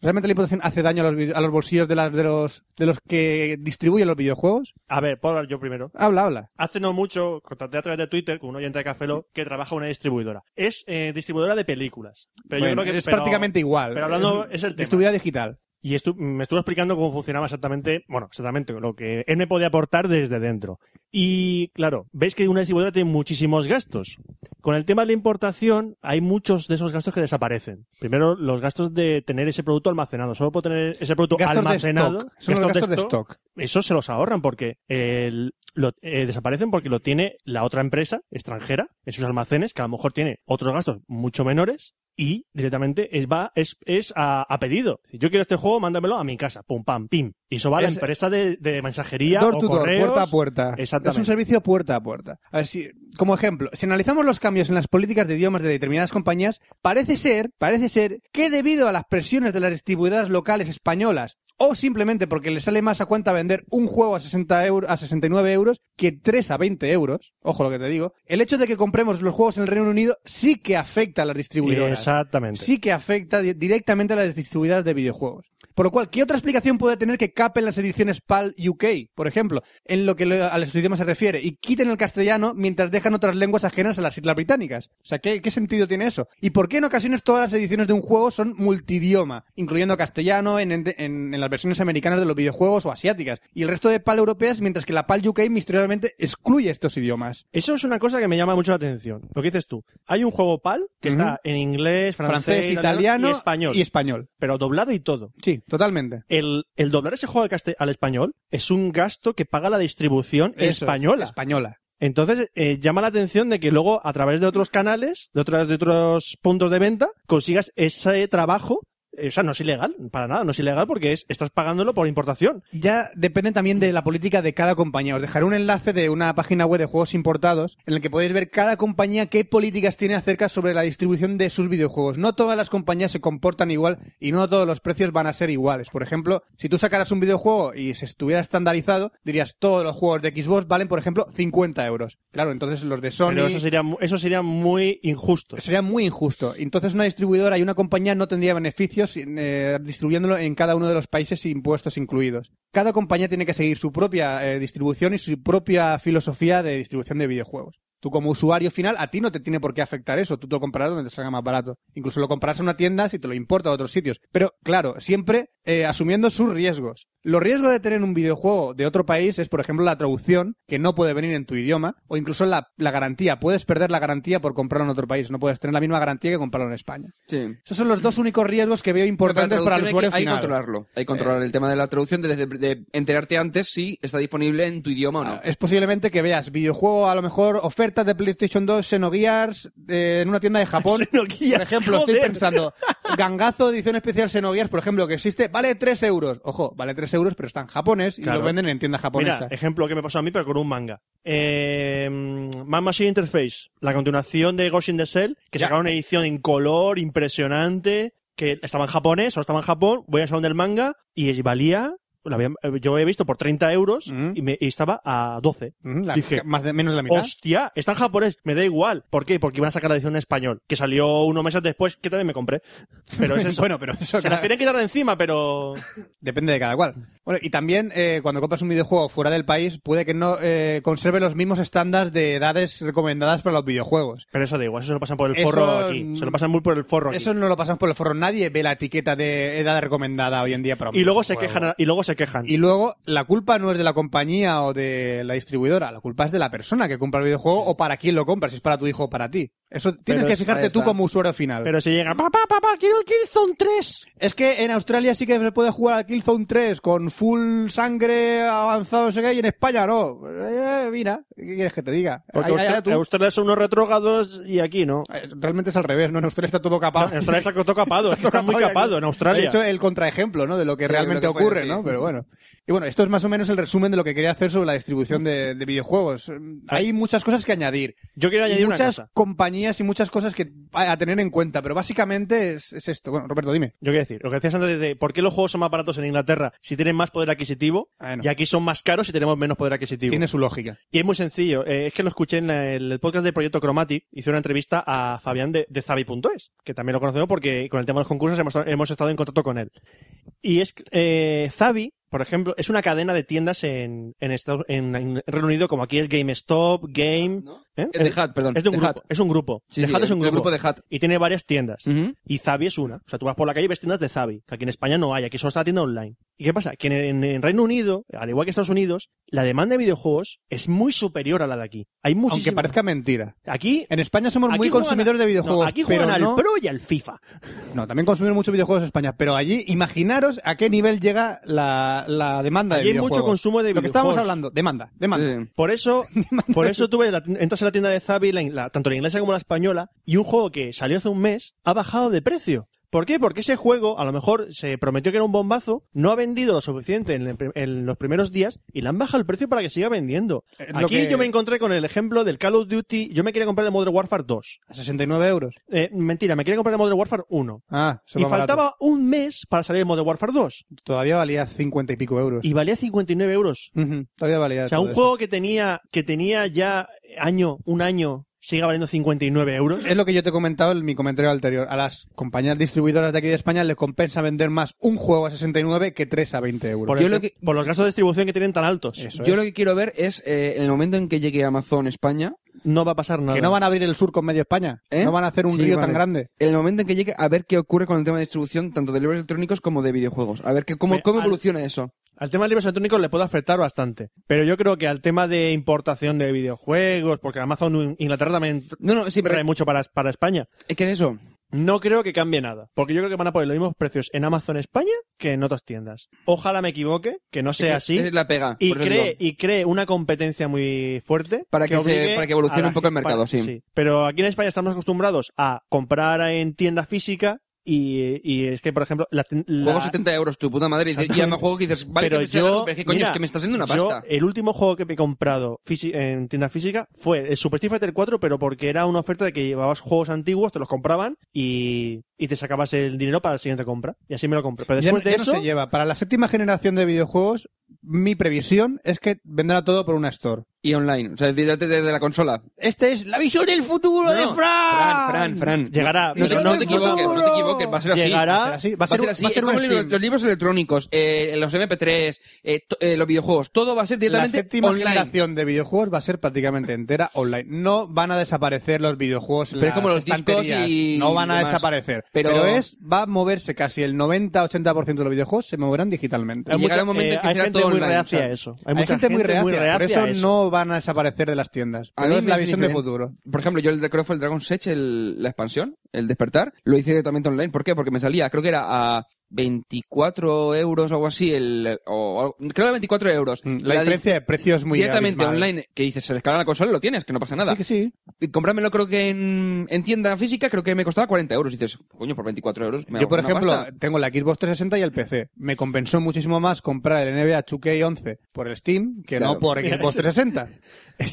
Speaker 5: ¿Realmente la importación hace daño a los, vide- a los bolsillos de, las, de, los, de los que distribuyen los videojuegos?
Speaker 7: A ver, puedo hablar yo primero.
Speaker 5: Habla, habla.
Speaker 7: Hace no mucho, contacté a través de Twitter con un oyente de Cafelo que trabaja en una distribuidora. Es eh, distribuidora de películas. Pero yo
Speaker 5: Bueno,
Speaker 7: creo que
Speaker 5: es
Speaker 7: pero-
Speaker 5: prácticamente igual.
Speaker 7: pero hablando-
Speaker 5: un-
Speaker 7: es el tema.
Speaker 5: Distribuidora digital.
Speaker 7: y estu- me estuvo explicando cómo funcionaba exactamente, bueno, exactamente lo que él me podía aportar desde dentro. Y claro, veis que una distribuidora tiene muchísimos gastos. Con el tema de la importación, hay muchos de esos gastos que desaparecen. Primero, los gastos de tener ese producto almacenado. Solo por tener ese producto
Speaker 5: Gastos
Speaker 7: almacenado,
Speaker 5: de stock. Son los gastos de stock.
Speaker 7: eso se los ahorran porque el- lo- eh, desaparecen porque lo tiene la otra empresa extranjera en sus almacenes que a lo mejor tiene otros gastos mucho menores y directamente es, va, es, es a, a pedido. Si yo quiero este juego, mándamelo a mi casa. Pum, pam, pim. Y eso va a la
Speaker 5: Es- eh,
Speaker 7: empresa de, de mensajería
Speaker 5: Door
Speaker 7: o
Speaker 5: to door,
Speaker 7: correos.
Speaker 5: puerta a puerta.
Speaker 7: Exactamente.
Speaker 5: Es un servicio puerta a puerta. A ver, si, como ejemplo, si analizamos los cambios en las políticas de idiomas de determinadas compañías, parece ser, parece ser que debido a las presiones de las distribuidoras locales españolas o simplemente porque les sale más a cuenta vender un juego a 60 euros, a 69 euros que 3 a 20 euros, ojo lo que te digo, el hecho de que compremos los juegos en el Reino Unido sí que afecta a las distribuidoras
Speaker 7: Exactamente.
Speaker 5: sí que afecta di- directamente a las distribuidoras de videojuegos. Por lo cual, ¿qué otra explicación puede tener que capen las ediciones PAL UK, por ejemplo, en lo que lo- a los idiomas se refiere, y quiten el castellano mientras dejan otras lenguas ajenas a las islas británicas? O sea, ¿qué, qué sentido tiene eso? ¿Y por qué en ocasiones todas las ediciones de un juego son multidioma, incluyendo castellano en, en- en- en las versiones americanas de los videojuegos o asiáticas, y el resto de PAL europeas, mientras que la PAL UK misteriosamente excluye estos idiomas?
Speaker 7: Eso es una cosa que me llama mucho la atención. Lo que dices tú. Hay un juego PAL que
Speaker 5: Ujú.
Speaker 7: está en inglés, francés,
Speaker 5: Francés, italiano
Speaker 7: y español.
Speaker 5: Y español.
Speaker 7: pero doblado y todo.
Speaker 5: Sí, totalmente.
Speaker 7: el, el doblar ese juego al, caste- al español es un gasto que paga la distribución
Speaker 5: Eso es,
Speaker 7: española.
Speaker 5: Española.
Speaker 7: Entonces, eh, llama la atención de que luego, a través de otros canales, de, otras, de otros puntos de venta, consigas ese trabajo. Eh, O sea, no es ilegal, para nada, no es ilegal porque es, estás pagándolo por importación.
Speaker 5: Ya depende también de la política de cada compañía. Os dejaré un enlace de una página web de juegos importados en el que podéis ver cada compañía qué políticas tiene acerca sobre la distribución de sus videojuegos. No todas las compañías se comportan igual y no todos los precios van a ser iguales. Por ejemplo, si tú sacaras un videojuego y se estuviera estandarizado, dirías todos los juegos de Xbox valen, por ejemplo, 50 euros. Claro, entonces los de Sony...
Speaker 7: Pero eso sería, mu- eso sería muy injusto.
Speaker 5: Sería muy injusto. Entonces una distribuidora y una compañía no tendría beneficios eh, distribuyéndolo en cada uno de los países impuestos incluidos. Cada compañía tiene que seguir su propia eh, distribución y su propia filosofía de distribución de videojuegos. Tú como usuario final, a ti no te tiene por qué afectar eso. Tú te lo comprarás donde te salga más barato. Incluso lo comprarás en una tienda si te lo importa a otros sitios. Pero claro, siempre eh, asumiendo sus riesgos. Los riesgos de tener un videojuego de otro país es, por ejemplo, la traducción, que no puede venir en tu idioma, o incluso la, la garantía. Puedes perder la garantía por comprarlo en otro país. No puedes tener la misma garantía que comprarlo en España.
Speaker 6: Sí.
Speaker 5: Esos son los dos únicos riesgos que veo importantes
Speaker 6: Mm. Pero
Speaker 5: para el
Speaker 6: traducir
Speaker 5: usuario
Speaker 6: hay que- Hay que
Speaker 5: final. Eh.
Speaker 6: controlarlo. Hay que controlar el tema de la traducción, de, de- de enterarte antes si está disponible en tu idioma o no.
Speaker 5: Ah, Es posiblemente que veas videojuego, a lo mejor ofertas de PlayStation 2, Xenogears, eh, en una tienda de Japón.
Speaker 7: Xenogears,
Speaker 5: por ejemplo,
Speaker 7: joder.
Speaker 5: estoy pensando, gangazo edición especial Xenogears, por ejemplo, que existe, vale 3 euros. Ojo, vale 3 euros, pero está en japonés y
Speaker 7: Claro.
Speaker 5: lo venden en tienda
Speaker 7: Mira, eh,
Speaker 5: japonesa.
Speaker 7: ejemplo que me pasó a mí, pero con un manga. Eh, Man Machine Interface, la continuación de Ghost in the Shell, que
Speaker 5: Ya.
Speaker 7: sacaron una edición en color impresionante, que estaba en japonés, solo estaba en Japón, voy al salón del manga y valía, la había- eh, yo lo había visto por 30 euros
Speaker 5: Mm.
Speaker 7: y, me- y estaba a 12.
Speaker 5: Mm, la-
Speaker 7: dije,
Speaker 5: más de, menos de la mitad.
Speaker 7: Hostia, está en japonés, me da igual. ¿Por qué? Porque iban a sacar la edición en español, que salió unos meses después, que también me compré. Pero es pues eso.
Speaker 5: bueno, pero eso
Speaker 7: Se
Speaker 5: claro,
Speaker 7: la quieren quitar de encima, pero...
Speaker 5: depende de cada cual. Bueno, y también eh, cuando compras un videojuego fuera del país, puede que no eh, conserve los mismos estándares de edades recomendadas para los videojuegos.
Speaker 7: Pero eso da igual, eso se lo pasan por el
Speaker 5: Eso,
Speaker 7: forro aquí. Se lo pasan muy por el forro aquí.
Speaker 5: Eso no lo pasamos por el forro. Nadie ve la etiqueta de edad recomendada hoy en día para un
Speaker 7: Y luego se
Speaker 5: videojuego.
Speaker 7: quejan, y luego se quejan.
Speaker 5: Y luego, la culpa no es de la compañía o de la distribuidora, la culpa es de la persona que compra el videojuego o para quién lo compra, si es para tu hijo o para ti. Eso tienes
Speaker 7: Pero
Speaker 5: que
Speaker 7: es-
Speaker 5: fijarte
Speaker 6: ahí
Speaker 5: tú
Speaker 6: está.
Speaker 5: como usuario final.
Speaker 7: Pero si llega, papá, papá, quiero el Killzone 3.
Speaker 5: Es que en Australia sí que se puede jugar al Killzone 3 con full sangre avanzado, no sé qué, y en España no. Eh, mira, ¿qué quieres que te diga?
Speaker 7: Porque
Speaker 5: Ahí- ahí-
Speaker 7: Austra-
Speaker 5: ahí tú.
Speaker 7: Australia son unos retrógados y aquí no.
Speaker 5: Eh, Realmente es al revés, ¿no? En Australia está todo capado.
Speaker 7: En Australia está todo capado, es que está muy
Speaker 5: Oye,
Speaker 7: capado en Australia.
Speaker 5: De hecho, el contraejemplo, ¿no? De lo que
Speaker 6: Sí,
Speaker 5: realmente
Speaker 6: lo que fue,
Speaker 5: ocurre,
Speaker 6: sí.
Speaker 5: ¿no? Pero bueno. Y bueno, esto es más o menos el resumen de lo que quería hacer sobre la distribución de, de videojuegos. Hay muchas cosas que añadir.
Speaker 7: Yo quiero
Speaker 5: Y
Speaker 7: añadir una
Speaker 5: muchas
Speaker 7: cosa.
Speaker 5: compañías y muchas cosas que a a tener en cuenta, pero básicamente es, es esto. Bueno, Roberto, dime.
Speaker 7: Yo quiero decir, lo que decías antes de por qué los juegos son más baratos en Inglaterra si tienen más poder adquisitivo
Speaker 5: Bueno.
Speaker 7: y aquí son más caros si tenemos menos poder adquisitivo.
Speaker 5: Tiene su lógica.
Speaker 7: Y es muy sencillo. eh, es que lo escuché en la- el podcast de Proyecto Chromatic. Hice una entrevista a Fabián de, de Zabi.es, que también lo conocemos porque con el tema de los concursos hemos, hemos estado en contacto con él. Y es que, eh, Zabi, por ejemplo, es una cadena de tiendas en, en, Estados- en- en Reino Unido, como aquí es GameStop, Game.
Speaker 6: ¿No?
Speaker 7: ¿eh?
Speaker 6: Es de Hat, perdón.
Speaker 7: Es de un
Speaker 6: de
Speaker 7: grupo.
Speaker 6: Hat.
Speaker 7: Es un grupo.
Speaker 6: Sí,
Speaker 7: The
Speaker 6: sí,
Speaker 7: Hat es
Speaker 6: el-
Speaker 7: un
Speaker 6: el grupo
Speaker 7: grupo.
Speaker 6: de Hat.
Speaker 7: Y tiene varias tiendas.
Speaker 6: Ujú.
Speaker 7: Y Zabi es una. O sea, tú vas por la calle y ves tiendas de Zabi, que aquí en España no hay, aquí solo está la tienda online. ¿Y qué pasa? Que en, en- en Reino Unido, al igual que Estados Unidos, la demanda de videojuegos es muy superior a la de aquí. Hay muchísimo.
Speaker 5: Aunque parezca mentira.
Speaker 7: Aquí.
Speaker 5: En España somos
Speaker 7: aquí
Speaker 5: muy
Speaker 7: juegan-
Speaker 5: consumidores de videojuegos.
Speaker 7: no, aquí
Speaker 5: pero
Speaker 7: juegan al
Speaker 5: no,
Speaker 7: Pro y al FIFA.
Speaker 5: no, también consumimos muchos videojuegos en España. Pero allí, imaginaros a qué nivel llega la, la demanda
Speaker 7: Allí
Speaker 5: de
Speaker 7: hay
Speaker 5: videojuegos.
Speaker 7: mucho consumo de
Speaker 5: Lo que estábamos
Speaker 7: videojuegos.
Speaker 5: hablando, demanda, demanda.
Speaker 6: Sí.
Speaker 7: Por eso, por eso tú ves la- entras en la tienda de Zabi, la, la- tanto la inglesa como la española, y un juego que salió hace un mes ha bajado de precio. ¿Por qué? Porque ese juego a lo mejor se prometió que era un bombazo, no ha vendido lo suficiente en, el prim- en los primeros días y le han bajado el precio para que siga vendiendo.
Speaker 5: Eh, lo
Speaker 7: Aquí
Speaker 5: que-
Speaker 7: yo me encontré con el ejemplo del Call of Duty. Yo me quería comprar el Modern Warfare 2.
Speaker 5: A 69 euros.
Speaker 7: Eh, mentira, me quería comprar el Modern Warfare 1.
Speaker 5: Ah, eso
Speaker 7: Y
Speaker 5: va barato.
Speaker 7: faltaba un mes para salir el Modern Warfare 2.
Speaker 5: Todavía valía 50 y pico euros.
Speaker 7: Y valía 59 euros.
Speaker 5: Ujú, Todavía valía
Speaker 7: O sea,
Speaker 5: todo
Speaker 7: un
Speaker 5: eso.
Speaker 7: juego que tenía, que tenía ya año, un año, siga valiendo 59 euros.
Speaker 5: Es lo que yo te he comentado en mi comentario anterior. A las compañías distribuidoras de aquí de España les compensa vender más un juego a 69 que tres a 20 euros.
Speaker 7: Por,
Speaker 6: Yo
Speaker 7: el-
Speaker 6: lo que-
Speaker 7: por los gastos de distribución que tienen tan altos.
Speaker 5: Eso
Speaker 6: Yo
Speaker 5: es.
Speaker 6: lo que quiero ver es eh, en el momento en que llegue Amazon España,
Speaker 7: No va a pasar nada.
Speaker 5: Que no van a abrir el sur con medio España.
Speaker 6: ¿Eh?
Speaker 5: No van a hacer un
Speaker 6: Sí,
Speaker 5: río
Speaker 6: vale.
Speaker 5: tan grande.
Speaker 6: en el momento en que llegue a ver qué ocurre con el tema de distribución tanto de libros electrónicos como de videojuegos, a ver que, cómo,
Speaker 7: Mira,
Speaker 6: cómo
Speaker 7: al-
Speaker 6: evoluciona eso.
Speaker 7: Al tema de libros electrónicos le puede afectar bastante. Pero yo creo que al tema de importación de videojuegos, porque Amazon en Inglaterra también
Speaker 6: No, no, sí, pero
Speaker 7: trae mucho para, para España,
Speaker 6: es que es eso.
Speaker 7: no creo que cambie nada. Porque yo creo que van a poner los mismos precios en Amazon España que en otras tiendas. Ojalá me equivoque, que no sea
Speaker 6: Es-
Speaker 7: así.
Speaker 6: es la pega.
Speaker 7: y
Speaker 6: por eso
Speaker 7: cree,
Speaker 6: digo.
Speaker 7: y cree una competencia muy fuerte
Speaker 6: Para que se-
Speaker 7: obligue
Speaker 6: para que evolucione
Speaker 7: a la
Speaker 6: un poco el
Speaker 7: gen-
Speaker 6: mercado,
Speaker 7: para-
Speaker 6: sí.
Speaker 7: Pero aquí en España estamos acostumbrados a comprar en tienda física y, y es que, por ejemplo, la, tien- la-
Speaker 6: Juego 70 euros, tu puta madre. Y dices- y además juego que dices, vale,
Speaker 7: pero
Speaker 6: que me sea
Speaker 7: yo,
Speaker 6: largo, pero es que coño,
Speaker 7: mira,
Speaker 6: es que me estás haciendo una
Speaker 7: yo,
Speaker 6: pasta.
Speaker 7: el último juego que me he comprado fisi- en tienda física fue el Super Street Fighter 4, pero porque era una oferta de que llevabas juegos antiguos, te los compraban y, y te sacabas el dinero para la siguiente compra. Y así me lo compré. Pero
Speaker 5: Ya no-
Speaker 7: después
Speaker 5: ya,
Speaker 7: de
Speaker 5: no
Speaker 7: eso,
Speaker 5: se lleva. Para la séptima generación de videojuegos, mi previsión es que vendrá todo por una store.
Speaker 6: Y online, o sea, desde, desde la consola.
Speaker 7: Este
Speaker 5: Esta es la visión del futuro de
Speaker 6: No,
Speaker 5: Fran.
Speaker 6: Fran, Fran.
Speaker 7: Llegará,
Speaker 6: No,
Speaker 7: pero
Speaker 6: te,
Speaker 7: no-
Speaker 6: no te equivoques, no te equivoques, va a ser así.
Speaker 7: Llegará-
Speaker 5: Va a ser así,
Speaker 6: Va a ser así.
Speaker 5: va a ser
Speaker 6: es como
Speaker 5: un
Speaker 6: libro-
Speaker 5: Steam.
Speaker 6: los libros electrónicos, eh, los MP3, eh, to- eh, los videojuegos, todo va a ser
Speaker 5: La
Speaker 6: directamente
Speaker 5: séptima
Speaker 6: online.
Speaker 5: generación de videojuegos va a ser prácticamente entera online. No van a desaparecer los videojuegos en
Speaker 6: Pero es
Speaker 5: las
Speaker 6: como los discos
Speaker 5: estanterías.
Speaker 6: y
Speaker 5: no van a
Speaker 6: demás.
Speaker 5: desaparecer.
Speaker 6: Pero-
Speaker 5: Pero... es va a moverse casi el 90-80% de los videojuegos se moverán digitalmente.
Speaker 7: hay
Speaker 6: Y llegará
Speaker 7: mucha-
Speaker 6: un momento en
Speaker 7: eh,
Speaker 6: que
Speaker 7: hay
Speaker 6: será
Speaker 7: gente
Speaker 6: todo
Speaker 7: muy
Speaker 6: online,
Speaker 7: reacia
Speaker 6: o sea,
Speaker 7: a eso. Hay,
Speaker 5: Hay,
Speaker 7: mucha
Speaker 5: gente, muy reacia, por eso,
Speaker 7: a eso.
Speaker 5: no van a desaparecer de las tiendas.
Speaker 6: A
Speaker 5: Pero
Speaker 6: mí
Speaker 5: es
Speaker 6: me
Speaker 5: la
Speaker 6: es
Speaker 5: visión de
Speaker 6: indiferente.
Speaker 5: futuro.
Speaker 6: Por ejemplo, yo el de creo fue el Dragon's Edge, el- la expansión, el despertar, lo hice directamente online. ¿Por qué? Porque me salía, creo que era a 24 euros o algo así, el, o, algo- creo que era 24 euros.
Speaker 5: Mm, La,
Speaker 6: di-
Speaker 5: diferencia de precios es muy
Speaker 6: Directamente
Speaker 5: abismal.
Speaker 6: online, que dices, se descarga la consola y lo tienes, que no pasa nada.
Speaker 5: Sí que sí.
Speaker 6: Y comprármelo creo que en, en tienda física creo que me costaba 40 euros. Y dices, coño, por 24 euros.
Speaker 5: Yo,
Speaker 6: me hago
Speaker 5: por
Speaker 6: una
Speaker 5: ejemplo,
Speaker 6: pasta.
Speaker 5: tengo la Xbox 360 y el PC. Me compensó muchísimo más comprar el NBA 2K11 por el Steam que
Speaker 6: Claro.
Speaker 5: no por Xbox 360.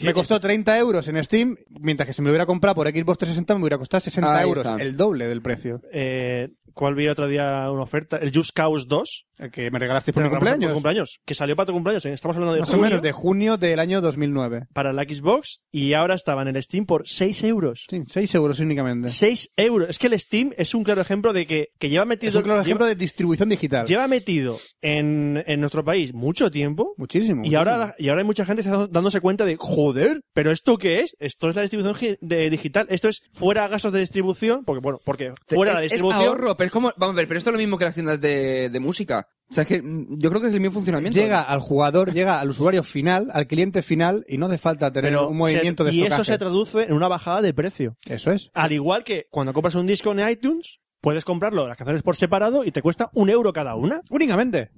Speaker 5: Me costó 30 euros en Steam, mientras que si me lo hubiera comprado por Xbox 360 me hubiera costado 60
Speaker 6: Ahí
Speaker 5: euros,
Speaker 6: está.
Speaker 5: el doble del precio
Speaker 7: Eh, ¿Cuál vi otro día una oferta? El Just Cause 2.
Speaker 5: el eh, que me regalasteis por mi
Speaker 7: Pero Ramón,
Speaker 5: cumpleaños.
Speaker 7: por cumpleaños, Que salió para tu cumpleaños. ¿eh? Estamos hablando de,
Speaker 5: Más o
Speaker 7: junio
Speaker 5: menos de junio del año 2009.
Speaker 7: para la Xbox y ahora estaba en el Steam por 6 euros.
Speaker 5: Sí, 6 euros únicamente.
Speaker 7: 6 euros. Es que el Steam es un claro ejemplo de que, que lleva metido,
Speaker 5: Es un claro
Speaker 7: lleva-
Speaker 5: ejemplo de distribución digital.
Speaker 7: lleva metido en, en nuestro país mucho tiempo.
Speaker 5: Muchísimo.
Speaker 7: Y ahora, y ahora hay mucha gente que está dándose cuenta de, joder, pero ¿esto qué es? Esto es la distribución gi- de digital, esto es fuera gastos de distribución, porque bueno, porque
Speaker 6: eh,
Speaker 7: fuera
Speaker 6: Es-
Speaker 7: la
Speaker 6: Es
Speaker 7: distribución
Speaker 6: ahorro, pero es como, vamos a ver, pero esto es lo mismo que las tiendas de, de música. O sea, es que mm, yo creo que es el mismo funcionamiento.
Speaker 5: Llega al jugador, llega al usuario final, al cliente final, y no hace falta tener
Speaker 7: pero
Speaker 5: un movimiento
Speaker 7: se-
Speaker 5: de
Speaker 7: y eso
Speaker 5: estocaje.
Speaker 7: se traduce en una bajada de precio.
Speaker 5: Eso es.
Speaker 7: Al igual que cuando compras un disco en iTunes, puedes comprarlo las canciones por separado y te cuesta un euro cada una.
Speaker 5: Únicamente.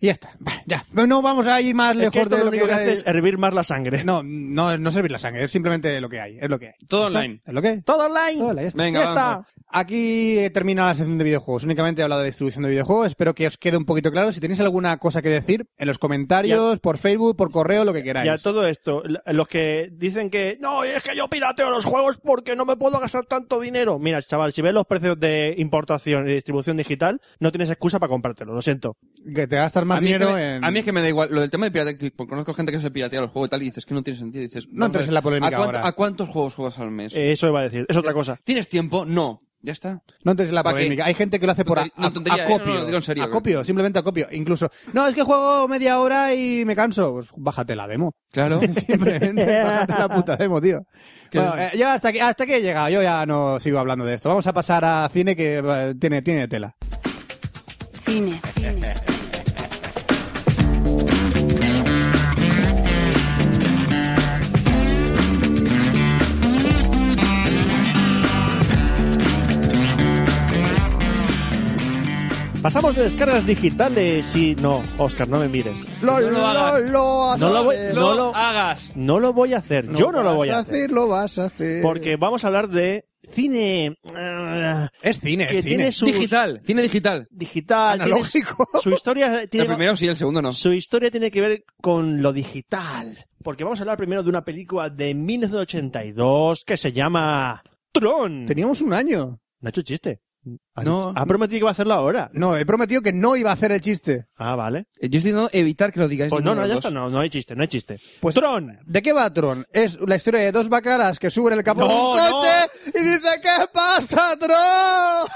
Speaker 5: Y ya está. Vale, ya. No vamos a ir más
Speaker 7: Es que
Speaker 5: lejos
Speaker 7: esto
Speaker 5: de
Speaker 7: lo
Speaker 5: lo
Speaker 7: único que
Speaker 5: que
Speaker 7: hace es hervir más la sangre.
Speaker 5: No, no, no servir la sangre, es simplemente lo que hay, es lo que hay.
Speaker 6: Todo
Speaker 5: ¿Ya está?
Speaker 6: online.
Speaker 5: ¿Es lo que hay?
Speaker 7: Todo online.
Speaker 5: Todo online, ya está.
Speaker 6: Venga,
Speaker 5: Ya está.
Speaker 6: vamos.
Speaker 5: Aquí eh, termina la sección de videojuegos. Únicamente he hablado de distribución de videojuegos. Espero que os quede un poquito claro. Si tenéis alguna cosa que decir, en los comentarios, por Facebook, por correo, lo que queráis.
Speaker 7: Y a todo esto, l- los que dicen que no, es que yo pirateo los juegos porque no me puedo gastar tanto dinero. Mira, chaval, si ves los precios de importación y distribución digital, no tienes excusa para comprártelo, lo siento.
Speaker 5: Que te gastas más
Speaker 6: a mí, es que
Speaker 5: dinero
Speaker 6: me,
Speaker 5: en...
Speaker 6: a mí es que me da igual. Lo del tema de pirata, que conozco gente que se piratea los juegos y tal, y dices que no tiene sentido. y Dices,
Speaker 5: No entres
Speaker 6: vamos a ver,
Speaker 5: en la polémica
Speaker 6: ¿a cuánto-
Speaker 5: ahora.
Speaker 6: ¿A cuántos juegos juegas al mes?
Speaker 7: Eh, Eso iba a decir, es otra cosa.
Speaker 6: ¿Tienes tiempo? No. Ya está.
Speaker 5: No entres en la
Speaker 6: ¿Pa' qué?
Speaker 5: polémica. Hay gente que lo hace por a-
Speaker 6: Pues, Tontería-
Speaker 5: a-
Speaker 6: no, tontería, ¿eh?
Speaker 5: acopio.
Speaker 6: No, no, lo digo en serio.
Speaker 5: acopio, simplemente acopio. Incluso, no, es que juego media hora y me canso. Pues bájate la demo.
Speaker 6: Claro.
Speaker 5: Simplemente bájate la puta demo, tío.
Speaker 6: ¿Qué?
Speaker 5: Bueno, eh, ya hasta que, hasta que he llegado. Yo ya no sigo hablando de esto. Vamos a pasar a cine que eh, tiene, tiene tela.
Speaker 4: Cine. Cine.
Speaker 7: Pasamos de descargas digitales y... No, Oscar, no me mires.
Speaker 5: Lo,
Speaker 6: lo hagas.
Speaker 7: No lo voy,
Speaker 6: No,
Speaker 7: no
Speaker 6: lo
Speaker 7: lo,
Speaker 6: hagas.
Speaker 7: no lo voy a hacer. Yo no lo voy a hacer.
Speaker 5: Lo vas a hacer.
Speaker 7: Porque vamos a hablar de cine... eh,
Speaker 5: es cine,
Speaker 7: Que
Speaker 5: es cine.
Speaker 7: tiene sus-
Speaker 6: Digital. Cine digital.
Speaker 7: Digital. tiene-
Speaker 5: Analógico.
Speaker 7: Su historia
Speaker 6: El
Speaker 7: tiene...
Speaker 6: primero sí, el segundo no.
Speaker 7: Su historia tiene que ver con lo digital. Porque vamos a hablar primero de una película de 1982 que se llama Tron.
Speaker 5: Teníamos un año.
Speaker 7: No ha hecho chiste. Ha,
Speaker 6: No.
Speaker 7: ha prometido que va a hacerlo ahora.
Speaker 5: No, he prometido que no iba a hacer el chiste.
Speaker 7: Ah, vale.
Speaker 6: Eh, Yo estoy intentando evitar que lo digáis.
Speaker 7: Pues no,
Speaker 6: ninguno
Speaker 7: no,
Speaker 6: de
Speaker 7: ya
Speaker 6: los
Speaker 7: está.
Speaker 6: dos. eh,
Speaker 7: No, no hay chiste, no hay chiste.
Speaker 5: Pues-
Speaker 7: Tron.
Speaker 5: ¿De qué va Tron? Es la historia de dos bacaras que suben el capó de
Speaker 7: No,
Speaker 5: un coche y dicen ¿Qué pasa, Tron?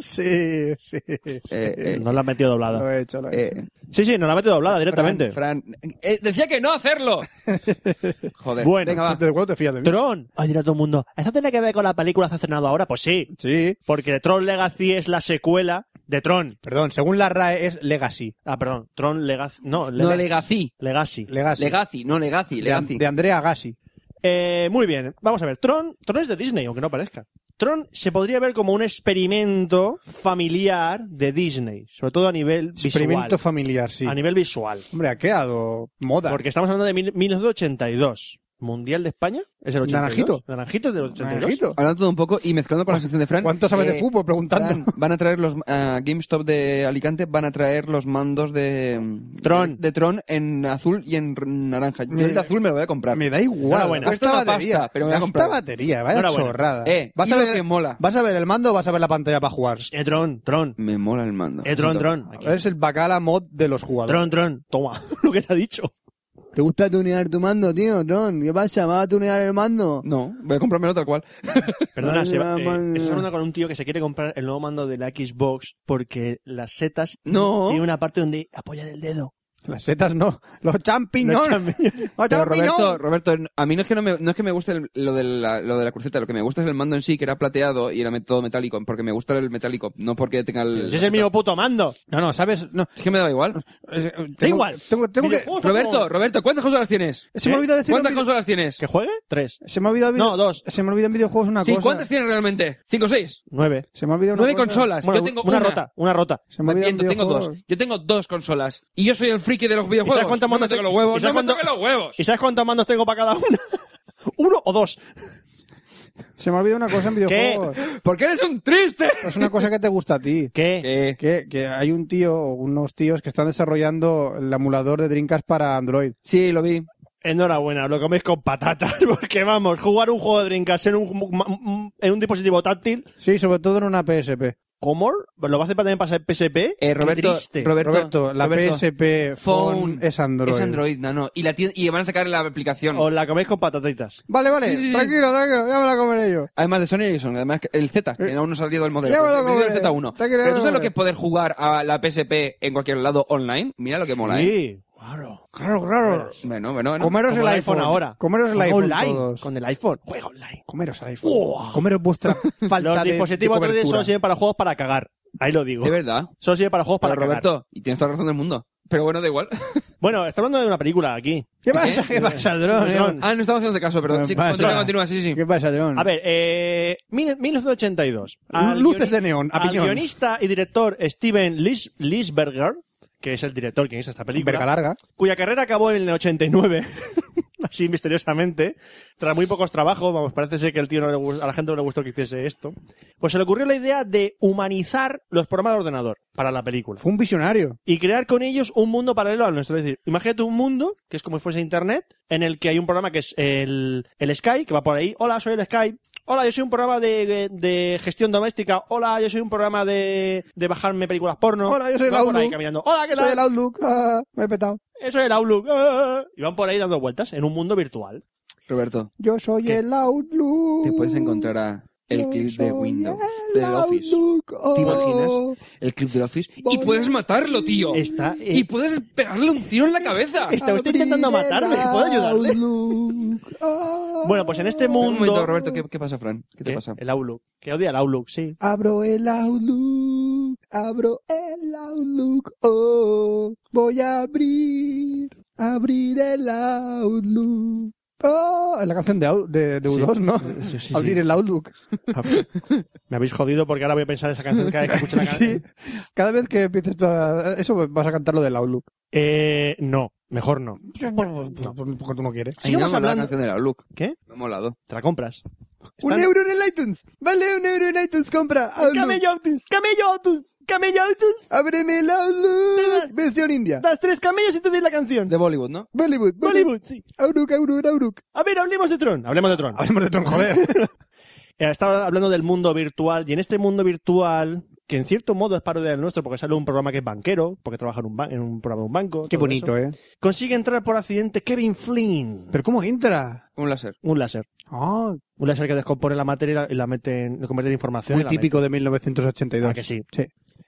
Speaker 5: sí, sí, sí.
Speaker 6: Eh, eh,
Speaker 7: No la ha metido doblada.
Speaker 5: Lo he hecho, lo he
Speaker 6: eh,
Speaker 5: hecho.
Speaker 7: Sí, sí, no la ha metido doblada directamente.
Speaker 6: Fran, Fran- eh, decía que no hacerlo. Joder.
Speaker 7: Bueno.
Speaker 6: venga, va.
Speaker 5: ¿De cuándo te fías de mí?
Speaker 7: Tron. Ay, dirá todo el mundo. ¿Eso tiene que ver con la película que ha cenado ahora? Pues sí.
Speaker 5: Sí.
Speaker 7: Porque Tron Legacy es la secuela de Tron.
Speaker 5: Perdón, según la RAE es Legacy.
Speaker 7: Ah, perdón. Tron Legacy.
Speaker 6: No,
Speaker 7: No, Lega-
Speaker 6: Legacy.
Speaker 7: Legacy.
Speaker 5: Legacy.
Speaker 6: Legacy, no Legacy,
Speaker 5: De, An-
Speaker 6: Legacy.
Speaker 5: de Andrea Gassi.
Speaker 7: Eh, muy bien, vamos a ver. Tron, Tron es de Disney, aunque no parezca. Tron se podría ver como un experimento familiar de Disney, sobre todo a nivel
Speaker 5: Experimento
Speaker 7: visual.
Speaker 5: familiar, sí.
Speaker 7: A nivel visual.
Speaker 5: Hombre, ha quedado moda.
Speaker 7: Porque estamos hablando de mil- 1982. ¿Mundial de España? ¿Es el 82?
Speaker 5: Naranjito.
Speaker 7: Naranjito es del 82.
Speaker 5: Naranjito.
Speaker 6: Hablando todo un poco y mezclando con la sección de Fran.
Speaker 5: ¿Cuánto sabes de
Speaker 6: eh,
Speaker 5: fútbol? Preguntando.
Speaker 6: Fran, van a traer los ah, GameStop de Alicante, van a traer los mandos de
Speaker 7: Tron.
Speaker 6: de, de Tron en azul y en r- naranja. Yo
Speaker 5: Me-
Speaker 6: el de azul me lo voy a comprar.
Speaker 5: Me da igual.
Speaker 7: Enhorabuena.
Speaker 5: Gasta
Speaker 6: Cuesta una
Speaker 5: batería.
Speaker 6: pasta, pero me la he
Speaker 5: Gasta
Speaker 6: comprado.
Speaker 5: batería, vaya
Speaker 7: Enhorabuena.
Speaker 5: chorrada.
Speaker 6: Eh,
Speaker 5: vas,
Speaker 6: y
Speaker 5: a
Speaker 6: lo
Speaker 5: ver,
Speaker 6: que mola.
Speaker 5: ¿Vas a ver el mando o vas a ver la pantalla para jugar?
Speaker 7: Eh, Tron, Tron.
Speaker 6: Me mola el mando.
Speaker 7: Eh, Tron, Tron. Aquí.
Speaker 5: Es el bacala mod de los jugadores.
Speaker 7: Tron, Tron. Toma, lo que te ha dicho.
Speaker 5: ¿Te gusta tunear tu mando, tío, Tron? ¿Qué pasa? ¿Vas a tunear el mando?
Speaker 6: No, voy a comprármelo tal cual.
Speaker 7: Perdona,
Speaker 5: Ay,
Speaker 7: se va-
Speaker 5: la
Speaker 7: eh,
Speaker 5: madre.
Speaker 7: estás hablando con un tío que se quiere comprar el nuevo mando de la Xbox porque las setas
Speaker 6: No.
Speaker 7: tiene una parte donde apoyar el dedo.
Speaker 5: Las setas no. Los champiñones. Los champiñones.
Speaker 6: Pero Roberto, Roberto, a mí no es que no me, no es que me guste el- lo, de la, lo de la cruceta, lo que me gusta es el mando en sí, que era plateado y era me- todo metálico, porque me gusta el metálico, no porque tenga el...
Speaker 7: Si es el mismo puto mando.
Speaker 5: No, no, ¿sabes? No.
Speaker 6: Es que me da igual.
Speaker 7: eh,
Speaker 5: Tengo-
Speaker 7: igual.
Speaker 5: Tengo, tengo que...
Speaker 7: Videojuegos,
Speaker 6: Roberto, Roberto, ¿cuántas consolas tienes?
Speaker 5: Se me
Speaker 7: ¿Eh?
Speaker 5: olvida decir...
Speaker 6: ¿Cuántas
Speaker 5: en vide-
Speaker 6: consolas tienes?
Speaker 7: ¿Que juegue? Tres.
Speaker 5: Se me ha olvidado...
Speaker 7: No, dos.
Speaker 5: Se me olvida en videojuegos una
Speaker 6: Sí,
Speaker 5: cosa.
Speaker 6: ¿cuántas tienes realmente? ¿Cinco o seis?
Speaker 7: Nueve.
Speaker 5: Se me ha olvidado una
Speaker 6: Nueve
Speaker 5: cosa.
Speaker 6: consolas.
Speaker 7: Bueno,
Speaker 6: yo tengo
Speaker 7: una,
Speaker 6: una,
Speaker 7: rota, una rota.
Speaker 5: Se me ha olvidado en
Speaker 6: Miento, tengo dos.
Speaker 5: videojuegos.
Speaker 6: Yo tengo dos consolas. Y yo soy el friki de los videojuegos.
Speaker 7: sabes cuántos
Speaker 6: no me
Speaker 7: mandos
Speaker 6: toques
Speaker 7: te-
Speaker 6: los huevos.
Speaker 7: y sabes
Speaker 6: No me
Speaker 7: cuánto-
Speaker 6: toques los huevos.
Speaker 7: ¿Y sabes cuántos mandos tengo para cada una? ¿Uno o dos?
Speaker 5: Se me ha olvidado una cosa en videojuegos.
Speaker 6: Porque eres un triste.
Speaker 5: Es una cosa que te gusta a ti.
Speaker 7: ¿Qué?
Speaker 5: Que, que hay un tío o unos tíos que están desarrollando el emulador de Dreamcast para Android.
Speaker 6: Sí, lo vi. Eh,
Speaker 7: Enhorabuena, lo coméis con patatas. Porque vamos, jugar un juego de Dreamcast en un, en un dispositivo táctil,
Speaker 5: Sí, sobre todo en una PSP.
Speaker 7: Comor, lo va a hacer también para PSP.
Speaker 6: Eh,
Speaker 7: Qué
Speaker 6: Roberto,
Speaker 7: triste.
Speaker 6: Roberto,
Speaker 5: Roberto, la
Speaker 6: Roberto,
Speaker 5: PSP phone, es Android.
Speaker 6: Es Android, no, no. Y, la tien- y van a sacar la aplicación.
Speaker 7: Os la coméis con patatitas.
Speaker 5: Vale, vale,
Speaker 6: Sí, sí, sí.
Speaker 5: tranquilo, tranquilo, ya me la comeré yo.
Speaker 6: Además de Sony Ericsson, además que- el Z, que aún no ha salido el modelo.
Speaker 5: Eh, Ya me lo
Speaker 6: pero el
Speaker 5: comeré.
Speaker 6: Z1.
Speaker 5: Te quiero, ya
Speaker 6: Pero tú
Speaker 5: me
Speaker 6: sabes
Speaker 5: lo
Speaker 6: lo que es poder jugar a la PSP en cualquier lado online. Mira lo que mola, ¿eh?
Speaker 7: Sí, claro.
Speaker 5: Claro, claro.
Speaker 6: Bueno, bueno, bueno.
Speaker 5: Comeros
Speaker 7: Como
Speaker 5: el iPhone
Speaker 7: ahora.
Speaker 5: Comeros el
Speaker 7: Juega
Speaker 5: iPhone
Speaker 7: online.
Speaker 5: todos.
Speaker 7: Con el iPhone. Juega online.
Speaker 5: Comeros el iPhone.
Speaker 7: Uah.
Speaker 5: Comeros vuestra falta
Speaker 7: Los
Speaker 5: de,
Speaker 7: dispositivos
Speaker 5: de
Speaker 7: Android
Speaker 5: cobertura.
Speaker 7: solo sirven para juegos para cagar. Ahí lo digo.
Speaker 6: De verdad.
Speaker 7: Solo sirve para juegos para
Speaker 6: Pero
Speaker 7: cagar.
Speaker 6: Roberto, y tienes toda la razón del mundo. Pero bueno, da igual.
Speaker 7: Bueno, está hablando de una película aquí.
Speaker 5: ¿Qué pasa? ¿Qué pasa, dron?
Speaker 7: Dron.
Speaker 6: Ah, no estamos haciendo caso, perdón.
Speaker 5: Me
Speaker 6: Sí,
Speaker 5: pasa.
Speaker 6: continúa, continúa, sí, sí.
Speaker 5: ¿Qué pasa, dron?
Speaker 7: A ver, eh, mil- 1982. Al
Speaker 5: Luces
Speaker 7: guioni-
Speaker 5: de neón, a
Speaker 7: Al
Speaker 5: piñón.
Speaker 7: guionista y director Steven Lis Lisberger, que es el director que hizo esta película,
Speaker 5: Verga larga.
Speaker 7: cuya carrera acabó en el 89, así misteriosamente, tras muy pocos trabajos, vamos, parece ser que el tío no le gus- a la gente no le gustó que hiciese esto, pues se le ocurrió la idea de humanizar los programas de ordenador para la película
Speaker 5: Fue un visionario.
Speaker 7: y crear con ellos un mundo paralelo al nuestro. Es decir, imagínate un mundo que es como si fuese Internet, en el que hay un programa que es el, el Sky, que va por ahí. Hola, soy el Sky. Hola, yo soy un programa de, de- de gestión doméstica. Hola, yo soy un programa de, de bajarme películas porno.
Speaker 5: Hola, yo soy el
Speaker 7: Va por ahí
Speaker 5: Outlook.
Speaker 7: caminando. Hola, ¿qué
Speaker 5: Soy
Speaker 7: tal?
Speaker 5: el Outlook. ah, me he petado.
Speaker 7: Eh, Soy el Outlook. Ah. Y van por ahí dando vueltas en un mundo virtual.
Speaker 6: Roberto,
Speaker 5: Yo soy
Speaker 7: ¿Qué?
Speaker 5: el Outlook.
Speaker 6: te puedes encontrar a el clip de Windows, de Office. ¿Te imaginas? El clip de Office. Y puedes matarlo,
Speaker 5: Oh.
Speaker 6: tío.
Speaker 7: Está, eh,
Speaker 6: Y puedes pegarle un tiro en la cabeza.
Speaker 7: Está usted intentando matarme. ¿Puedo ayudarle? Bueno, pues en este
Speaker 6: Un momento,
Speaker 7: mundo... Eh,
Speaker 6: Roberto, ¿qué, qué pasa, Fran? ¿Qué te
Speaker 7: ¿Qué?
Speaker 6: pasa?
Speaker 7: El Outlook. Que odia el Outlook, sí.
Speaker 5: Abro el Outlook, abro el Outlook, oh, voy a abrir, abrir el Outlook. Oh, es la canción de, Out- de, de U2, ¿no?
Speaker 7: Sí, sí, sí.
Speaker 5: Abrir el Outlook.
Speaker 7: Me habéis jodido porque ahora voy a pensar esa canción cada vez que escucho la
Speaker 5: Sí.
Speaker 7: canción.
Speaker 5: Cada vez que empieces a- eso, pues, vas a cantar lo del Outlook.
Speaker 7: Eh, no, mejor no.
Speaker 5: No, pues, porque tú no quieres.
Speaker 6: Ay, no,
Speaker 7: Sigamos
Speaker 6: me habló
Speaker 7: hablando.
Speaker 6: la canción de la Outlook.
Speaker 7: ¿Qué?
Speaker 6: Me ha molado.
Speaker 7: Te la compras.
Speaker 5: Un
Speaker 7: Están-
Speaker 5: euro en el iTunes. Vale, un euro en iTunes, compra. Outlook.
Speaker 7: Camello Autos, Camello Autos, Camello Autos.
Speaker 5: Ábreme el Outlook. Versión India.
Speaker 7: Das tres camellos y te doy la canción.
Speaker 6: De Bollywood, ¿no?
Speaker 5: Bollywood, Bollywood.
Speaker 7: Bollywood, sí.
Speaker 5: Outlook, Outlook, Outlook.
Speaker 7: A ver, hablemos de Tron. Hablemos de Tron.
Speaker 5: Hablemos de Tron, joder.
Speaker 7: Eh, Estaba hablando del mundo virtual y en este mundo virtual, que en cierto modo es parodia del nuestro porque sale un programa que es banquero, porque trabaja en un, ban- en un programa de un banco.
Speaker 5: Qué
Speaker 7: todo
Speaker 5: bonito,
Speaker 7: eso,
Speaker 5: ¿eh?
Speaker 7: Consigue entrar por accidente Kevin Flynn.
Speaker 5: Pero ¿cómo entra?
Speaker 6: Con un láser.
Speaker 7: Un láser.
Speaker 5: Ah,
Speaker 7: Un láser que descompone la materia y la, y la mete en, lo convierte en información. y
Speaker 5: muy
Speaker 7: la
Speaker 5: típico de
Speaker 7: mete.
Speaker 5: 1982.
Speaker 7: Ah, que sí.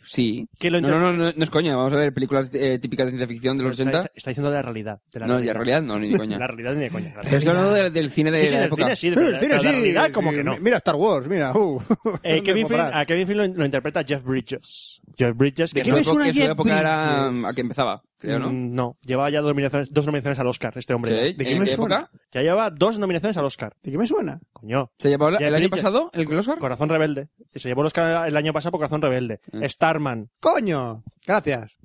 Speaker 6: Sí.
Speaker 7: Que lo
Speaker 6: No,
Speaker 7: inter-
Speaker 6: no, no, no, no es coña. Vamos a ver películas eh, típicas de ciencia ficción de los
Speaker 7: Está,
Speaker 6: 80.
Speaker 7: está- está diciendo de la realidad. De la
Speaker 6: No, ya en realidad no, ni de coña.
Speaker 7: La realidad ni de coña. la
Speaker 6: Pero estoy
Speaker 7: realidad.
Speaker 6: hablando de- del cine de
Speaker 7: Sí, sí,
Speaker 6: la
Speaker 7: del
Speaker 6: época.
Speaker 7: cine sí, de
Speaker 5: Pero el
Speaker 7: verdad,
Speaker 5: cine
Speaker 7: pero de
Speaker 5: sí,
Speaker 7: la realidad como
Speaker 5: sí,
Speaker 7: que no.
Speaker 5: eh, Mira Star Wars, mira. uh.
Speaker 7: Eh, Kevin Flynn-
Speaker 5: Comprar.
Speaker 7: a Kevin Flynn lo, lo interpreta Jeff Bridges. Jeff Bridges.
Speaker 6: Que
Speaker 7: que
Speaker 6: en su
Speaker 5: ves
Speaker 6: época-
Speaker 5: una
Speaker 6: en su
Speaker 5: Jeff
Speaker 6: época era
Speaker 5: Bridges?
Speaker 6: mm, a que empezaba, creo, ¿no?
Speaker 7: Mm, No, lleva ya dos nominaciones, dos nominaciones al Oscar este
Speaker 6: Sí,
Speaker 7: hombre.
Speaker 6: ¿En
Speaker 5: ¿De
Speaker 6: qué
Speaker 5: qué me suena?
Speaker 6: época?
Speaker 7: Ya lleva dos nominaciones al Oscar.
Speaker 5: ¿De qué me suena?
Speaker 7: Coño.
Speaker 6: ¿Se llevó la-
Speaker 7: Jeff
Speaker 6: el año
Speaker 7: Bridges.
Speaker 6: pasado el Oscar?
Speaker 7: Corazón Rebelde. Y Se llevó el Oscar el año pasado por Corazón Rebelde.
Speaker 6: Mm.
Speaker 7: Starman.
Speaker 5: ¡Coño! Gracias.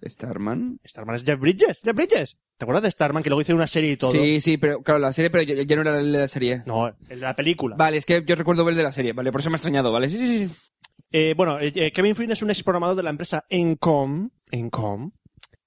Speaker 7: este
Speaker 6: Starman.
Speaker 7: Starman es Jeff Bridges.
Speaker 5: ¿De Bridges?
Speaker 7: ¿Te acuerdas de Starman que luego hizo una serie y todo?
Speaker 6: Sí, sí, pero claro, la serie, pero ya, ya no era la serie.
Speaker 7: No, el de la película.
Speaker 6: Vale, es que yo recuerdo ver de la serie, vale, por eso me ha extrañado, ¿vale? Sí, sí, sí, sí.
Speaker 7: Eh, bueno, eh, eh, Kevin Flynn es un exprogramador de la empresa Encom, Encom,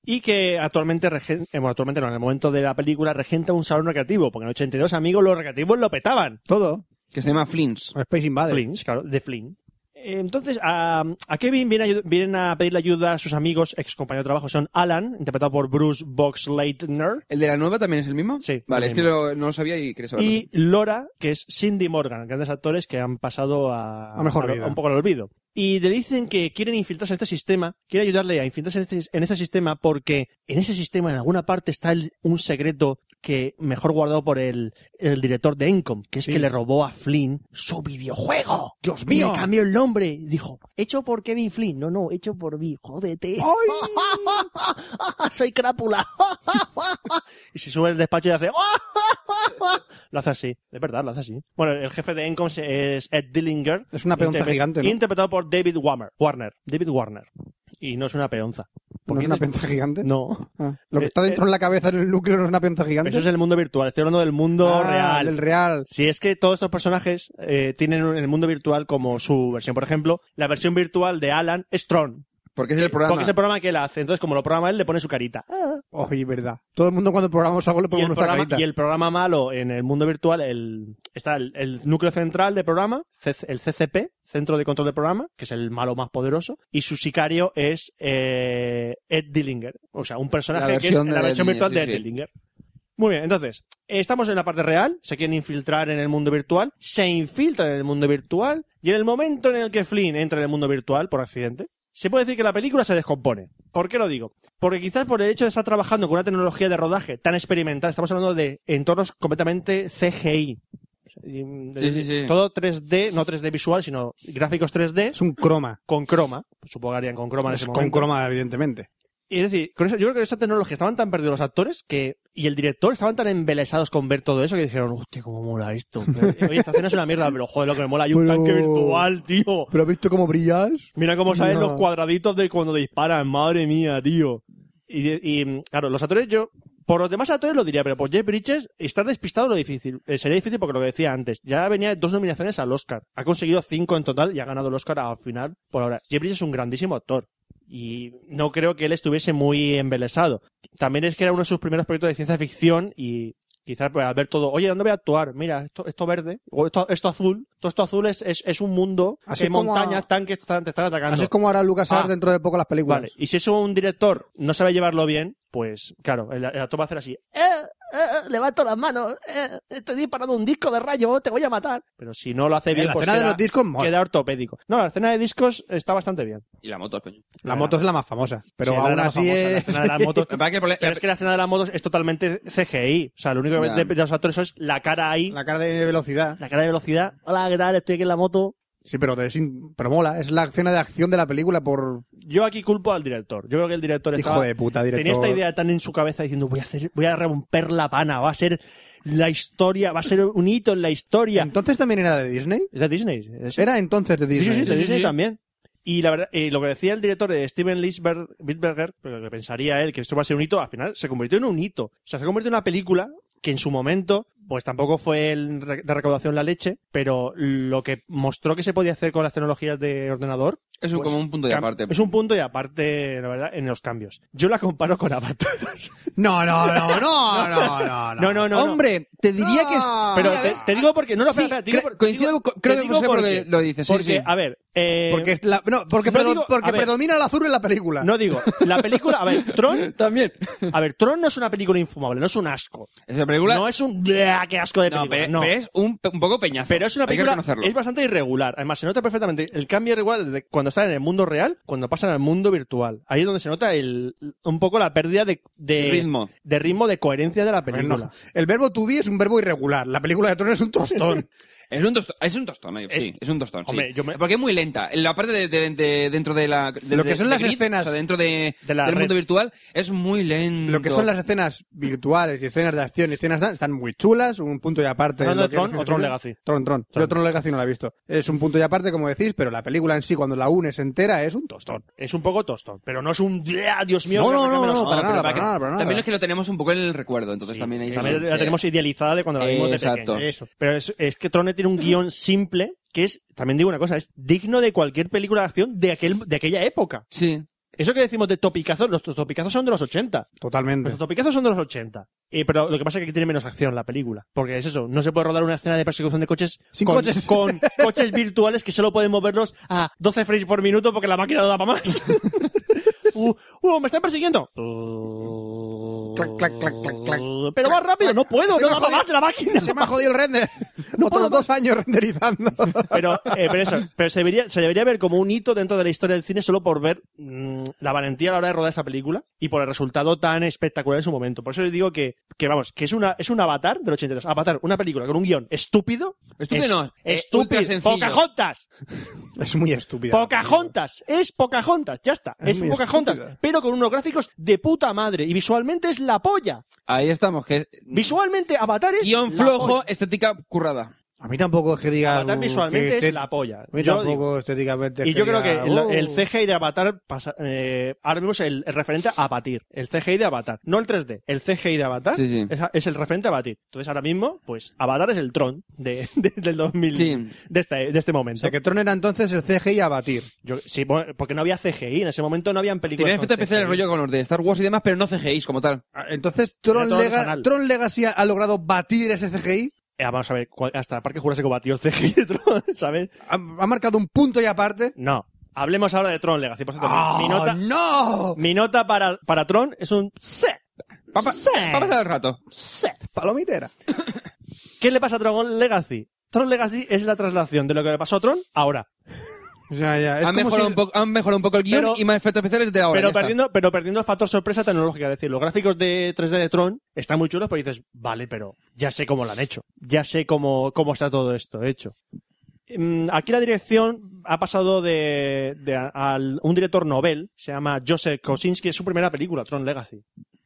Speaker 7: y que actualmente, regen- eh, bueno, actualmente no, en el momento de la película regenta un salón recreativo, porque en el 82 amigos los recreativos lo petaban.
Speaker 5: Todo.
Speaker 6: Que se llama Flins.
Speaker 5: Space Invaders.
Speaker 7: Flynns, claro, de Flynn. Eh, Entonces, a, a Kevin viene ayu- vienen a pedirle ayuda a sus amigos, ex compañeros de trabajo, son Alan, interpretado por Bruce Boxleitner,
Speaker 6: ¿El de la nueva también es el mismo?
Speaker 7: Sí,
Speaker 6: Vale,
Speaker 7: es
Speaker 6: es
Speaker 7: el
Speaker 6: que lo- no lo sabía y quería saberlo.
Speaker 7: y Laura, que es Cindy Morgan, grandes actores que han pasado a,
Speaker 5: A mejor
Speaker 7: lo-
Speaker 5: vida.
Speaker 7: un poco al olvido. Y le dicen que quieren infiltrarse en este sistema, quieren ayudarle a infiltrarse en este, en este sistema porque en ese sistema en alguna parte está el- un secreto que mejor guardado por el, el director de Encom, que es que le robó a Flynn su videojuego. Dios
Speaker 5: mío.
Speaker 7: Le cambió el nombre. Dijo, hecho por Kevin Flynn. No, no, hecho por mí. Jódete. Soy crápula. y se sube al despacho y hace... Lo hace así, es verdad, lo hace así. Bueno, el jefe de Encom se- es Ed Dillinger.
Speaker 5: Es una peonza
Speaker 7: interpre-
Speaker 5: gigante, ¿no?
Speaker 7: Interpretado por David Warner, Warner. David Warner. Y no es una peonza.
Speaker 5: Pues ¿No es una penta gigante?
Speaker 7: No.
Speaker 5: Ah, Lo que
Speaker 7: Eh,
Speaker 5: está dentro
Speaker 7: eh.
Speaker 5: de la cabeza en el núcleo no es una penta gigante.
Speaker 7: Eso es el mundo virtual, estoy hablando del mundo
Speaker 5: Ah,
Speaker 7: real.
Speaker 5: Del real.
Speaker 7: Si es que todos estos personajes eh, tienen un- en el mundo virtual como su versión. Por ejemplo, la versión virtual de Alan es Tron.
Speaker 6: Porque es el programa.
Speaker 7: Porque es el programa que él hace. Entonces, como lo programa él, le pone su carita.
Speaker 5: Oye, verdad. Todo el mundo cuando programamos algo le
Speaker 7: y,
Speaker 5: ponemos
Speaker 7: el
Speaker 5: nuestra
Speaker 7: programa,
Speaker 5: carita.
Speaker 7: y el programa malo en el mundo virtual el, está el, el núcleo central de programa, CC el CCP, Centro de Control de Programa, que es el malo más poderoso, y su sicario es eh, Ed Dillinger, o sea, un
Speaker 6: La
Speaker 7: personaje que es
Speaker 6: versión de
Speaker 7: la
Speaker 6: Ed
Speaker 7: versión virtual de
Speaker 6: Dillinger,
Speaker 7: Ed
Speaker 6: sí, sí.
Speaker 7: Dillinger. Muy bien, entonces, eh, estamos en la parte real, se quieren infiltrar en el mundo virtual, se infiltran en el mundo virtual, y en el momento en el que Flynn entra en el mundo virtual por accidente, se puede decir que la película se descompone. ¿Por qué lo digo? Porque quizás por el hecho de estar trabajando con una tecnología de rodaje tan experimental, estamos hablando de entornos completamente CGI. Y, mm,
Speaker 6: Sí, sí, sí.
Speaker 7: Todo 3D, no 3D visual, sino gráficos 3D
Speaker 5: Es un croma.
Speaker 7: con croma. Supongo que harían con croma en
Speaker 5: Es
Speaker 7: ese
Speaker 5: Pues con
Speaker 7: momento.
Speaker 5: croma, evidentemente.
Speaker 7: Y es decir, con eso, yo creo que esa tecnología estaban tan perdidos los actores que y el director estaban tan embelesados con ver todo eso que dijeron, hostia, cómo mola esto. Oye, esta cena es una mierda, pero joder, lo que me mola, hay un
Speaker 5: Pero-
Speaker 7: tanque virtual, tío.
Speaker 5: ¿Pero has visto cómo brillas?
Speaker 7: Mira cómo salen
Speaker 5: Tío.
Speaker 7: los cuadraditos de cuando disparan, madre mía, tío. Y, y, claro, los actores yo, por los demás actores lo diría, pero por Jeff Bridges estar despistado lo difícil. Eh, sería difícil porque lo que decía antes, ya venía de dos nominaciones al Oscar. Ha conseguido cinco en total y ha ganado el Oscar al final por ahora. Jeff Bridges es un grandísimo actor. Y no creo que él estuviese muy embelesado. También es que era uno de sus primeros proyectos de ciencia ficción y quizás pues, al ver todo, oye, ¿dónde voy a actuar? Mira, esto, esto verde, o esto, esto azul, todo esto azul es, es, es un mundo,
Speaker 5: Así
Speaker 7: que
Speaker 5: como a-
Speaker 7: montañas, tanques te están, te están atacando.
Speaker 5: Así es como hará Lucas
Speaker 7: Ah.
Speaker 5: dentro de poco las películas.
Speaker 7: Vale, y si eso un director no sabe llevarlo bien, pues claro, el, el actor va a hacer así. ¡Eh!
Speaker 1: eh, levanto las manos, eh, estoy disparando un disco de rayo, te voy a matar. Pero si no lo hace bien,
Speaker 5: la
Speaker 1: pues
Speaker 5: escena de
Speaker 1: queda-
Speaker 5: los discos mola.
Speaker 7: Queda ortopédico. No, la escena de discos está bastante bien.
Speaker 6: Y la moto, coño.
Speaker 5: La moto es la más famosa, pero
Speaker 7: Sí, la
Speaker 5: aún
Speaker 7: era
Speaker 5: así
Speaker 7: famosa, la
Speaker 5: es...
Speaker 7: escena de las motos.
Speaker 6: Me parece que el problema-
Speaker 7: Pero es que la escena de las motos es totalmente CGI. O sea, lo único que
Speaker 6: Ya.
Speaker 7: de, de los actores es la cara ahí, la...
Speaker 5: La cara de velocidad.
Speaker 7: cara de velocidad. Hola, ¿qué tal? Estoy aquí en la moto.
Speaker 5: Sí, pero, de- sin- pero mola. Es la escena de acción de la película por...
Speaker 7: Yo aquí culpo al director. Yo creo que el director
Speaker 5: Hijo
Speaker 7: estaba-
Speaker 5: de puta, director.
Speaker 7: tenía esta idea tan en su cabeza diciendo voy a hacer, voy a romper la pana, va a ser la historia, va a ser un hito en la historia.
Speaker 5: ¿Entonces también era de Disney?
Speaker 7: es de Disney. Es-
Speaker 5: Era entonces de
Speaker 7: Sí, sí,
Speaker 5: Disney.
Speaker 7: sí, de
Speaker 6: sí,
Speaker 7: Disney
Speaker 6: sí.
Speaker 7: también. Y la verdad, eh, lo que decía el director de Steven Lisberg- Spielberger, lo que pensaría él, que esto va a ser un hito, al final se convirtió en un hito. O sea, se convirtió en una película que en su momento, pues tampoco fue el re- de recaudación la leche, pero lo que mostró que se podía hacer con las tecnologías de ordenador
Speaker 6: Es un-
Speaker 7: Pues,
Speaker 6: como un punto de
Speaker 7: cam-
Speaker 6: aparte.
Speaker 7: es un punto y aparte, la verdad, en los cambios. Yo la comparo con Avatar.
Speaker 5: No, no, no, no, no, no.
Speaker 7: No, no, no. no.
Speaker 6: Hombre, te diría que es.
Speaker 5: No.
Speaker 7: Pero
Speaker 6: Mira,
Speaker 7: te,
Speaker 6: ¿ves?
Speaker 7: te digo porque no lo
Speaker 6: Sí, cre- coincido con- creo que sé por lo que lo dices, sí,
Speaker 7: Porque,
Speaker 6: sí.
Speaker 7: a ver, eh,
Speaker 5: Porque, es la- no, porque,
Speaker 7: No
Speaker 5: predo-
Speaker 7: digo-
Speaker 5: porque
Speaker 7: a ver.
Speaker 5: predomina el azul en la película.
Speaker 7: no digo, la película, a ver, Tron,
Speaker 6: También.
Speaker 7: a ver, Tron no es una película infumable, no es un asco.
Speaker 6: Es una película.
Speaker 7: No es un ¡Bua! qué asco de
Speaker 6: No,
Speaker 7: película,
Speaker 6: pe-
Speaker 7: no.
Speaker 6: pero es un, un poco peñazo.
Speaker 7: Pero es
Speaker 6: Hay
Speaker 7: una
Speaker 6: que
Speaker 7: película
Speaker 6: reconocerlo.
Speaker 7: es bastante irregular. Además, se nota perfectamente el cambio irregular de cuando están en el mundo real, cuando pasan al mundo virtual. Ahí es donde se nota el, un poco la pérdida de, de
Speaker 6: Ritmo.
Speaker 7: de ritmo, de coherencia de la
Speaker 5: Bueno,
Speaker 7: película.
Speaker 5: Pues El verbo to be es un verbo irregular. La película de Tron es un tostón.
Speaker 6: Es un tostón, es un tostón, eh, sí,
Speaker 7: Es-
Speaker 6: es un tostón, sí.
Speaker 7: Hombre, yo me-
Speaker 6: Porque es muy lenta. La parte de, de- de- dentro de la... de-
Speaker 5: Lo que
Speaker 6: de-
Speaker 5: son
Speaker 6: de
Speaker 5: las escenas
Speaker 6: o sea, dentro de,
Speaker 7: de la
Speaker 6: del mundo
Speaker 7: red.
Speaker 6: virtual, es muy lento.
Speaker 5: lo que son las escenas virtuales y escenas de acción y escenas de- están muy chulas, un punto y aparte.
Speaker 7: ¿Hablando
Speaker 5: lo
Speaker 7: de
Speaker 5: que
Speaker 7: Tron
Speaker 5: es-
Speaker 7: o Tron Legacy?
Speaker 5: Tron, Tron. Yo
Speaker 7: Tron.
Speaker 5: Tron Legacy no la he visto. Es un punto y aparte, como decís, pero la película en sí, cuando la unes entera, es un tostón.
Speaker 7: Es un poco tostón, pero no es un ¡Ah, Dios mío.
Speaker 5: No,
Speaker 7: que
Speaker 5: no,
Speaker 7: me
Speaker 5: no,
Speaker 7: cambia
Speaker 5: no,
Speaker 7: los-
Speaker 5: para
Speaker 7: pero
Speaker 5: nada,
Speaker 7: ¿para
Speaker 5: para
Speaker 7: qué?
Speaker 5: nada, para nada.
Speaker 6: También es que lo tenemos un poco en el recuerdo, entonces
Speaker 7: Sí,
Speaker 6: también hay...
Speaker 7: también
Speaker 6: sí,
Speaker 7: la
Speaker 6: sí.
Speaker 7: tenemos idealizada de cuando la vimos de
Speaker 6: Exacto.
Speaker 7: pequeño. Eso. Pero es, es que Tron tiene un guión simple que es, también digo una cosa, es digno de cualquier película de acción de, aquel, de aquella época.
Speaker 6: Sí.
Speaker 7: Eso que decimos de topicazos, los topicazos son de los 80. Los
Speaker 5: Totalmente.
Speaker 7: topicazos son de los 80. Eh, pero lo que pasa es que aquí tiene menos acción la película. Porque es eso, no se puede rodar una escena de persecución de coches,
Speaker 5: Sin
Speaker 7: con,
Speaker 5: coches.
Speaker 7: con coches virtuales que solo pueden moverlos a 12 frames por minuto porque la máquina no da para más. uh, uh, me están persiguiendo.
Speaker 5: Clac, clac, clac, clac, clac.
Speaker 7: Pero más
Speaker 5: Clac,
Speaker 7: rápido,
Speaker 5: clac.
Speaker 7: no puedo,
Speaker 5: Se
Speaker 7: no
Speaker 5: me ha
Speaker 7: da pa'
Speaker 5: jodido-
Speaker 7: más la máquina.
Speaker 5: Se me ha jodido el render. No puedo dos años renderizando.
Speaker 7: Pero, eh, pero eso, pero se debería, se debería ver como un hito dentro de la historia del cine solo por ver mm, la valentía a la hora de rodar esa película y por el resultado tan espectacular en su momento. Por eso les digo que, que vamos, que es una, es un avatar del 82. Avatar, una película con un guión estúpido.
Speaker 6: Estúpido no, eh, ultra
Speaker 7: estúpido.
Speaker 6: sencillo.
Speaker 7: Pocahontas.
Speaker 5: es muy estúpida.
Speaker 7: Pocahontas. Es Pocahontas. Ya está.
Speaker 5: Es
Speaker 7: Es,
Speaker 5: muy
Speaker 7: Pocahontas.
Speaker 5: estúpida.
Speaker 7: Pero con unos gráficos de puta madre. Y visualmente es la polla.
Speaker 6: Ahí estamos, que...
Speaker 5: Mm.
Speaker 7: Visualmente, Avatar es.
Speaker 6: Guión
Speaker 7: la
Speaker 6: flojo,
Speaker 7: polla.
Speaker 6: estética currada.
Speaker 5: A mí tampoco es que diga.
Speaker 7: Avatar
Speaker 5: uh,
Speaker 7: visualmente
Speaker 5: que
Speaker 7: es
Speaker 5: esté-
Speaker 7: la polla.
Speaker 5: A mí
Speaker 7: Yo lo digo.
Speaker 5: tampoco estéticamente. es
Speaker 7: Y yo creo que
Speaker 5: diga,
Speaker 7: el,
Speaker 5: "Oh".
Speaker 7: el CGI de Avatar pasa- eh, ahora mismo es el, el referente a batir. El CGI de Avatar. No el 3D. El CGI de Avatar
Speaker 6: Sí, sí.
Speaker 7: Es, a- es el referente a batir. Entonces ahora mismo, pues Avatar es el Tron de, de- del 2000.
Speaker 6: Sí.
Speaker 7: De, este, de este
Speaker 5: O
Speaker 7: momento.
Speaker 5: sea, que Tron era entonces el CGI a batir.
Speaker 7: Yo- sí, bueno, porque no había CGI. En ese momento no habían películas.
Speaker 6: Tiene
Speaker 7: con
Speaker 6: efecto especial el
Speaker 7: CGI.
Speaker 6: rollo con los de Star Wars y demás, pero no CGIs como tal.
Speaker 5: Ah, Entonces, Tron,
Speaker 7: Era todo
Speaker 5: Lega-
Speaker 7: artesanal.
Speaker 5: Tron Legacy ha- ha logrado batir ese CGI.
Speaker 7: Eh, vamos a ver, cuál- hasta Parque Jurásico batió el CGI de Tron, ¿sabes?
Speaker 5: Ha, ha marcado un punto y aparte.
Speaker 7: No. Hablemos ahora de Tron Legacy. Por cierto, mi-
Speaker 5: ¡Ah,
Speaker 7: mi nota,
Speaker 5: no!
Speaker 7: mi nota para, para Tron es un C.
Speaker 6: Va pa-
Speaker 7: Sí.
Speaker 6: va a pasar el rato.
Speaker 5: Palomitera.
Speaker 7: ¿Qué le pasa a Tron Legacy? Tron Legacy es la traslación de lo que le pasó a Tron ahora.
Speaker 5: Ya, ya. Es
Speaker 6: Han
Speaker 5: como
Speaker 6: mejorado,
Speaker 5: si-
Speaker 6: un poco, han mejorado un poco el guión
Speaker 7: Pero-
Speaker 6: y más efectos especiales de ahora. ya
Speaker 7: pero,
Speaker 6: está.
Speaker 7: perdiendo, pero perdiendo el factor sorpresa tecnológica. Es decir, los gráficos de 3D de Tron están muy chulos, pero dices, vale, pero ya sé cómo lo han hecho. Ya sé cómo, cómo está todo esto hecho. Mm, Aquí la dirección ha pasado de, de a, al- un director novel, se llama Joseph Kosinski, es su primera película, Tron Legacy.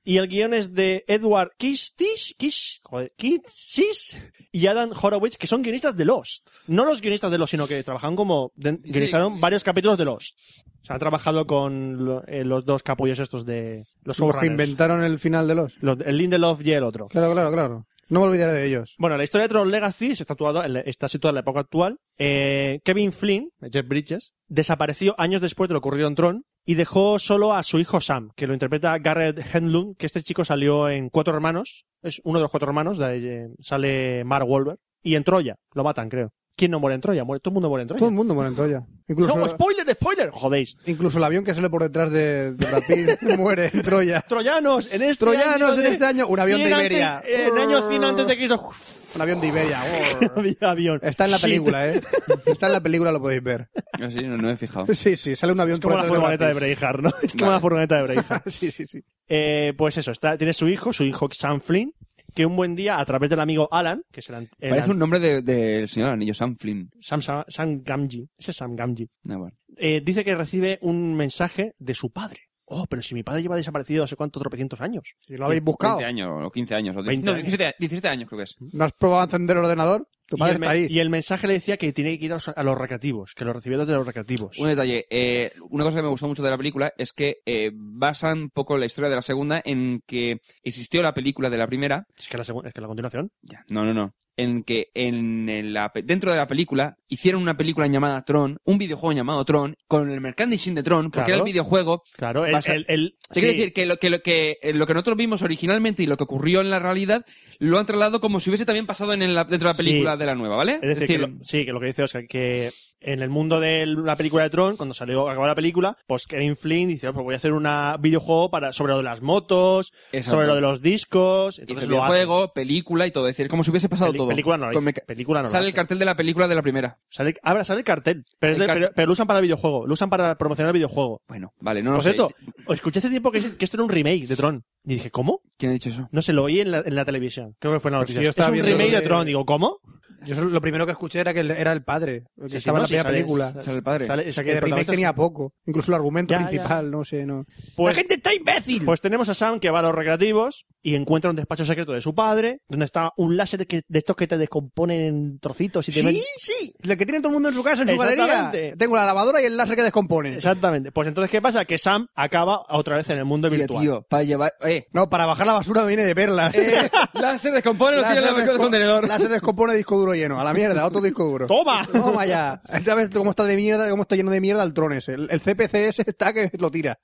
Speaker 7: Y el guion es de Edward Kistis, Kiss, joder, Kitsis y Adam Horowitz, que son guionistas de Lost. No los guionistas de Lost, sino que trabajan como... de- guionizaron varios capítulos de Lost. O sea, han trabajado con lo- eh, los dos capullos estos de los
Speaker 5: Los que
Speaker 7: showrunners.
Speaker 5: inventaron el final de los.
Speaker 7: Los- el Lindelof y el otro.
Speaker 5: Claro, claro, claro. No me olvidaré de ellos.
Speaker 7: Bueno, la historia de Tron Legacy se está, actuada- en la- está situada en la época actual. Eh, Kevin Flynn, Jeff Bridges, desapareció años después de lo ocurrido en Tron y dejó solo a su hijo Sam, que lo interpreta Garrett Hedlund, que este chico salió en Cuatro Hermanos, es uno de los cuatro hermanos, de ahí, eh, sale Mark Wahlberg, y en Troya, lo matan, creo. ¿Quién no muere en Troya? Muere- todo el mundo muere en Troya.
Speaker 5: Todo el mundo muere en Troya. Incluso,
Speaker 7: No, spoiler, spoiler. Jodéis.
Speaker 5: incluso el avión que sale por detrás de, de Brad Pitt muere en Troya.
Speaker 7: Troyanos en este
Speaker 5: Troyanos
Speaker 7: año
Speaker 5: en
Speaker 7: de-
Speaker 5: este año, un avión de
Speaker 7: 100
Speaker 5: Iberia.
Speaker 7: antes- en año 100 antes de Cristo.
Speaker 5: Un avión de Iberia. oh.
Speaker 7: Había avión.
Speaker 5: Está en la
Speaker 7: Shit.
Speaker 5: película, ¿eh? Está en la película, lo podéis ver.
Speaker 6: Así no, no he fijado.
Speaker 5: Sí, sí, sale un avión
Speaker 7: Es como
Speaker 5: por
Speaker 7: la
Speaker 5: detrás
Speaker 7: furgoneta de Braveheart, ¿no? Es como
Speaker 6: Vale.
Speaker 7: la furgoneta de Braveheart.
Speaker 5: Brad Pitt. Sí, sí, sí.
Speaker 7: Eh, pues eso, está, tiene su hijo, su hijo Sam Flynn, que un buen día, a través del amigo Alan, que es el, an- el
Speaker 6: Parece
Speaker 7: an-
Speaker 6: un nombre del de, del señor del Anillo, Sam Flynn.
Speaker 7: Sam, Sam, Sam Gamgee, ese es Sam Gamgee,
Speaker 6: Ah, bueno.
Speaker 7: eh, dice que recibe un mensaje de su padre. Oh, pero si mi padre lleva desaparecido hace cuántos tropecientos años.
Speaker 5: Si lo habéis buscado,
Speaker 6: 20 años, o 15 años. O
Speaker 7: 20
Speaker 6: no,
Speaker 7: años. Pues
Speaker 6: 17, a- 17 años creo que es.
Speaker 5: ¿no has probado a encender el ordenador? Tu
Speaker 7: y,
Speaker 5: padre
Speaker 7: el me-
Speaker 5: está ahí.
Speaker 7: y el mensaje le decía que tiene que ir a los, a los recreativos, que lo recibió desde los recreativos.
Speaker 6: Un detalle. eh, una cosa que me gustó mucho de la película es que eh, basan un poco la historia de la segunda en que existió la película de la primera,
Speaker 7: Es que la, segun- es que la continuación.
Speaker 6: Ya, no, no, no. En que en, en la, pe- dentro de la película hicieron una película llamada Tron, un videojuego llamado Tron, con el merchandising de Tron, porque
Speaker 7: Claro.
Speaker 6: era el videojuego.
Speaker 7: Claro, el,
Speaker 6: Vas a-
Speaker 7: el- el-
Speaker 6: Te
Speaker 7: sí,
Speaker 6: quiero decir que lo, que, lo que eh, lo que nosotros vimos originalmente y lo que ocurrió en la realidad lo han trasladado como si hubiese también pasado en el- dentro de la
Speaker 7: Sí.
Speaker 6: película de la nueva, ¿vale?
Speaker 7: es decir, que lo- sí, que lo que dice Oscar, que en el mundo de la película de Tron, cuando salió, acabó la película, pues Kevin Flynn dice, "Oh, pues voy a hacer un videojuego para, sobre lo de las motos,
Speaker 6: exacto.
Speaker 7: sobre lo de los discos,
Speaker 6: Hizo
Speaker 7: entonces lo hace.
Speaker 6: videojuego, película y todo. Es decir, como si hubiese pasado
Speaker 7: Peli-
Speaker 6: todo.
Speaker 7: Película no, lo
Speaker 6: Con
Speaker 7: hizo,
Speaker 6: meca-
Speaker 7: película no lo
Speaker 6: Sale el
Speaker 7: hace.
Speaker 6: cartel de la película de la primera.
Speaker 7: Sale, ah, ahora sale el cartel, pero, es
Speaker 6: El
Speaker 7: de-
Speaker 6: cartel.
Speaker 7: pero- pero lo usan para videojuego, lo usan para promocionar el videojuego.
Speaker 6: Bueno, vale, no lo
Speaker 7: Por
Speaker 6: sé.
Speaker 7: cierto, escuché hace tiempo que, que esto era un remake de Tron. Y dije, ¿cómo?
Speaker 6: ¿Quién ha dicho eso?
Speaker 7: No sé, lo oí en la, en la televisión. Creo que fue en la
Speaker 5: Pues
Speaker 7: noticia.
Speaker 5: yo
Speaker 7: es
Speaker 5: estaba
Speaker 7: un
Speaker 5: viendo
Speaker 7: remake
Speaker 5: lo
Speaker 7: de...
Speaker 5: de-
Speaker 7: Tron. Digo, ¿cómo?
Speaker 5: Yo solo- lo primero que escuché era que el- era el padre, el que
Speaker 7: Sí, sí,
Speaker 5: estaba
Speaker 7: no,
Speaker 5: en la
Speaker 7: sí,
Speaker 5: primera
Speaker 7: sale-
Speaker 5: película.
Speaker 6: Sale el padre.
Speaker 7: sale-
Speaker 5: O
Speaker 7: es
Speaker 5: sea
Speaker 7: el
Speaker 5: que de remake
Speaker 7: protagonista es-
Speaker 5: tenía poco. Incluso el argumento
Speaker 7: Ya, ya.
Speaker 5: principal, no sé, no.
Speaker 7: Pues-
Speaker 5: ¡La gente está imbécil!
Speaker 7: Pues tenemos a Sam que va a los recreativos y encuentra un despacho secreto de su padre, donde está un láser que, de estos que te descomponen en trocitos y te ven-
Speaker 5: sí, sí. Lo que tiene todo el mundo en su casa, en su galería.
Speaker 7: Exactamente.
Speaker 5: Tengo la lavadora y el láser que descompone.
Speaker 7: Exactamente. Pues entonces, ¿qué pasa? Que Sam acaba otra vez en el mundo
Speaker 6: Tío,
Speaker 7: virtual.
Speaker 6: tío, para llevar... Eh,
Speaker 5: No, para bajar la basura me viene de perlas.
Speaker 6: eh, láser descompone los
Speaker 5: Láser
Speaker 6: tiros en el
Speaker 5: desco-
Speaker 6: contenedor.
Speaker 5: láser descompone disco duro lleno. A la mierda, otro disco duro.
Speaker 7: ¡Toma!
Speaker 5: Toma ya. ¿Sabes cómo está de mierda, cómo está lleno de mierda el tron ese? El, el CPCS está que lo tira.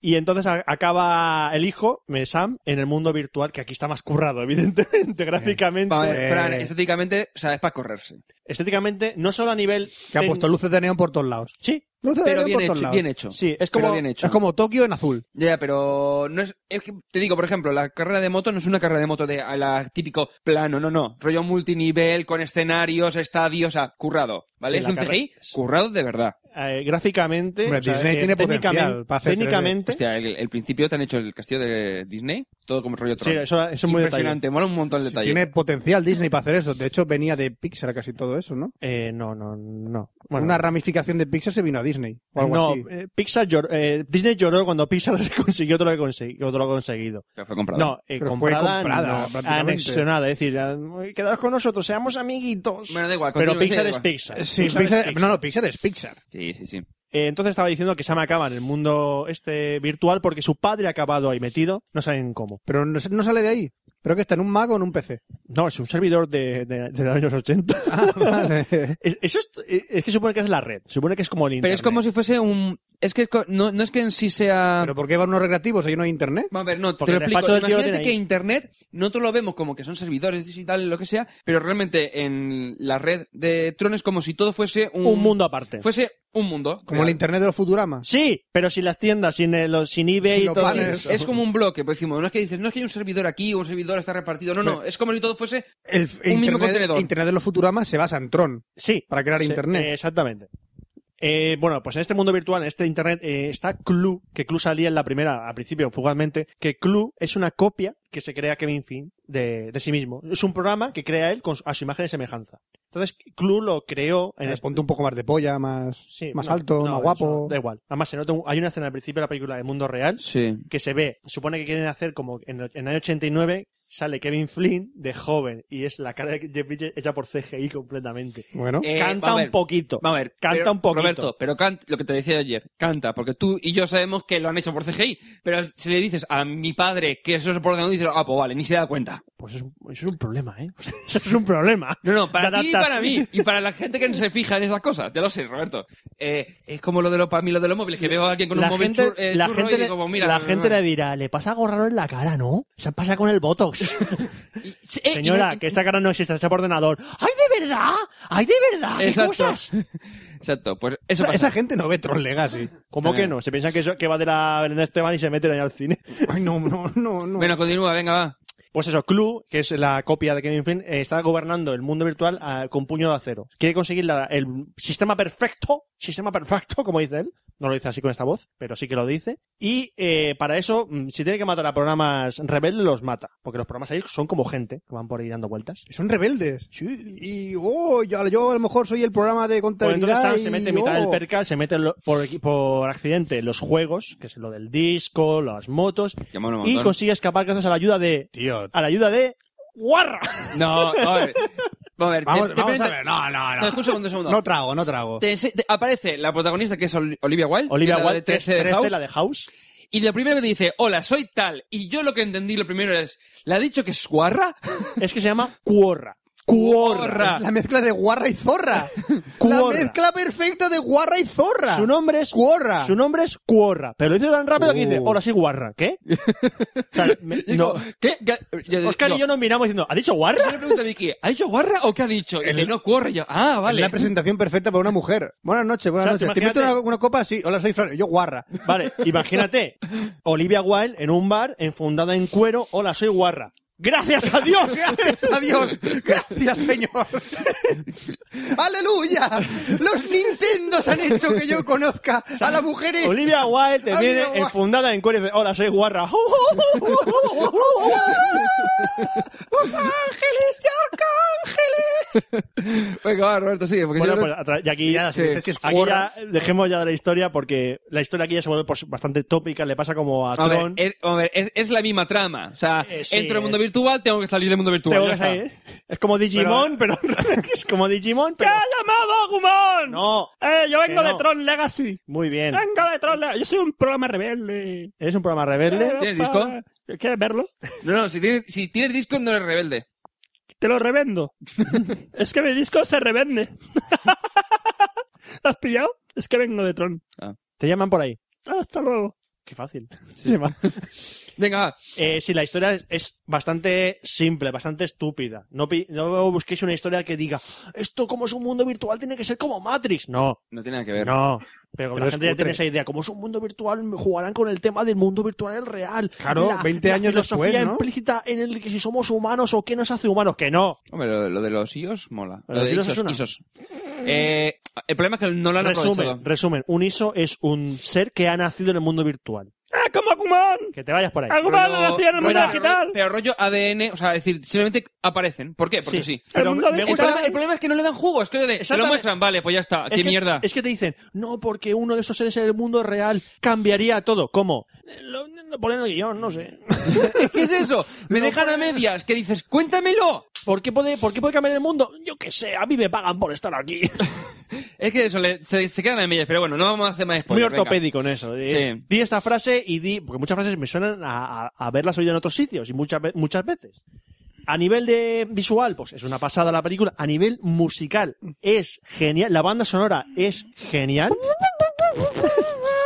Speaker 7: Y entonces a- acaba el hijo, eh, Sam, en el mundo virtual, que aquí está más currado, evidentemente, gráficamente.
Speaker 6: Vamos a ver,
Speaker 5: Eh.
Speaker 6: Fran, estéticamente, o sea, es para correrse.
Speaker 7: Estéticamente, no solo a nivel...
Speaker 5: Que ha
Speaker 7: tec-
Speaker 5: puesto luces de neón por todos lados.
Speaker 7: Sí,
Speaker 5: Luces
Speaker 6: Pero
Speaker 5: de neón
Speaker 6: bien
Speaker 5: por todos
Speaker 6: hecho,
Speaker 5: lados.
Speaker 6: bien hecho.
Speaker 7: sí. Es
Speaker 6: Pero
Speaker 7: como...
Speaker 6: bien hecho.
Speaker 5: Es como Tokio en azul.
Speaker 6: Ya, ya, pero no es, es que te digo, por ejemplo, la carrera de moto no es una carrera de moto de a la típico plano, no, no, rollo multinivel con escenarios, estadios, o sea, currado, ¿vale?
Speaker 7: Sí,
Speaker 6: es
Speaker 7: la
Speaker 6: un
Speaker 7: carre-
Speaker 6: CGI currado de verdad.
Speaker 7: eh, gráficamente...
Speaker 5: Hombre, Disney
Speaker 7: eh,
Speaker 5: tiene
Speaker 7: técnicamente,
Speaker 5: potencial para hacer 3D.
Speaker 7: técnicamente
Speaker 6: Hostia, el, el principio te han hecho el castillo de Disney, todo como rollo
Speaker 7: Sí,
Speaker 6: Tron.
Speaker 7: eso, eso es muy detallado.
Speaker 6: Impresionante, mola un montón el
Speaker 5: Sí,
Speaker 6: detalle.
Speaker 5: tiene potencial Disney para hacer eso. De hecho, venía de Pixar casi todo eso, ¿no?
Speaker 7: Eh, no, no, no. Bueno,
Speaker 5: Una ramificación de Pixar se vino a Disney. O algo
Speaker 7: no,
Speaker 5: así.
Speaker 7: eh, Pixar llor- eh, Disney lloró cuando Pixar consiguió todo lo que, consegui- todo lo conseguido.
Speaker 6: Que fue comprado.
Speaker 7: No, eh,
Speaker 5: Pero fue
Speaker 7: comprada,
Speaker 5: comprada,
Speaker 7: no,
Speaker 5: prácticamente.
Speaker 7: anexionada. Es decir, eh, quedaros con nosotros, seamos amiguitos.
Speaker 6: Bueno, da igual,
Speaker 7: Pero
Speaker 6: continúa, sí,
Speaker 7: Pixar
Speaker 6: da
Speaker 7: es
Speaker 6: igual.
Speaker 7: Pixar.
Speaker 5: Sí,
Speaker 7: eh, Pixar es
Speaker 5: Pixar-
Speaker 7: Pixar.
Speaker 5: no, no, Pixar es Pixar.
Speaker 6: Sí, sí, sí.
Speaker 7: Eh, entonces estaba diciendo que Sam acaba en el mundo este virtual porque su padre ha acabado ahí metido. No saben cómo.
Speaker 5: Pero no, no sale de ahí. Creo que está en un Mac o en un PC.
Speaker 7: No, es un servidor de, de, de los años 80.
Speaker 5: Ah.
Speaker 7: Es- Eso es, es que supone que es la red. Supone que es como el
Speaker 6: Pero
Speaker 7: internet.
Speaker 6: es como si fuese un... Es que co- no, no es que en sí
Speaker 7: Ah.
Speaker 6: sea...
Speaker 5: ¿Pero por qué van unos recreativos ahí no hay internet?
Speaker 6: Vamos a ver, no,
Speaker 7: Porque
Speaker 6: te
Speaker 7: el
Speaker 6: lo
Speaker 7: despacho
Speaker 6: explico.
Speaker 7: del tío lo
Speaker 6: Imagínate
Speaker 7: tiene
Speaker 6: que
Speaker 7: ahí.
Speaker 6: Internet, no te lo vemos como que son servidores digitales, lo que sea, pero realmente en la red de Tron es como si todo fuese un,
Speaker 7: un mundo aparte.
Speaker 6: Fuese un mundo.
Speaker 5: Como el internet de los Futuramas.
Speaker 7: Sí, pero sin las tiendas, sin, eh, los, sin eBay
Speaker 5: Sin
Speaker 7: y
Speaker 5: los
Speaker 7: todo.
Speaker 5: banners.
Speaker 6: Es como un bloque, pues decimos, no es que dices, no es que hay un servidor aquí, un servidor está repartido, no, no, es como si todo fuese...
Speaker 5: El
Speaker 6: mismo
Speaker 5: internet,
Speaker 6: contenedor.
Speaker 5: internet de los Futuramas se basa en Tron
Speaker 7: Sí.
Speaker 5: para crear
Speaker 7: Sí,
Speaker 5: internet.
Speaker 7: eh, exactamente. Eh, bueno, pues en este mundo virtual, en este internet, eh, está Clue, que Clue salía en la primera, al principio, fugazmente, que Clue es una copia que se crea Kevin Finn de, de sí mismo. Es un programa que crea él con su- a su imagen y semejanza. Entonces, Clue lo creó en
Speaker 5: Eh,
Speaker 7: este-
Speaker 5: ponte un poco más de polla, más,
Speaker 7: Sí,
Speaker 5: más
Speaker 7: no,
Speaker 5: alto,
Speaker 7: no,
Speaker 5: más guapo.
Speaker 7: eso Da igual. Además, se nota un- hay una escena al principio de la película de Mundo Real
Speaker 6: Sí.
Speaker 7: que se ve, supone que quieren hacer como en el, en el año 89 sale Kevin Flynn de joven y es la cara de Jeff Bridges hecha por CGI completamente.
Speaker 5: Bueno,
Speaker 7: Canta un poquito.
Speaker 6: Eh, Vamos a ver,
Speaker 7: Canta
Speaker 6: pero-
Speaker 7: un poquito.
Speaker 6: Roberto, pero can- lo que te decía ayer, canta, porque tú y yo sabemos que lo han hecho por CGI, pero si le dices a mi padre que eso es por ordenador, dice, ah, pues vale, ni se da cuenta.
Speaker 7: Pues es un- eso es un problema, ¿eh? Eso es un problema.
Speaker 6: No, no, para
Speaker 7: De
Speaker 6: ti y
Speaker 7: adaptación.
Speaker 6: para mí. Y para la gente que no se fija en esas cosas. Ya lo sé, Roberto. Eh, es como lo de los, para mí lo de los móviles, que veo a alguien con
Speaker 7: la
Speaker 6: un móvil
Speaker 7: gente,
Speaker 6: chur- eh,
Speaker 7: la
Speaker 6: churro
Speaker 7: gente,
Speaker 6: y
Speaker 7: le-
Speaker 6: digo, mira...
Speaker 7: la
Speaker 6: no, no,
Speaker 7: gente
Speaker 6: no.
Speaker 7: le dirá, le pasa algo raro en la cara, ¿no? Se pasa con el botox.
Speaker 6: Eh,
Speaker 7: Señora, que esta cara no existe, está por ordenador. ¡Ay, de verdad! ¡Ay, de verdad! ¡Qué
Speaker 6: Exacto.
Speaker 7: cosas!
Speaker 6: Exacto, pues
Speaker 5: Esa,
Speaker 6: eso pasa.
Speaker 5: esa gente no ve Tron Legacy.
Speaker 7: ¿Cómo que no? Se piensan que, eso- que va de la Belén Esteban y se meten ahí al cine.
Speaker 5: Ay, no, no, no, no.
Speaker 6: Bueno, continúa, venga, va.
Speaker 7: Pues eso, Clue, que es la copia de Kevin Flynn, eh, está gobernando el mundo virtual ah, con puño de acero. Quiere conseguir la- el sistema perfecto, sistema perfecto, como dice él. No lo dice así con esta voz, pero sí que lo dice. Y eh, para eso, mm, si tiene que matar a programas rebeldes, los mata. Porque los programas ahí son como gente, que van por ahí dando vueltas.
Speaker 5: Son rebeldes. Sí. Y oh, yo, yo a lo mejor soy el programa de
Speaker 7: Pues
Speaker 5: contabilidad.
Speaker 7: entonces Sam se
Speaker 5: y,
Speaker 7: mete en mitad
Speaker 5: oh.
Speaker 7: del percal, se mete en lo- por, equi- por accidente en los juegos, que es lo del disco, las motos,
Speaker 6: Que mola un
Speaker 7: y
Speaker 6: montón.
Speaker 7: consigue escapar gracias a la ayuda de...
Speaker 5: Tío.
Speaker 7: A la ayuda de... ¡Guarra!
Speaker 6: No, a ver. Vamos a ver. te-
Speaker 5: Vamos,
Speaker 6: te
Speaker 5: vamos a
Speaker 6: permite-
Speaker 5: ver. oh. No, no,
Speaker 6: No,
Speaker 5: no.
Speaker 6: escucha un segundo, un segundo.
Speaker 5: No trago, no trago.
Speaker 6: Te ense- te- aparece la protagonista que es Ol- Olivia Wilde.
Speaker 7: Olivia
Speaker 6: que es la de
Speaker 7: Wilde, que es
Speaker 6: 13 de
Speaker 7: 13,
Speaker 6: House,
Speaker 7: la de House.
Speaker 6: Y lo primero que te dice, hola, soy tal. Y yo lo que entendí lo primero es, ¿le ha dicho que es guarra?
Speaker 7: Es que se llama Cuorra.
Speaker 6: Cuorra.
Speaker 5: La mezcla de guarra y zorra. la
Speaker 7: Cuorra.
Speaker 5: mezcla perfecta de guarra y zorra.
Speaker 7: Su nombre es
Speaker 5: Cuorra. Oh.
Speaker 7: Su nombre es Cuorra. Pero lo dice tan rápido que dice,
Speaker 6: Uh.
Speaker 7: hola, sí, Guarra. ¿Qué? O sea, me- no.
Speaker 6: Digo, ¿Qué? ¿Qué? Yo-
Speaker 7: Oscar
Speaker 6: no.
Speaker 7: y yo nos miramos diciendo, ¿ha dicho Guarra?
Speaker 6: Yo le pregunto a Vicky, ¿ha dicho guarra o qué ha dicho? Y dice, no, cuorra. Y yo, ah,
Speaker 5: Es
Speaker 6: vale.
Speaker 5: la presentación perfecta para una mujer. Buenas noches, buenas
Speaker 7: O sea,
Speaker 5: noches. ¿Te
Speaker 7: imagínate-
Speaker 5: meto una, una copa? Sí. Hola, soy Fran. Yo guarra.
Speaker 7: Vale, imagínate, Olivia Wilde en un bar, enfundada en cuero, hola, soy Guarra. ¡Gracias a Dios!
Speaker 5: Gracias a Dios. Gracias, Señor. ¡Aleluya! Los Nintendos han hecho que yo conozca a las mujeres.
Speaker 7: Olivia Wilde te
Speaker 5: Olivia
Speaker 7: viene
Speaker 5: Wilde.
Speaker 7: enfundada en cuero y dice, hola, soy Guarra.
Speaker 5: ¡Los ángeles y arcángeles!
Speaker 6: Venga, va, Roberto, sigue. Porque
Speaker 7: Bueno,
Speaker 6: yo
Speaker 7: pues
Speaker 6: no-
Speaker 7: atra- y aquí,
Speaker 5: Ya, si dices que es
Speaker 7: aquí
Speaker 5: cuorra.
Speaker 7: ya dejemos ya de la historia porque la historia aquí ya se vuelve pues, bastante tópica, le pasa como a
Speaker 6: A ver,
Speaker 7: Tron.
Speaker 6: es, a ver, es, es la misma trama. O sea,
Speaker 7: Eh, sí,
Speaker 6: entro en el mundo
Speaker 7: es-
Speaker 6: virtual, tengo que salir eh, del mundo virtual.
Speaker 7: Tengo
Speaker 6: ya
Speaker 7: que
Speaker 6: está.
Speaker 7: salir. Es como Digimon, pero, es como Digimon, pero
Speaker 9: llamado Gumón!
Speaker 7: no.
Speaker 9: Eh, yo vengo
Speaker 7: Que no.
Speaker 9: de Tron Legacy.
Speaker 7: Muy bien.
Speaker 9: Vengo de Tron Legacy. Yo soy un programa rebelde.
Speaker 7: ¿Eres un programa rebelde?
Speaker 6: ¿Tienes disco?
Speaker 9: ¿Quieres verlo?
Speaker 6: No, no, si tienes, si tienes disco no eres rebelde.
Speaker 9: Te lo revendo. es que mi disco se revende. ¿Lo has pillado? Es que vengo de Tron.
Speaker 7: Te llaman por ahí.
Speaker 9: Hasta luego.
Speaker 7: Qué fácil. Se va.
Speaker 6: Venga, va.
Speaker 7: Eh, sí, la historia es- es bastante simple, bastante estúpida. No, pi- no busquéis una historia que diga, esto como es un mundo virtual tiene que ser como Matrix. No,
Speaker 6: No tiene nada que ver.
Speaker 7: no. Pero, la
Speaker 5: es
Speaker 7: gente ya
Speaker 5: cutre.
Speaker 7: tiene esa idea. Como es un mundo virtual, jugarán con el tema del mundo virtual y el real.
Speaker 5: Claro, 20 años
Speaker 7: la
Speaker 5: después,
Speaker 7: filosofía
Speaker 5: ¿no?
Speaker 7: implícita en el que si somos humanos o qué nos hace humanos. Que no.
Speaker 6: Hombre, lo, lo de los IOS mola.
Speaker 7: Lo
Speaker 6: Lo,
Speaker 7: de los
Speaker 6: de ISOs.
Speaker 7: IOS es una.
Speaker 6: ISOs. Eh, el problema es que no lo han aprovechado.
Speaker 7: Resumen, resumen. Un ISO es un ser que ha nacido en el mundo virtual.
Speaker 9: ¡Ah, como Gumón!
Speaker 7: Que te vayas por ahí.
Speaker 9: ¡A Gumón lo hacía en el mundo
Speaker 6: rollo-
Speaker 9: digital!
Speaker 6: Pero rollo ADN, o sea, es decir, simplemente aparecen. ¿Por qué? Porque sí.
Speaker 7: Pero
Speaker 9: mundo
Speaker 7: me
Speaker 9: digital.
Speaker 6: El,
Speaker 7: gusta-
Speaker 6: problema, el problema es que no le dan juego, es que le de- se lo
Speaker 7: Exactamente.
Speaker 6: muestran, vale, pues ya está.
Speaker 7: es
Speaker 6: ¿Qué
Speaker 7: que-
Speaker 6: mierda?
Speaker 7: Es que te dicen, no, porque uno de esos seres en el mundo real cambiaría todo. ¿Cómo? Eh, Lo, lo ponen en el guión, no sé.
Speaker 6: ¿Qué es eso? Me dejan a medias, que dices, cuéntamelo.
Speaker 7: ¿Por qué puede, por qué puede cambiar el mundo? Yo qué sé, a mí me pagan por estar aquí.
Speaker 6: Es que eso, le- se, se quedan a medias, pero bueno, no vamos a hacer más
Speaker 7: Muy
Speaker 6: spoilers. Pues venga.
Speaker 7: ortopédico en eso. Es,
Speaker 6: Sí.
Speaker 7: Di esta frase y di. Porque muchas frases me suenan a, a- a haberlas oído en otros sitios y muchas, ve- muchas veces. A nivel de visual, pues es una pasada la película. A nivel musical, es genial. La banda sonora es genial.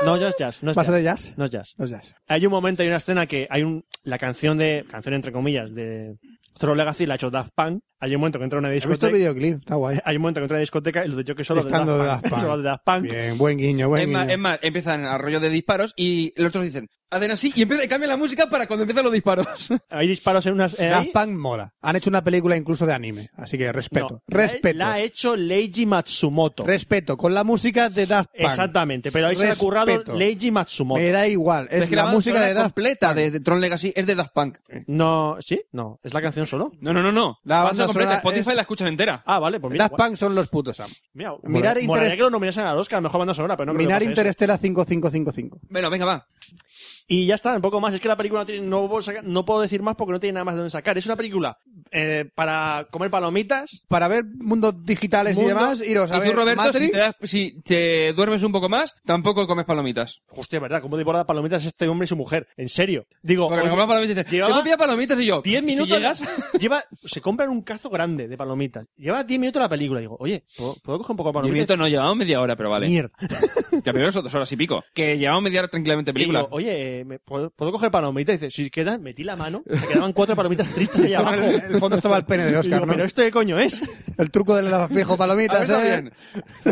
Speaker 7: No, no es jazz. No es
Speaker 5: ¿Pasa
Speaker 7: jazz.
Speaker 5: de jazz?
Speaker 7: No es jazz.
Speaker 5: No, ya.
Speaker 7: Hay un momento, hay una escena que hay un, la canción de, canción entre comillas, de Tron Legacy, la ha hecho Daft Punk. Hay un momento que entra en una
Speaker 5: He visto el
Speaker 7: discoteca.
Speaker 5: videoclip, está guay.
Speaker 7: Hay un momento que entra en una discoteca y los de yo que solo de Daft
Speaker 5: Estando de
Speaker 7: Punk.
Speaker 5: Daft Punk.
Speaker 7: Solo de Daft Punk.
Speaker 5: Bien, buen guiño, buen
Speaker 6: Es más,
Speaker 5: guiño.
Speaker 6: es más, empiezan a rollo de disparos y los otros dicen, hacen así y empieza, cambian la música para cuando empiezan los disparos.
Speaker 7: Hay disparos en unas. eh, ahí.
Speaker 5: Daft Punk mola. Han hecho una película incluso de anime, así que respeto.
Speaker 7: No, la-
Speaker 5: respeto.
Speaker 7: La ha hecho Leiji Matsumoto.
Speaker 5: respeto. Con la música de Daft Punk.
Speaker 7: Exactamente, pero ahí se le ha currado
Speaker 5: Respeto.
Speaker 7: Leiji Matsumoto.
Speaker 5: Me da igual. Es,
Speaker 6: que
Speaker 5: la,
Speaker 6: banda
Speaker 5: música
Speaker 6: sonora
Speaker 5: de Daft
Speaker 6: completa de, de Tron Legacy es de Daft Punk.
Speaker 7: No, ¿sí? No, es la canción solo.
Speaker 6: No, no, no, no.
Speaker 5: La
Speaker 6: Pasa
Speaker 5: banda
Speaker 6: completa.
Speaker 5: sonora
Speaker 6: Spotify
Speaker 5: es-
Speaker 6: la escuchan entera.
Speaker 7: Ah, vale, pues mira.
Speaker 5: Daft Punk son los putos amos.
Speaker 7: Mira, mola-
Speaker 5: Mirar
Speaker 7: molaría
Speaker 5: Interest-
Speaker 7: que lo nominasen al Oscar, mejor banda sonora, pero no creo que
Speaker 5: Minar
Speaker 7: pase eso.
Speaker 5: Interestela 5555.
Speaker 6: Bueno, venga, va.
Speaker 7: Y ya está, un poco más. Es que la película no tiene, no puedo, sacar- no puedo decir más porque no tiene nada más de dónde sacar. Es una película eh, para comer palomitas.
Speaker 5: Para ver mundos digitales y
Speaker 7: Mundo-
Speaker 5: demás, iros a
Speaker 6: Y
Speaker 5: ver
Speaker 6: tú, Roberto, si
Speaker 5: Matrix.
Speaker 6: te, das- si te duermes un poco más, tampoco comes palomitas.
Speaker 7: Hostia, ¿verdad? ¿Cómo devorar palomitas este hombre y su mujer? En serio. Digo,
Speaker 6: Porque
Speaker 7: oye,
Speaker 6: comes palomitas y dices,
Speaker 7: llevaba
Speaker 6: "Te voy a pillar palomitas y yo.
Speaker 7: 10
Speaker 6: "Si
Speaker 7: minutos.
Speaker 6: llegas,
Speaker 7: lleva, se compran un, ca- pedazo grande de palomitas. Lleva 10 minutos la película. Digo, oye, ¿puedo, puedo coger un poco de
Speaker 6: Diez
Speaker 7: palomitas?
Speaker 6: minutos no, llevamos media hora, pero vale.
Speaker 7: Mierda.
Speaker 6: Que primero son dos horas y pico. Que llevamos media hora tranquilamente de
Speaker 7: Y digo,
Speaker 6: película.
Speaker 7: oye, eh, ¿me puedo, puedo coger palomitas? Y dice, si quedan, metí la mano. Me quedaban cuatro palomitas tristes allá abajo.
Speaker 5: En el fondo estaba el pene de
Speaker 7: Y
Speaker 5: Oscar,
Speaker 7: digo,
Speaker 5: ¿no?
Speaker 7: ¿pero esto qué coño es?
Speaker 5: El truco de las viejo
Speaker 6: A ver,
Speaker 5: palomitas,
Speaker 6: está
Speaker 5: ¿eh?
Speaker 6: bien.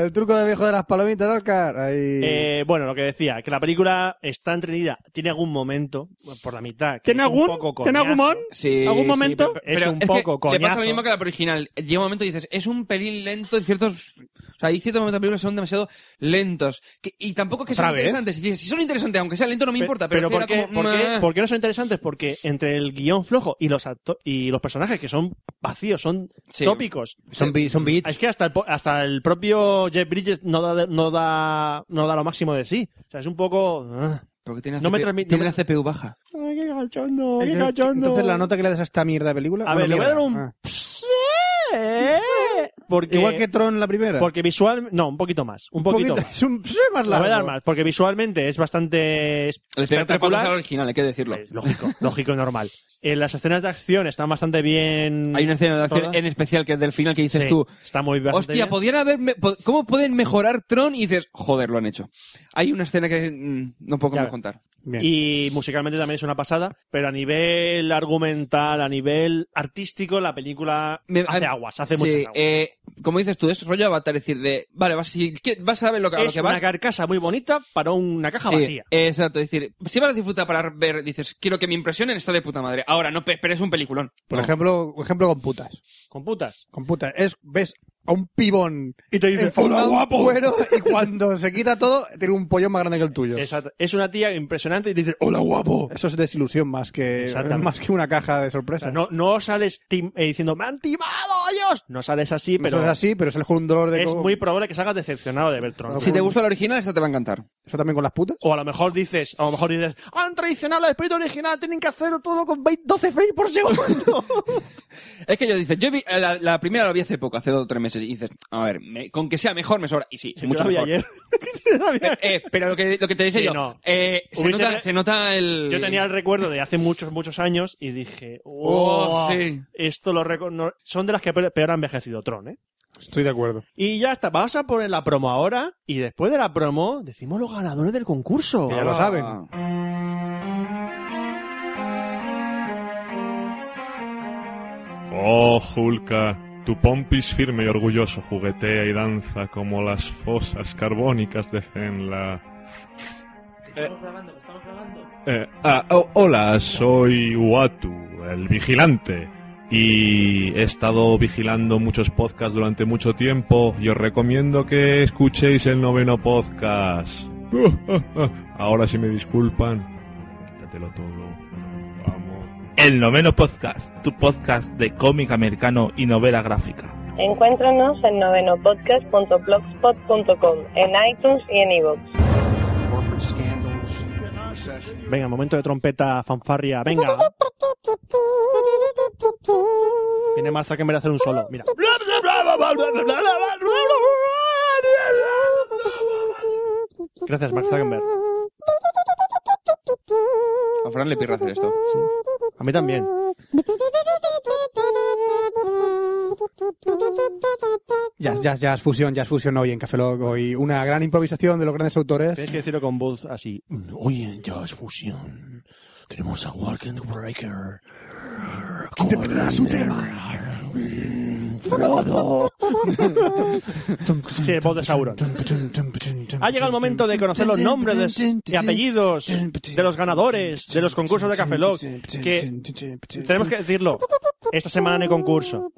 Speaker 5: El truco de viejo de las palomitas, Oscar. Ahí.
Speaker 7: Eh, bueno, lo que decía, que la película está entretenida. Tiene algún momento, por la mitad, que
Speaker 9: ¿Tiene
Speaker 7: es
Speaker 9: algún,
Speaker 7: un poco
Speaker 9: ¿tiene algún
Speaker 7: coñazo.
Speaker 9: mon?
Speaker 6: Sí,
Speaker 9: ¿Algún
Speaker 6: sí,
Speaker 9: momento?
Speaker 6: pero-
Speaker 7: Es
Speaker 6: pero
Speaker 7: un
Speaker 6: que
Speaker 7: poco
Speaker 6: Le pasa
Speaker 7: coñazo.
Speaker 6: lo mismo que la original. Llega un momento y dices, es un pelín lento en ciertos... O sea, hay ciertos momentos de la película que son demasiado lentos. Que- y tampoco que sean
Speaker 5: ¿Otra vez?
Speaker 6: interesantes. Y dices, si son interesantes, aunque sea lento, no me importa. Pero,
Speaker 7: ¿por,
Speaker 6: es que
Speaker 7: qué,
Speaker 6: era como,
Speaker 7: por qué-
Speaker 6: "Meh".
Speaker 7: por qué no son interesantes? Porque entre el guión flojo y los acto- y los personajes que son vacíos, son
Speaker 6: Sí.
Speaker 7: tópicos.
Speaker 5: son, bi- son bits.
Speaker 7: Es que hasta el, po- hasta el propio Jeff Bridges no da, no da, no da lo máximo de sí. O sea, es un poco... ah.
Speaker 6: Porque tiene, la
Speaker 7: No me
Speaker 6: CPU
Speaker 7: transmite-
Speaker 6: tiene
Speaker 7: no me-
Speaker 6: la CPU baja.
Speaker 7: Ay, qué cachondo, qué cachondo.
Speaker 5: Entonces, la nota que le das a esta mierda de película.
Speaker 7: A
Speaker 5: Una
Speaker 7: ver, le voy a dar
Speaker 5: mierda.
Speaker 7: un...
Speaker 5: Ah.
Speaker 7: Sí, Porque,
Speaker 5: Igual que Tron la primera.
Speaker 7: porque visual... No, un poquito más. Un poquito, más.
Speaker 5: Es un es más
Speaker 7: Le voy a
Speaker 5: largo.
Speaker 7: dar más, porque visualmente es bastante es-
Speaker 6: El espectáculo es
Speaker 7: espectacular.
Speaker 6: la original, hay que decirlo.
Speaker 7: Eh, Lógico, lógico y normal. En las escenas de acción están bastante bien.
Speaker 6: Hay una escena de acción
Speaker 7: Toda.
Speaker 6: en especial que es del final que dices
Speaker 7: Sí,
Speaker 6: tú,
Speaker 7: Está muy bastante
Speaker 6: Hostia,
Speaker 7: bien.
Speaker 6: podrían haber. me- po- ¿Cómo pueden mejorar Tron? Y dices, joder, lo han hecho. Hay una escena que mm, no puedo
Speaker 7: Ya.
Speaker 6: cómo contar.
Speaker 5: Bien.
Speaker 7: Y musicalmente también es una pasada, pero a nivel argumental, a nivel artístico, la película
Speaker 6: Me-
Speaker 7: hace
Speaker 6: a-
Speaker 7: aguas, hace
Speaker 6: sí,
Speaker 7: muchas aguas.
Speaker 6: eh, como dices tú, es rollo avatar, es decir, de. Vale, vas, si que- vas a ver lo que, a lo
Speaker 7: es
Speaker 6: que
Speaker 7: una
Speaker 6: vas.
Speaker 7: carcasa muy bonita para una caja
Speaker 6: Sí,
Speaker 7: vacía.
Speaker 6: exacto, es decir, si vas a disfrutar para ver, dices, quiero que me impresionen, está de puta madre. Ahora, no, pe- pero es un peliculón.
Speaker 5: Por
Speaker 6: No.
Speaker 5: ejemplo, ejemplo con putas.
Speaker 7: Con putas.
Speaker 5: Con putas. Es, ves a un pibón
Speaker 7: Y te
Speaker 5: en un cuero y cuando se quita todo tiene un pollo más grande que el tuyo.
Speaker 7: Exacto. Es una tía impresionante y te dice, hola guapo.
Speaker 5: Eso es desilusión más que
Speaker 7: Exactamente.
Speaker 5: más que una caja de
Speaker 7: O sea,
Speaker 5: sorpresa.
Speaker 7: no, no sales tim- eh, diciendo, me han timado, Dios. No sales así, pero
Speaker 5: eso es así, pero se les con un dolor de
Speaker 7: es
Speaker 5: co-
Speaker 7: muy probable que salgas decepcionado de Beltrán.
Speaker 6: Si te gusta la original, esta te va a encantar.
Speaker 5: eso también con las putas.
Speaker 7: O a lo mejor dices, a lo mejor dices, han traicionado el espíritu original, tienen que hacerlo todo con 20 12 frames por segundo.
Speaker 6: Es que yo dices, yo vi, eh, la, la primera la vi hace poco, hace dos o tres meses, y dices, a ver, me- con que sea mejor me sobra. Y sí,
Speaker 7: Yo
Speaker 6: mucho
Speaker 7: la vi
Speaker 6: mejor.
Speaker 7: ayer. Yo la vi
Speaker 6: Eh,
Speaker 7: ayer.
Speaker 6: eh, pero lo que, lo que te dice
Speaker 7: Sí,
Speaker 6: yo,
Speaker 7: no.
Speaker 6: eh, se,
Speaker 7: Hubiese-
Speaker 6: nota, se nota el...
Speaker 7: Yo tenía el recuerdo de hace muchos, muchos años y dije, oh,
Speaker 6: Oh, sí.
Speaker 7: esto lo reco- no- son de las que pe- peor ha envejecido Tron, ¿eh?
Speaker 5: Estoy de acuerdo.
Speaker 7: Y ya está, vamos a poner la promo ahora y después de la promo decimos los ganadores del concurso.
Speaker 5: Ya lo saben.
Speaker 10: Oh, Julka, tu pompis firme y orgulloso juguetea y danza como las fosas carbónicas de Zenla. Eh, ah, ho- hola, soy Watu, el vigilante. Y he estado vigilando muchos podcasts durante mucho tiempo y os recomiendo que escuchéis el noveno podcast. Ahora si me disculpan, quítatelo todo. Vamos.
Speaker 11: El noveno podcast, tu podcast de cómic americano y novela gráfica.
Speaker 12: Encuéntranos en novenopodcast.blogspot.com, en iTunes y en iVoox.
Speaker 7: Venga, momento de trompeta, fanfarria, venga. Viene Marza que en vez de hacer un solo, mira. Gracias, Mark Zuckerberg.
Speaker 6: A Fran le pirra hacer esto.
Speaker 7: A mí también.
Speaker 5: Jazz, jazz, jazz, fusión, jazz, fusión hoy en Café Loco y una gran improvisación de los grandes autores.
Speaker 7: Tienes que decirlo con voz así. Oye, ya es fusión. Tenemos a Walking Breaker.
Speaker 5: un tema.
Speaker 7: Sí, voz de Sauron. Ha llegado el momento de conocer los nombres de- y apellidos de los ganadores de los concursos de Café Lock, que tenemos que decirlo. Esta semana no hay concurso.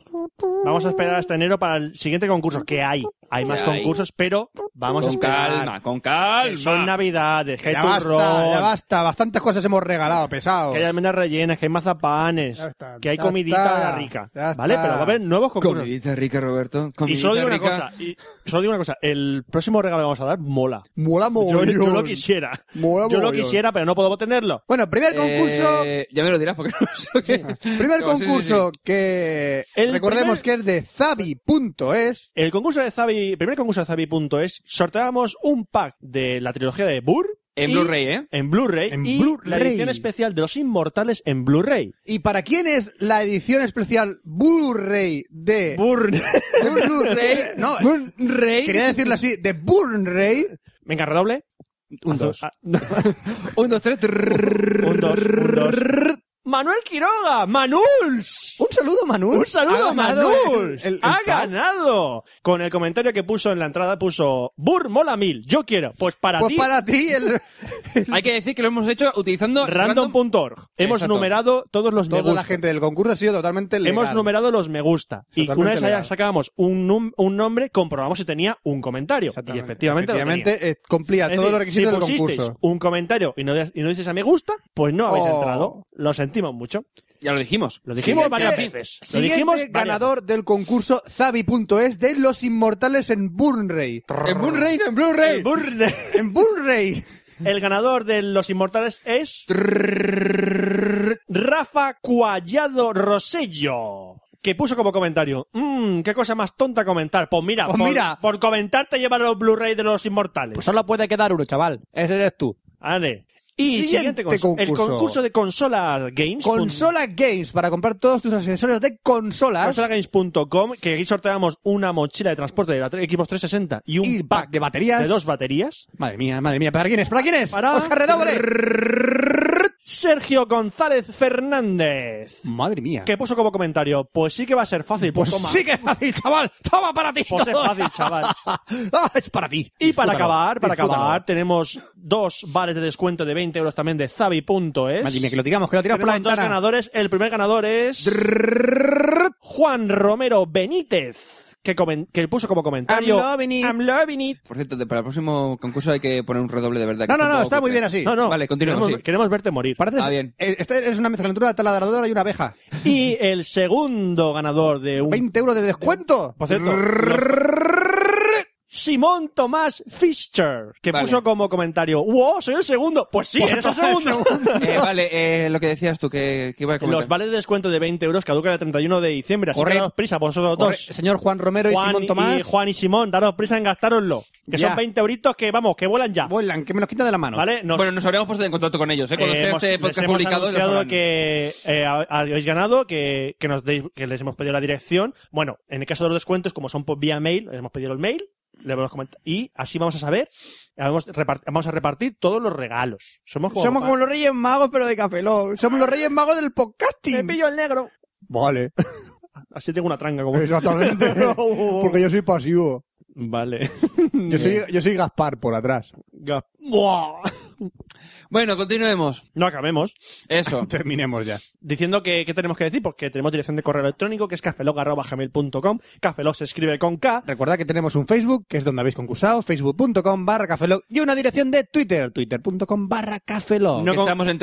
Speaker 7: Vamos a esperar hasta enero para el siguiente concurso, que hay. Hay más
Speaker 6: hay.
Speaker 7: concursos, pero vamos a
Speaker 6: Con
Speaker 7: esperar.
Speaker 6: calma, con
Speaker 7: Que Son
Speaker 6: calma.
Speaker 7: navidades, que hay
Speaker 5: Ya basta, ya
Speaker 7: turrón,
Speaker 5: basta. Bastantes cosas hemos regalado, pesado.
Speaker 7: que hay almendras rellenas, que hay mazapanes,
Speaker 5: Ya está,
Speaker 7: que hay
Speaker 5: ya
Speaker 7: comidita
Speaker 5: está,
Speaker 7: ahora rica.
Speaker 5: ya
Speaker 7: ¿Vale?
Speaker 5: está.
Speaker 7: Pero va a haber nuevos concursos.
Speaker 6: Comidita rica, Roberto.
Speaker 7: Y
Speaker 6: comidita
Speaker 7: solo digo una
Speaker 6: rica.
Speaker 7: cosa, y solo digo una cosa, el próximo regalo que vamos a dar mola.
Speaker 5: Mola
Speaker 7: Yo,
Speaker 5: mogollón.
Speaker 7: yo lo quisiera.
Speaker 5: Mola
Speaker 7: Yo lo
Speaker 5: mogollón.
Speaker 7: quisiera, pero no puedo tenerlo.
Speaker 5: Bueno, primer concurso.
Speaker 6: Eh, ya me lo dirás porque no sé.
Speaker 5: Primer
Speaker 6: No, sí, sí,
Speaker 5: concurso
Speaker 6: sí.
Speaker 5: que
Speaker 7: El
Speaker 5: recordemos
Speaker 7: primer-
Speaker 5: que es de zabi.es.
Speaker 7: El concurso de Zabi, el primer concurso de Zabi.es, sorteábamos un pack de la trilogía de Burr
Speaker 6: En
Speaker 7: Y-
Speaker 6: Blu-ray, ¿eh?
Speaker 7: En Blu-ray.
Speaker 5: En
Speaker 7: y
Speaker 5: Blu-ray.
Speaker 7: La edición especial de Los Inmortales en Blu-ray.
Speaker 5: ¿Y para quién es la edición especial Blu-ray de...
Speaker 7: Burn.
Speaker 5: Blu-ray? No,
Speaker 6: Blu-ray.
Speaker 5: quería decirlo así, de Blu-ray.
Speaker 7: Venga, redoble.
Speaker 5: Un,
Speaker 7: Azul.
Speaker 5: dos.
Speaker 7: Ah,
Speaker 6: Un, dos, tres. trrrr.
Speaker 7: un dos, un dos. ¡Manuel Quiroga! ¡Manuls!
Speaker 5: Un saludo, Manuel.
Speaker 7: ¡Un saludo,
Speaker 5: Ha ganado
Speaker 7: Manuls!
Speaker 5: el- el- el
Speaker 7: ¡Ha
Speaker 5: tag.
Speaker 7: ganado! Con el comentario que puso en la entrada, puso Bur mola mil, yo quiero. Pues para
Speaker 5: Pues
Speaker 7: ti,
Speaker 5: para ti el...
Speaker 6: Hay que decir que lo hemos hecho utilizando
Speaker 7: random.org. Hemos
Speaker 6: Exacto.
Speaker 7: numerado todos los me
Speaker 5: Toda la
Speaker 7: gusta.
Speaker 5: gente del concurso ha sido totalmente legal.
Speaker 7: Hemos numerado los me gusta. Y
Speaker 5: Totalmente
Speaker 7: una vez
Speaker 5: legal.
Speaker 7: sacábamos un, num- un nombre, comprobamos si tenía un comentario. Y
Speaker 5: Exactamente.
Speaker 7: efectivamente, lo tenía.
Speaker 5: Efectivamente, eh, cumplía
Speaker 7: Es
Speaker 5: todos los
Speaker 7: decir, si
Speaker 5: requisitos del
Speaker 7: pusisteis
Speaker 5: concurso.
Speaker 7: un comentario y no, y no dices a me gusta, pues no habéis
Speaker 5: Oh.
Speaker 7: entrado. Lo sentimos mucho.
Speaker 6: Ya lo dijimos.
Speaker 7: Lo dijimos
Speaker 5: Siguiente-
Speaker 7: varias veces. Lo
Speaker 5: Siguiente
Speaker 7: dijimos varias
Speaker 5: ganador del concurso Zabi.es de Los Inmortales en Blu-ray.
Speaker 6: En Blu-ray, no, en Blu-ray.
Speaker 7: veces. Burn.
Speaker 5: En Blu-ray.
Speaker 7: El ganador de Los Inmortales es... Rafa Cuallado Rosello. Que puso como comentario, mmm, qué cosa más tonta comentar. Pues mira,
Speaker 5: Pues
Speaker 7: por,
Speaker 5: mira.
Speaker 7: por comentar te llevan los Blu-ray de los inmortales.
Speaker 5: Pues solo puede quedar uno, chaval. Ese eres tú.
Speaker 7: Vale. Y
Speaker 5: Siguiente
Speaker 7: siguiente, concurso.
Speaker 5: concurso.
Speaker 7: El concurso de Consola Games.
Speaker 5: Consola Games, para comprar todos tus accesorios de consolas.
Speaker 7: consolagames.com, que aquí sorteamos una mochila de transporte de la tre- Xbox 360 y un
Speaker 5: Y
Speaker 7: pack,
Speaker 5: pack de baterías.
Speaker 7: de dos baterías.
Speaker 5: Madre mía, madre mía. ¿Para quién es? ¿Para quién es?
Speaker 7: Para-
Speaker 5: Oscar Redoble.
Speaker 7: Sergio González Fernández,
Speaker 5: Madre mía.
Speaker 7: que puso como comentario, pues sí que va a ser fácil, pues,
Speaker 5: Pues
Speaker 7: toma.
Speaker 5: sí que es fácil, chaval. Toma para ti.
Speaker 7: Pues es
Speaker 5: todo.
Speaker 7: fácil, chaval.
Speaker 5: Ah, es para ti.
Speaker 7: Y
Speaker 5: Disfrútalo,
Speaker 7: para acabar, para
Speaker 5: disfrútalo.
Speaker 7: acabar, tenemos dos vales de descuento de 20 euros también de zabi.es.
Speaker 5: Madre mía, que lo tiramos, que lo tiramos por la
Speaker 7: pues, Tenemos dos
Speaker 5: ventana.
Speaker 7: ganadores. El primer ganador es Juan Romero Benítez, que, comen- que puso como comentario
Speaker 5: I'm loving it.
Speaker 7: "I'm loving it".
Speaker 6: Por cierto, para el próximo concurso hay que poner un redoble de verdad. que
Speaker 5: No, no,
Speaker 6: un
Speaker 5: no,
Speaker 6: poco
Speaker 5: está muy
Speaker 6: cutre.
Speaker 5: bien así.
Speaker 7: No, no.
Speaker 6: Vale, continuemos,
Speaker 7: Queremos,
Speaker 6: sí.
Speaker 7: queremos verte morir.
Speaker 5: Parece
Speaker 6: Ah, bien.
Speaker 5: eh, esta es una mezcla entre una taladradora y una abeja.
Speaker 7: Y el segundo ganador de un...
Speaker 5: 20 euros de descuento.
Speaker 7: Por cierto, los- Simón Tomás Fischer, que
Speaker 6: Vale.
Speaker 7: puso como comentario, wow, soy el segundo. Pues sí, eres el segundo.
Speaker 6: Eh, vale, eh, lo que decías tú, que, que iba a comentar.
Speaker 7: Los vales de descuento de 20 euros caducan el 31 de diciembre, así
Speaker 5: Corre.
Speaker 7: que daros prisa, vosotros
Speaker 5: Corre,
Speaker 7: dos.
Speaker 5: Señor Juan Romero y
Speaker 7: Juan
Speaker 5: Simón Tomás.
Speaker 7: y Juan y Simón, daros prisa en gastároslo. Que
Speaker 5: Ya.
Speaker 7: son 20 euritos que, vamos, que vuelan ya.
Speaker 5: Vuelan, que me los quita de la mano.
Speaker 7: ¿Vale? Nos-
Speaker 6: Bueno, nos habríamos puesto en contacto con ellos, ¿eh? Cuando
Speaker 7: eh,
Speaker 6: esté
Speaker 7: hemos-
Speaker 6: este
Speaker 7: les
Speaker 6: podcast
Speaker 7: hemos
Speaker 6: publicado, ellos
Speaker 7: anunciado
Speaker 6: sabrán.
Speaker 7: que eh, ha- habéis ganado, que, que nos deis- que les hemos pedido la dirección. Bueno, en el caso de los descuentos, como son por vía mail, les hemos pedido el mail. le hemos comentado- y así vamos a saber, vamos, a repart- vamos a repartir todos los regalos. Somos como,
Speaker 5: Somos como los Reyes Magos, pero de Café Lock. Somos los Reyes Magos del
Speaker 7: Me
Speaker 5: podcasting.
Speaker 7: pillo el negro.
Speaker 5: Vale,
Speaker 7: Así tengo una tranga como...
Speaker 5: exactamente. Porque yo soy pasivo.
Speaker 7: Vale.
Speaker 5: Yo soy, yo soy Gaspar por atrás.
Speaker 7: Ga- Buah.
Speaker 6: Bueno, continuemos.
Speaker 7: No acabemos.
Speaker 6: Eso.
Speaker 5: Terminemos ya.
Speaker 7: diciendo que, que tenemos que decir, porque tenemos dirección de correo electrónico que es cafelog.gmail.com. Cafelog se escribe con K.
Speaker 5: Recordad que tenemos un Facebook, que es donde habéis concursado, facebook.com barra cafelog, y una dirección de Twitter, twitter.com barra cafelog.
Speaker 7: No con-
Speaker 6: Estamos en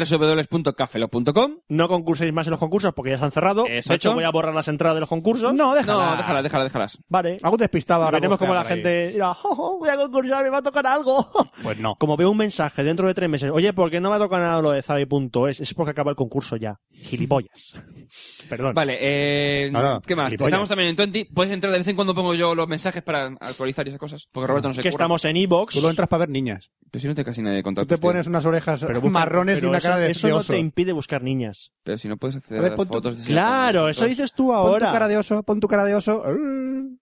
Speaker 6: www.cafelo.com.
Speaker 7: No concurséis más en los concursos porque ya se han cerrado.
Speaker 6: Exacto.
Speaker 7: De hecho, voy a borrar las entradas de los concursos.
Speaker 5: no, déjala.
Speaker 6: No, déjala, déjala, déjalas.
Speaker 7: Vale.
Speaker 5: Algo despistado ahora.
Speaker 7: Veremos
Speaker 5: busca
Speaker 7: como la
Speaker 5: por ahí.
Speaker 7: gente dirá, "Jo, jo, voy a concursar, me va a tocar algo.
Speaker 5: Pues no.
Speaker 7: Como veo un mensaje dentro de tres meses, oye, ¿por qué no me ha tocado nada lo de Zabi.es? Es porque acaba el concurso ya. Gilipollas. Perdón.
Speaker 6: Vale, eh,
Speaker 5: No, no,
Speaker 6: ¿qué más?
Speaker 5: gilipollas.
Speaker 6: Estamos también en 20. Puedes entrar de vez en cuando pongo yo los mensajes para actualizar y esas cosas. Porque Roberto no se
Speaker 7: que
Speaker 6: curra.
Speaker 7: estamos en Evox.
Speaker 5: Tú lo entras para ver niñas.
Speaker 6: Pero si no te casi nadie de
Speaker 5: Tú
Speaker 6: contacto.
Speaker 5: te pones unas orejas marrones y una cara de,
Speaker 7: Eso
Speaker 5: de
Speaker 7: no
Speaker 5: oso.
Speaker 7: te impide buscar niñas.
Speaker 6: Pero si no puedes acceder
Speaker 5: A ver,
Speaker 6: a las
Speaker 5: pon tu-
Speaker 6: fotos. de-
Speaker 7: Claro, eso dices tú
Speaker 5: Pon
Speaker 7: ahora.
Speaker 5: tu cara de oso, pon tu cara de oso. Eh,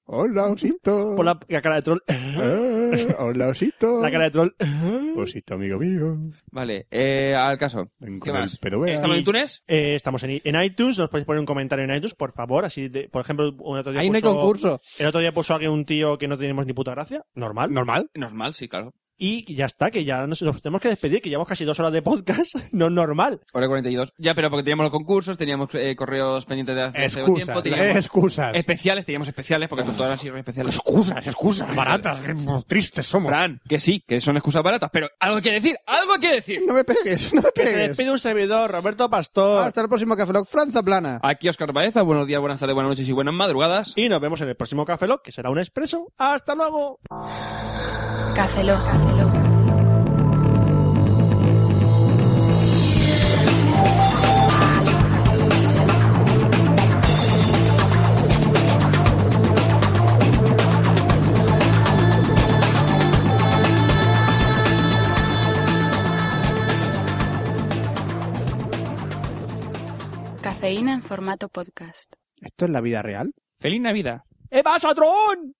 Speaker 5: Hola, osito.
Speaker 7: Pon la, la cara de troll.
Speaker 5: Eh, hola, osito.
Speaker 7: La cara de troll.
Speaker 5: Osito, Pues, amigo mío.
Speaker 6: Vale, eh, al caso.
Speaker 5: Ven
Speaker 6: ¿Qué
Speaker 5: con el
Speaker 6: más?
Speaker 5: pedo, vea.
Speaker 6: ¿Estamos en Túnez?
Speaker 7: Eh, estamos en, i- en iTunes, nos podéis poner un comentario en iTunes, por favor. Así, de- por ejemplo, un otro día
Speaker 5: Ahí no hay
Speaker 7: puso-
Speaker 5: concurso.
Speaker 7: El otro día puso alguien un tío que no teníamos ni puta gracia, normal.
Speaker 5: ¿Normal?
Speaker 6: Normal, sí, claro.
Speaker 7: Y ya está, que ya nos, nos tenemos que despedir, que llevamos casi dos horas de podcast, no es normal.
Speaker 6: Hora 42. Ya, pero porque teníamos los concursos, teníamos eh, correos pendientes de hace hace un tiempo,
Speaker 5: Excusas. eh,
Speaker 6: teníamos
Speaker 5: Excusas.
Speaker 6: especiales, teníamos especiales, porque todas han sido especiales.
Speaker 5: Excusas, excusas baratas. Qué tristes somos.
Speaker 6: Fran, que sí, que son excusas baratas, pero algo que decir, algo que decir.
Speaker 5: No me pegues, no me
Speaker 7: Que se
Speaker 5: pegues.
Speaker 7: despide un servidor, Roberto Pastor.
Speaker 5: Hasta el próximo Café Lock. Franza Plana.
Speaker 6: Aquí Oscar Baeza, buenos días, buenas tardes, buenas noches y buenas madrugadas.
Speaker 7: Y nos vemos en el próximo Café Lock, que será un expreso. ¡Hasta luego!
Speaker 4: Café Lock. Café Lock.
Speaker 13: Cafeína en formato podcast.
Speaker 4: ¿Esto es la vida real?
Speaker 5: ¡Feliz Navidad!
Speaker 6: ¡Eva, pasatrón!